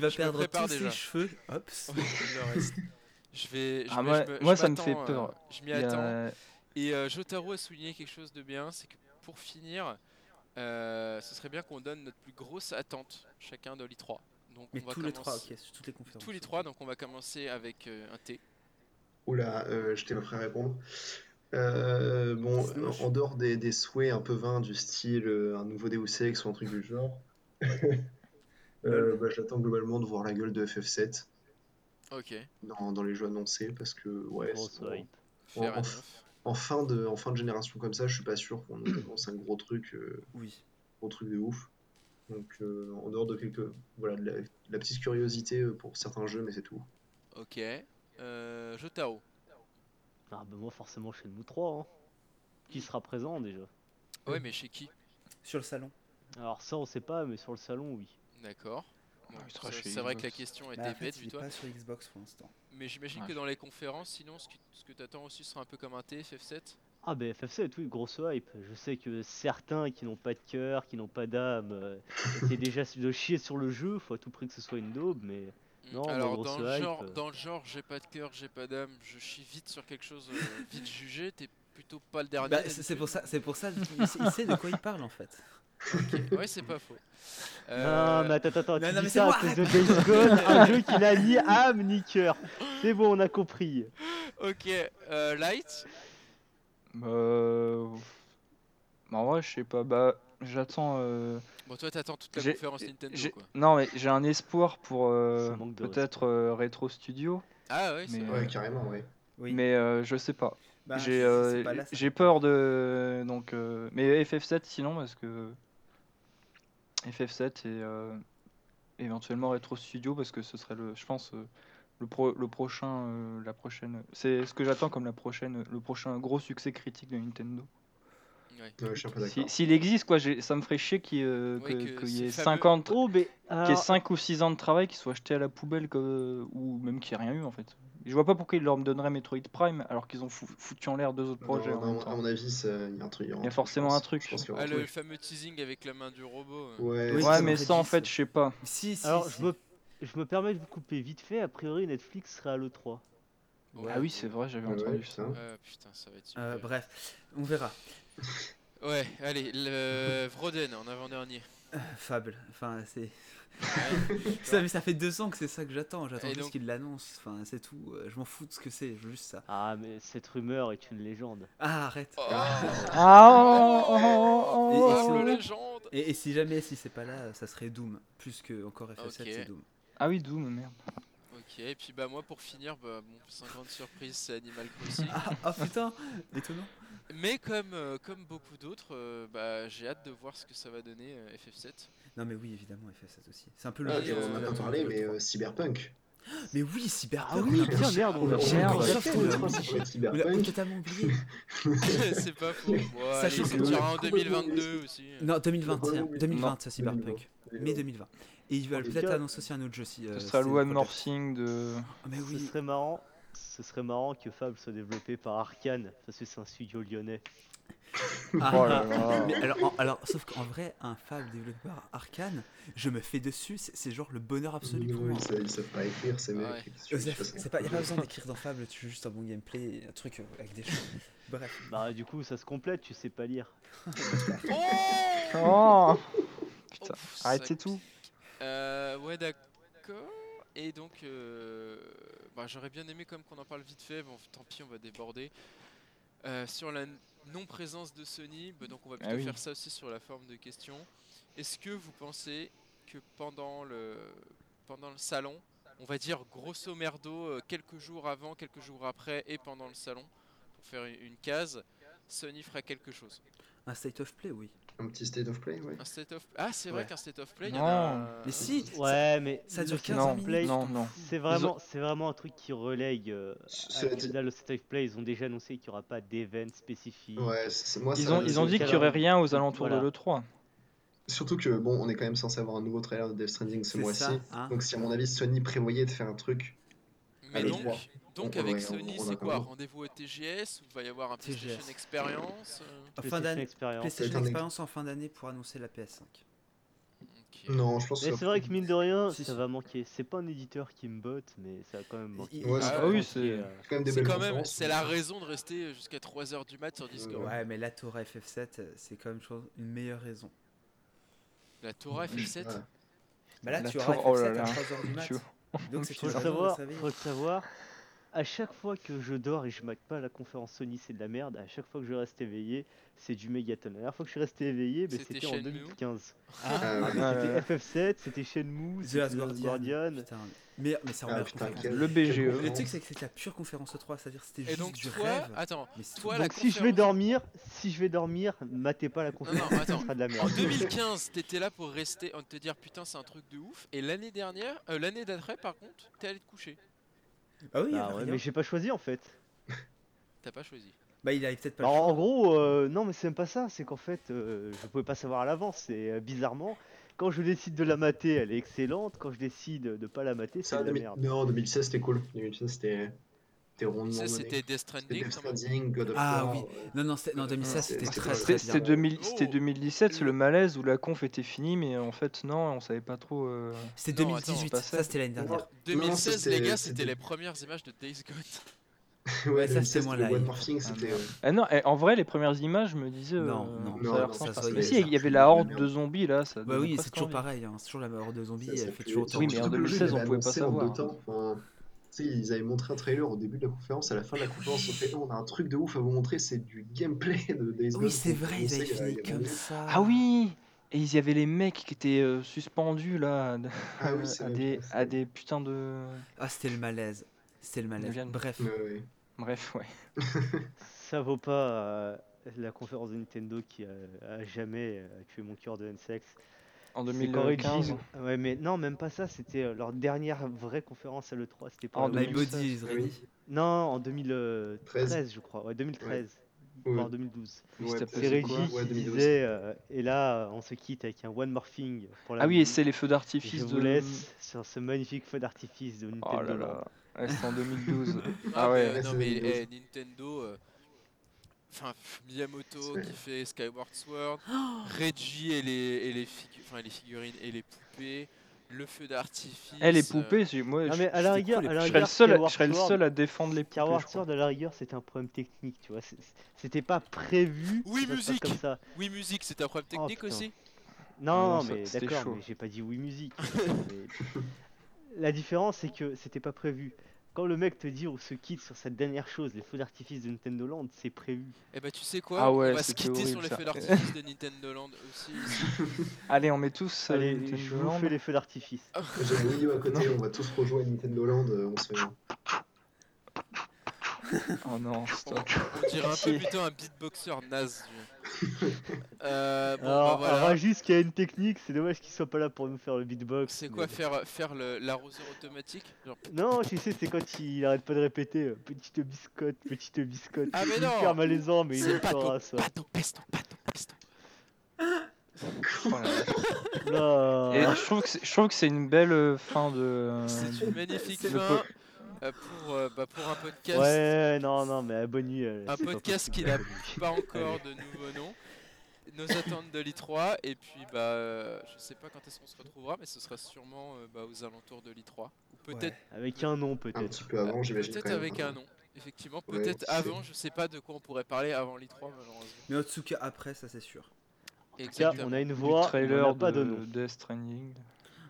Speaker 5: va
Speaker 1: Je me
Speaker 5: perdre
Speaker 1: prépare
Speaker 5: tous
Speaker 1: déjà.
Speaker 5: ses cheveux. Hop.
Speaker 1: le reste. Je vais. Je
Speaker 4: Ah,
Speaker 1: me-
Speaker 4: moi-
Speaker 1: je me- je
Speaker 4: moi, ça me fait
Speaker 1: m'attends, euh,
Speaker 4: peur.
Speaker 1: je
Speaker 4: Il
Speaker 1: m'y
Speaker 4: y a-
Speaker 1: attends. Et euh, Jotaro a souligné quelque chose de bien, c'est que pour finir, euh, ce serait bien qu'on donne notre plus grosse attente chacun de l'I3. Donc
Speaker 5: Mais
Speaker 1: on va
Speaker 5: tous les trois,
Speaker 1: commencer-
Speaker 5: ok, sur toutes les conférences.
Speaker 1: Tous les trois, donc on va commencer avec euh, un thé.
Speaker 3: Oula, euh, je t'ai pas prêt à répondre. Euh, bon,
Speaker 5: C'est moche.
Speaker 3: en dehors des, des souhaits un peu vains du style euh, un nouveau Deus Ex ou un truc du genre, euh, bah, j'attends globalement de voir la gueule de FF7
Speaker 1: Ok.
Speaker 3: dans, dans les jeux annoncés parce que,
Speaker 4: Oh,
Speaker 3: ouais,
Speaker 2: Grosse
Speaker 3: c'est- en-
Speaker 2: hype.
Speaker 1: Fair
Speaker 3: en,
Speaker 5: Oh.
Speaker 1: enough.
Speaker 3: en fin de, en fin de génération comme ça, je suis pas sûr qu'on nous annonce un gros truc, euh,
Speaker 5: Oui.
Speaker 3: gros truc de ouf. Donc, euh, en dehors de quelques. Voilà, de la, de la petite curiosité euh, pour certains jeux, mais c'est tout.
Speaker 1: Ok. Euh, Jotaro.
Speaker 2: Ah, bah, moi, forcément, chez nous 3. hein. Qui sera présent déjà
Speaker 1: Ah Ouais, mais chez qui
Speaker 5: Sur le salon.
Speaker 2: Alors, ça, on sait pas, mais sur le salon, oui.
Speaker 1: D'accord. Bon,
Speaker 4: Ah, il
Speaker 1: ça-
Speaker 4: sera chez
Speaker 1: c'est vrai que la
Speaker 4: Xbox.
Speaker 1: question
Speaker 5: Bah,
Speaker 1: était
Speaker 5: en fait,
Speaker 1: bête,
Speaker 5: il
Speaker 1: du
Speaker 5: est
Speaker 1: toi.
Speaker 5: pas sur Xbox pour l'instant.
Speaker 1: Mais j'imagine
Speaker 4: Ouais.
Speaker 1: que dans les conférences, sinon, ce que, ce que t'attends aussi sera un peu comme un thé, FF7
Speaker 2: Ah ben FF7, oui, grosse hype. Je sais que certains qui n'ont pas de cœur, qui n'ont pas d'âme, euh, étaient déjà de chier sur le jeu, faut à tout prix que ce soit une daube, mais Non, mais
Speaker 1: Alors
Speaker 2: gros,
Speaker 1: dans
Speaker 2: ce
Speaker 1: le
Speaker 2: hype,
Speaker 1: genre,
Speaker 2: euh.
Speaker 1: dans le genre, j'ai pas de cœur, j'ai pas d'âme, je chie vite sur quelque chose, euh, vite jugé, t'es plutôt pas le dernier.
Speaker 5: Bah, c'est c'est pour ça, c'est pour ça, il sait- il sait de quoi il parle en fait.
Speaker 1: d'habitude. Ouais, c'est pas faux. Euh,
Speaker 2: Non, mais attends, attends,
Speaker 5: non,
Speaker 2: tu
Speaker 5: non, mais
Speaker 2: dis
Speaker 5: c'est
Speaker 2: ça
Speaker 5: moi,
Speaker 2: à cause de Days Gone, un jeu qui n'a ni âme ni cœur. C'est bon, on a compris.
Speaker 1: Ok, euh, Light.
Speaker 4: Euh... Bah ouais, je sais pas. Bah, j'attends. euh,
Speaker 1: Bon, toi, t'attends toute la
Speaker 4: j'ai-
Speaker 1: conférence Nintendo,
Speaker 4: j'ai-
Speaker 1: quoi.
Speaker 4: Non, mais j'ai un espoir pour euh,
Speaker 2: Ça manque de
Speaker 4: peut-être euh, Retro Studio,
Speaker 1: Ah ouais, c'est
Speaker 4: Mais,
Speaker 1: vrai.
Speaker 3: Ouais, carrément, ouais.
Speaker 5: Oui.
Speaker 4: mais euh, je sais pas.
Speaker 5: Bah,
Speaker 4: j'ai
Speaker 5: c'est-
Speaker 4: euh,
Speaker 5: c'est pas là, ça.
Speaker 4: j'ai peur de donc euh, mais FF7 sinon parce que FF7 et euh, éventuellement Retro Studio parce que ce serait le je pense euh, le pro- le prochain euh, la prochaine c'est ce que j'attends comme la prochaine le prochain gros succès critique de Nintendo.
Speaker 1: Ouais.
Speaker 3: Ouais, je suis un peu
Speaker 4: Si-
Speaker 3: d'accord.
Speaker 4: S'il existe quoi, j'ai- ça me ferait chier qu'il euh,
Speaker 1: Ouais,
Speaker 4: que-
Speaker 1: que
Speaker 4: qu'il
Speaker 1: ces
Speaker 4: y ait
Speaker 1: fameux-
Speaker 4: 50
Speaker 2: Oh, mais
Speaker 4: qu'il y ait
Speaker 2: alors,
Speaker 4: 5 ou 6 ans de travail qui soient jetés à la poubelle comme- ou même qu'il n'y ait rien eu en fait. Je vois pas pourquoi ils leur donneraient Metroid Prime alors qu'ils ont fou- foutu en l'air deux autres projets.
Speaker 3: Non,
Speaker 4: en
Speaker 3: non,
Speaker 4: même temps.
Speaker 3: à mon avis, ça- il y a un truc.
Speaker 4: Il y a forcément
Speaker 3: je pense.
Speaker 4: un truc.
Speaker 3: Je pense qu'il y a
Speaker 1: Ah,
Speaker 3: un
Speaker 1: le
Speaker 3: truc.
Speaker 1: fameux teasing avec la main du robot. euh.
Speaker 3: Ouais,
Speaker 5: Oui,
Speaker 3: c'est
Speaker 5: ça
Speaker 4: Ouais,
Speaker 5: me
Speaker 4: mais
Speaker 5: fait
Speaker 4: ça en
Speaker 5: dix.
Speaker 4: fait, je sais pas.
Speaker 5: Si, si,
Speaker 2: alors,
Speaker 5: si.
Speaker 2: je me, je me permets de vous couper vite fait. A priori, Netflix sera à l'E3.
Speaker 5: Ouais.
Speaker 4: Ah oui, c'est vrai, j'avais
Speaker 3: Ouais,
Speaker 4: entendu ça.
Speaker 3: putain.
Speaker 1: Euh, putain, ça va être super.
Speaker 5: Euh, bref, on verra.
Speaker 1: Ouais, allez, le... Vroden en avant-dernier.
Speaker 5: Fable, enfin c'est.
Speaker 1: Ouais.
Speaker 5: Ça, mais ça fait deux ans que c'est ça que j'attends. J'attends
Speaker 1: Et
Speaker 5: juste
Speaker 1: donc-
Speaker 5: qu'il l'annonce. Enfin, c'est tout. Euh, Je m'en fous de ce que c'est. Je veux juste ça.
Speaker 2: Ah, mais cette rumeur est une légende.
Speaker 5: Ah, arrête.
Speaker 1: Oh,
Speaker 4: Ah oh, oh, oh, oh,
Speaker 5: Et- et
Speaker 1: oh,
Speaker 5: Flo-
Speaker 1: la
Speaker 4: oh.
Speaker 1: légende
Speaker 5: Et, et si jamais, si c'est pas là, ça serait Doom. Plus que encore FF7,
Speaker 1: Ok.
Speaker 5: c'est Doom.
Speaker 4: Ah oui, Doom, merde.
Speaker 1: Ok, et puis bah moi pour finir, bah, bon, sans grande surprise, c'est Animal Crossing.
Speaker 5: Ah, ah, putain, étonnant.
Speaker 1: Mais comme, euh, comme beaucoup d'autres, euh, bah, j'ai hâte de voir ce que ça va donner euh, FF7.
Speaker 5: Non, mais oui, évidemment, FF7 aussi. C'est un peu le.
Speaker 1: Ah,
Speaker 5: jeu
Speaker 1: et,
Speaker 5: qu'on
Speaker 3: on en a
Speaker 5: attend
Speaker 3: pas
Speaker 5: depuis
Speaker 3: parlé,
Speaker 5: le
Speaker 3: mais
Speaker 5: temps.
Speaker 3: euh, Cyberpunk.
Speaker 5: Mais oui, Oh, Cyberpunk.
Speaker 2: Ah oui,
Speaker 5: on a-
Speaker 2: tiens, merde, on
Speaker 3: On
Speaker 2: l'a
Speaker 3: a
Speaker 5: J'ai
Speaker 2: merde.
Speaker 5: encore
Speaker 3: Microsoft,
Speaker 5: zappé,
Speaker 3: on
Speaker 5: là.
Speaker 3: a trois sur le
Speaker 5: on l'a
Speaker 3: Cyberpunk.
Speaker 5: totalement oublié.
Speaker 1: c'est pas faux. Bon, allez,
Speaker 5: Sachant
Speaker 1: il
Speaker 5: que-
Speaker 1: sortira en 2022 aussi. euh.
Speaker 5: Non, 2020, tiens.
Speaker 3: Non.
Speaker 5: 2020, ça, Cyberpunk.
Speaker 3: Mais
Speaker 5: Mai 2020. Et ils veulent
Speaker 3: En tout
Speaker 5: peut-être
Speaker 2: cas,
Speaker 5: annoncer aussi un autre jeu. Si, euh,
Speaker 4: Ce sera
Speaker 5: c'est
Speaker 4: le one
Speaker 5: pas-
Speaker 4: morphing de.
Speaker 5: Ah, Mais
Speaker 2: Ce
Speaker 5: oui.
Speaker 2: serait marrant. Ce serait marrant que Fable soit développé par Arkane, parce que c'est un studio lyonnais.
Speaker 5: Ah,
Speaker 4: Oh là
Speaker 5: ah,
Speaker 4: là.
Speaker 5: mais alors, en- alors, sauf qu'en vrai, un Fable développeur Arkane, je me fais dessus, c'est c'est genre le bonheur absolu pour
Speaker 3: Oui,
Speaker 5: moi.
Speaker 3: ça- Ils savent pas écrire, ces
Speaker 1: Ouais.
Speaker 3: mecs. Qu'est-ce que tu veux qu'ils
Speaker 5: Joseph,
Speaker 3: fassent
Speaker 5: c'est pas, y a pas besoin d'écrire dans Fable, tu veux juste un bon gameplay, un truc euh, avec des choses. Bref.
Speaker 2: Bah, du coup, ça se complète, tu sais pas lire.
Speaker 1: Oh
Speaker 4: Oh
Speaker 1: Oh,
Speaker 4: Putain,
Speaker 1: pff,
Speaker 4: arrêtez
Speaker 1: ça-
Speaker 4: tout.
Speaker 1: Euh, ouais, d'accord. Et donc, euh, bah, j'aurais bien aimé quand même qu'on en parle vite fait. Bon, tant pis, on va déborder. Euh, sur la n- non-présence de Sony, bah, donc on va
Speaker 5: Ah
Speaker 1: plutôt
Speaker 4: oui.
Speaker 1: faire ça aussi sur la forme de question. Est-ce que vous pensez que pendant le, pendant le salon, on va dire grosso merdo, euh, quelques jours avant, quelques jours après et pendant le salon, pour faire une- une case, Sony fera quelque chose
Speaker 5: Un state of play, oui.
Speaker 3: Un petit state of play, ouais.
Speaker 1: Un state of... Ah, c'est vrai
Speaker 5: Ouais.
Speaker 1: qu'un state of play, il y en a
Speaker 4: Non.
Speaker 1: un...
Speaker 5: Mais si
Speaker 2: Ouais, mais.
Speaker 5: ça dure
Speaker 2: le
Speaker 5: 15
Speaker 4: Non,
Speaker 5: minutes.
Speaker 4: non, non.
Speaker 2: C'est vraiment, c'est vraiment un truc qui relègue. euh, à
Speaker 3: Cela
Speaker 2: la
Speaker 3: dit-
Speaker 2: finale, le State of Play, ils ont déjà annoncé qu'il n'y aura pas d'event spécifique.
Speaker 3: Ouais, c'est- moi,
Speaker 4: Ils
Speaker 3: ça-
Speaker 4: ont, ils ont dit
Speaker 2: c'est-
Speaker 4: qu'il y aurait rien aux alentours
Speaker 2: Voilà.
Speaker 4: de l'E3.
Speaker 3: Surtout que, bon, on est quand même censé avoir un nouveau trailer de Death Stranding ce
Speaker 5: C'est
Speaker 3: mois-ci.
Speaker 5: ça, hein.
Speaker 3: Donc, si à mon avis, Sony prévoyait de faire un truc.
Speaker 1: Mais
Speaker 3: Allez,
Speaker 1: donc,
Speaker 3: voir.
Speaker 1: donc
Speaker 3: On- on-
Speaker 1: avec
Speaker 3: ouais,
Speaker 1: Sony,
Speaker 3: on- on
Speaker 1: c'est quoi
Speaker 3: attend.
Speaker 1: Rendez-vous au TGS ou il va y avoir un
Speaker 5: TGS.
Speaker 1: PlayStation Experience euh,
Speaker 5: En Fin
Speaker 2: PlayStation
Speaker 5: d'année.
Speaker 2: Experience.
Speaker 5: PlayStation
Speaker 3: Attendez.
Speaker 5: Experience en fin d'année pour annoncer la PS5.
Speaker 1: ok.
Speaker 3: Non, je pense
Speaker 2: Mais
Speaker 3: ça-
Speaker 2: c'est vrai que mine de rien,
Speaker 5: Si,
Speaker 2: ça
Speaker 5: si.
Speaker 2: va manquer. C'est pas un éditeur qui me botte, mais ça va quand même manquer.
Speaker 5: Il-
Speaker 3: Ouais,
Speaker 1: Ah
Speaker 3: c'est
Speaker 1: oui,
Speaker 2: Manquer,
Speaker 4: c'est-
Speaker 2: euh,
Speaker 3: quand même des
Speaker 1: C'est
Speaker 3: belles
Speaker 1: quand même,
Speaker 3: conférences,
Speaker 1: c'est
Speaker 3: mais-
Speaker 1: la raison de rester jusqu'à 3h du mat sur Discord.
Speaker 3: Ouais.
Speaker 5: Ouais, mais la Torah FF7, euh, c'est quand même chose- une meilleure raison.
Speaker 1: La Torah FF7
Speaker 3: Ouais.
Speaker 5: Bah là,
Speaker 4: La
Speaker 5: tu auras
Speaker 4: Torah, oh
Speaker 5: FF7
Speaker 4: là
Speaker 5: à
Speaker 4: là.
Speaker 5: 3h du mat.
Speaker 4: Tu-
Speaker 5: Donc c'est
Speaker 2: Faut
Speaker 5: une
Speaker 2: le
Speaker 5: raison de le
Speaker 2: savoir,
Speaker 5: savoir.
Speaker 2: faut le savoir. À chaque fois que je dors et je mate pas la conférence Sony, c'est de la merde. À chaque fois que je reste éveillé, c'est du mégaton. La dernière fois que je suis resté éveillé, ben,
Speaker 1: C'était
Speaker 2: c'était en
Speaker 1: Shenmue.
Speaker 2: 2015.
Speaker 3: Ah, ouais.
Speaker 4: Ah,
Speaker 2: C'était
Speaker 4: là, là.
Speaker 2: FF7, c'était Shenmue,
Speaker 5: The
Speaker 2: c'était
Speaker 5: Last Guardian.
Speaker 2: Guardian.
Speaker 5: Putain, mais, mais c'est en
Speaker 3: Ah,
Speaker 5: meilleure
Speaker 3: putain,
Speaker 5: conférence.
Speaker 3: quel-
Speaker 4: Le BGE.
Speaker 3: quelle
Speaker 5: Le
Speaker 3: conférence.
Speaker 5: truc, c'est que c'était la pure conférence E3, c'est-à-dire c'était
Speaker 1: Et
Speaker 5: juste
Speaker 1: donc
Speaker 5: du
Speaker 1: toi,
Speaker 5: rêve.
Speaker 1: attends,
Speaker 5: Mais c'est
Speaker 1: toi
Speaker 5: tout.
Speaker 1: la
Speaker 2: Donc si je vais
Speaker 1: conférence-
Speaker 2: dormir, si je vais dormir, matez pas la conférence,
Speaker 1: non,
Speaker 2: ça
Speaker 1: attends.
Speaker 2: sera de la
Speaker 1: En
Speaker 2: merde.
Speaker 1: 2015, t'étais là pour rester, en te dire putain c'est un truc de ouf. Et l'année dernière, euh, l'année d'après par contre, t'es allé te coucher.
Speaker 5: Ah oui, il y
Speaker 2: Bah
Speaker 5: avait
Speaker 2: ouais,
Speaker 5: rien.
Speaker 2: mais j'ai pas choisi en fait.
Speaker 1: T'as pas choisi.
Speaker 5: Bah, il avait peut-être pas
Speaker 2: Alors,
Speaker 5: le choix.
Speaker 2: en gros, euh, non, mais c'est même pas ça, c'est qu'en fait, euh, je pouvais pas savoir à l'avance, et euh, bizarrement, quand je décide de la mater, elle est excellente, quand je décide de pas la mater, c'est
Speaker 3: Ça,
Speaker 2: de la
Speaker 3: 2000
Speaker 2: merde.
Speaker 3: Non, 2016, c'était cool. 2016, c'était. C'était rondement
Speaker 1: Ça,
Speaker 3: mené.
Speaker 1: c'était Death
Speaker 3: C'était
Speaker 1: Stranding.
Speaker 3: Death
Speaker 1: quand même.
Speaker 3: Stranding, God of
Speaker 5: Ah
Speaker 3: War.
Speaker 5: oui.
Speaker 3: euh,
Speaker 5: Non, non, c'est- non, 2016,
Speaker 3: C'était-
Speaker 5: c'était
Speaker 3: c'était
Speaker 5: très
Speaker 3: pas-
Speaker 5: très
Speaker 4: C'était
Speaker 5: bien.
Speaker 4: c'était 2000 c'était
Speaker 1: Oh.
Speaker 4: 2017, c'est le malaise où la conf était finie, mais en fait, non, on savait pas trop. euh,
Speaker 5: C'était
Speaker 1: Non, attends.
Speaker 5: 2018, ça c'était l'année dernière.
Speaker 1: 2016, les
Speaker 3: c'était-
Speaker 1: gars,
Speaker 3: c'était-
Speaker 1: c'était les premières images de Days Gone.
Speaker 3: ouais,
Speaker 5: ça, c'était
Speaker 3: 2016,
Speaker 5: moins
Speaker 3: le
Speaker 5: live.
Speaker 3: Warmorphing, c'était. euh,
Speaker 4: Ah non, eh, en vrai, les premières images je me disaient.
Speaker 5: Non,
Speaker 4: euh,
Speaker 5: non,
Speaker 4: ça
Speaker 3: non,
Speaker 4: a l'air
Speaker 3: non,
Speaker 4: sympa.
Speaker 3: ça, c'est-
Speaker 4: Mais si, il y
Speaker 3: c'est
Speaker 4: avait
Speaker 3: un
Speaker 4: la
Speaker 3: film
Speaker 4: horde
Speaker 3: de
Speaker 4: de zombies là. Ça
Speaker 5: Bah
Speaker 4: donnait
Speaker 5: oui, c'est
Speaker 4: presque
Speaker 5: toujours
Speaker 4: envie.
Speaker 5: pareil, hein, c'est toujours la mort de zombies,
Speaker 3: Ça,
Speaker 5: elle
Speaker 3: ça
Speaker 5: fait
Speaker 3: pue.
Speaker 5: toujours autant.
Speaker 4: Oui, mais en
Speaker 3: Surtout que le jeu,
Speaker 4: 2016, on
Speaker 3: il avait
Speaker 4: pouvait pas
Speaker 3: annoncé En
Speaker 4: savoir.
Speaker 3: deux temps. Enfin, tu sais, ils avaient montré un trailer au début de la conférence, à la fin de la conférence, ils ont fait Oh, on a un truc de ouf à vous montrer, c'est du gameplay de Days Gone.
Speaker 5: Oui, c'est vrai, ils avaient
Speaker 3: On sait, il
Speaker 5: fini
Speaker 3: y a-
Speaker 5: comme ça.
Speaker 4: Ah oui Et il y avait les mecs qui étaient euh, suspendus là
Speaker 3: Ah oui, c'est
Speaker 4: à,
Speaker 3: vrai,
Speaker 4: des,
Speaker 3: putain,
Speaker 4: à des putains de.
Speaker 5: Ah, c'était le malaise. C'était le malaise.
Speaker 4: Devienne.
Speaker 5: Bref.
Speaker 3: c'est- Ouais, ouais.
Speaker 4: Bref, ouais.
Speaker 2: Ça vaut pas euh, la conférence de Nintendo qui a, a jamais euh, tué mon cœur de N-Sex.
Speaker 4: En
Speaker 2: C'est quand
Speaker 4: 2015.
Speaker 2: Origin- Ouais, mais non, même pas ça. C'était euh, leur dernière vraie conférence à l'E3. C'était pas
Speaker 4: En
Speaker 2: le-
Speaker 5: My
Speaker 4: 2016,
Speaker 5: body is
Speaker 3: oui.
Speaker 5: ready.
Speaker 2: Non, en 2013,
Speaker 3: Treize.
Speaker 2: je crois. Ouais, 2013.
Speaker 3: Ouais.
Speaker 2: voire 2012.
Speaker 4: Mais
Speaker 3: Ouais,
Speaker 4: c'était
Speaker 2: C'est
Speaker 4: Euh, C'est
Speaker 2: Reggie
Speaker 4: quoi
Speaker 2: qui
Speaker 3: Ouais, 2012.
Speaker 2: disait euh, Et là, on se quitte avec un One Morphing. Pour la
Speaker 4: Ah oui, et
Speaker 2: musique.
Speaker 4: c'est les feux d'artifice
Speaker 2: Je
Speaker 4: de.
Speaker 2: vous laisse sur ce magnifique feu d'artifice de Nintendo.
Speaker 4: Oh là là. Ouais, c'était en 2012.
Speaker 1: Ah
Speaker 4: Ah
Speaker 1: ouais.
Speaker 4: ouais.
Speaker 1: non
Speaker 3: c'est
Speaker 1: mais
Speaker 3: Windows.
Speaker 1: eh, Nintendo, euh, enfin pff, Miyamoto
Speaker 3: C'est-
Speaker 1: qui fait Skyward Sword,
Speaker 5: Oh.
Speaker 1: Reggie et les et les, figu- enfin, les figurines et les poupées, le feu d'artifice.
Speaker 4: Eh, les
Speaker 1: euh,
Speaker 4: poupées, j'ai- moi,
Speaker 2: Non,
Speaker 4: je-
Speaker 2: mais à la
Speaker 5: c'était
Speaker 2: rigueur,
Speaker 5: cool, et
Speaker 2: à la
Speaker 5: puis
Speaker 4: je serais le
Speaker 2: rigueur,
Speaker 4: seul, je
Speaker 2: Skyward
Speaker 4: serais le
Speaker 2: Sword-
Speaker 4: seul à défendre les poupées.
Speaker 2: Skyward
Speaker 4: je crois.
Speaker 2: Sword, à la rigueur, c'était un problème technique, tu vois. c'est- C'était pas prévu.
Speaker 1: Oui,
Speaker 2: que ça se passe
Speaker 1: musique.
Speaker 2: Comme ça.
Speaker 1: Oui musique, c'était un problème
Speaker 2: Oh,
Speaker 1: technique
Speaker 2: putain.
Speaker 1: aussi.
Speaker 2: Non,
Speaker 4: non, ça-
Speaker 2: mais
Speaker 4: c'était
Speaker 2: d'accord,
Speaker 4: chaud.
Speaker 2: mais j'ai pas dit oui musique. Mais La différence, c'est que c'était pas prévu. Quand le mec te dit on se quitte sur cette dernière chose, les feux d'artifice de Nintendo Land, c'est prévu.
Speaker 1: Eh ben tu sais quoi
Speaker 4: Ah ouais,
Speaker 1: On va se
Speaker 4: c'était
Speaker 1: quitter
Speaker 4: horrible,
Speaker 1: sur les
Speaker 4: ça.
Speaker 1: feux d'artifice de Nintendo Land aussi.
Speaker 4: Allez, on met tous. euh,
Speaker 2: Allez,
Speaker 4: Nintendo
Speaker 2: je vous
Speaker 4: Land.
Speaker 2: fais les feux d'artifice.
Speaker 3: J'ai le Wii U à côté, on va tous rejoindre Nintendo Land, euh, on se fait.
Speaker 4: Oh non,
Speaker 1: On,
Speaker 4: stop.
Speaker 1: on dirait un peu
Speaker 4: Pitié.
Speaker 1: plutôt un beatboxer naze. du- Euh, bon, bah,
Speaker 2: Alors,
Speaker 1: voilà.
Speaker 2: Rajus qui a une technique, c'est dommage qu'il soit pas là pour nous faire le beatbox.
Speaker 1: C'est
Speaker 2: mais
Speaker 1: quoi
Speaker 2: bon.
Speaker 1: faire faire le- l'arroseur automatique Genre,
Speaker 2: Non, tu sais, c'est quand il arrête pas de répéter euh, petite biscotte, petite biscotte.
Speaker 1: Ah, mais
Speaker 2: C'est
Speaker 1: non
Speaker 2: hyper malaisant, mais il
Speaker 1: C'est
Speaker 2: le
Speaker 1: pas ton,
Speaker 2: fera ça.
Speaker 1: pas ton peston, pas ton peston.
Speaker 4: Oh là là.
Speaker 2: Là.
Speaker 4: Et je trouve que c'est- je trouve que c'est une belle euh, fin de.
Speaker 1: C'est une magnifique
Speaker 4: Le
Speaker 1: fin euh, pour, euh, bah, pour un podcast
Speaker 2: Ouais, non, non, mais euh, bonne nuit. euh,
Speaker 1: Un
Speaker 2: c'est pas
Speaker 1: podcast
Speaker 2: possible,
Speaker 1: qui n'a
Speaker 2: bonne nuit.
Speaker 1: pas encore de nouveau nom. Nos attentes de l'I3 et puis bah euh, je sais pas quand est-ce qu'on se retrouvera mais ce sera sûrement euh, bah, aux alentours de l'I3 ou peut-être euh,
Speaker 2: Avec un nom
Speaker 3: Un
Speaker 2: peut-être.
Speaker 3: petit peu avant, j'imagine.
Speaker 1: peut-être
Speaker 3: quand même.
Speaker 1: avec un nom effectivement
Speaker 3: Ouais,
Speaker 1: peut-être
Speaker 3: on sait.
Speaker 1: avant je sais pas de quoi on pourrait parler avant l'I3 malheureusement
Speaker 5: Mais en tout cas, après, ça c'est sûr.
Speaker 2: Tiens, on a une voix,
Speaker 4: du
Speaker 2: mais on
Speaker 4: trailer
Speaker 2: n'a pas de,
Speaker 4: de,
Speaker 2: nom.
Speaker 4: Death Stranding.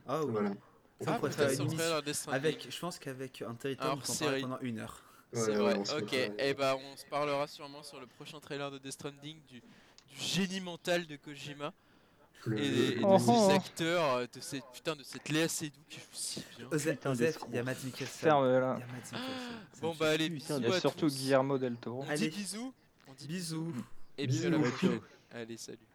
Speaker 5: Ah oui.
Speaker 3: Voilà.
Speaker 5: Ça,
Speaker 1: ah,
Speaker 5: on pourrait
Speaker 1: peut-être
Speaker 5: faire
Speaker 1: sur
Speaker 5: une
Speaker 1: le
Speaker 5: émission.
Speaker 1: trailer Death Stranding.
Speaker 5: Avec, je pense qu'avec un territoire,
Speaker 1: Alors,
Speaker 5: on peut en parler
Speaker 1: série.
Speaker 5: pendant une heure.
Speaker 1: C'est
Speaker 3: Ouais, ouais,
Speaker 1: vrai,
Speaker 3: on se
Speaker 1: ok.
Speaker 3: retrouvera.
Speaker 1: Et bah on se parlera sûrement sur le prochain trailer de Death Stranding du, du génie mental de Kojima
Speaker 3: Le-
Speaker 1: et,
Speaker 3: le-
Speaker 1: et de
Speaker 4: Oh, oh.
Speaker 1: ses acteurs, euh, de cette putain de cette Léa Seydoux qui joue si
Speaker 4: Euh,
Speaker 1: bien.
Speaker 5: Osef,
Speaker 2: Putain
Speaker 5: Osef,
Speaker 2: d'escroc.
Speaker 5: il y a Matt Mikkelsen.
Speaker 4: Ferme
Speaker 5: Il y
Speaker 4: là.
Speaker 5: a Matt Mikkelsen. Ça
Speaker 1: Bon
Speaker 5: me
Speaker 1: bah
Speaker 5: fait-
Speaker 1: allez, bisous
Speaker 2: putain,
Speaker 1: à
Speaker 4: Il y a surtout
Speaker 1: tous.
Speaker 4: Guillermo del Toro.
Speaker 1: On dit
Speaker 5: Allez.
Speaker 1: bisous, on dit
Speaker 5: Bisous.
Speaker 1: et puis à la
Speaker 2: Bisous.
Speaker 1: prochaine. Allez, salut.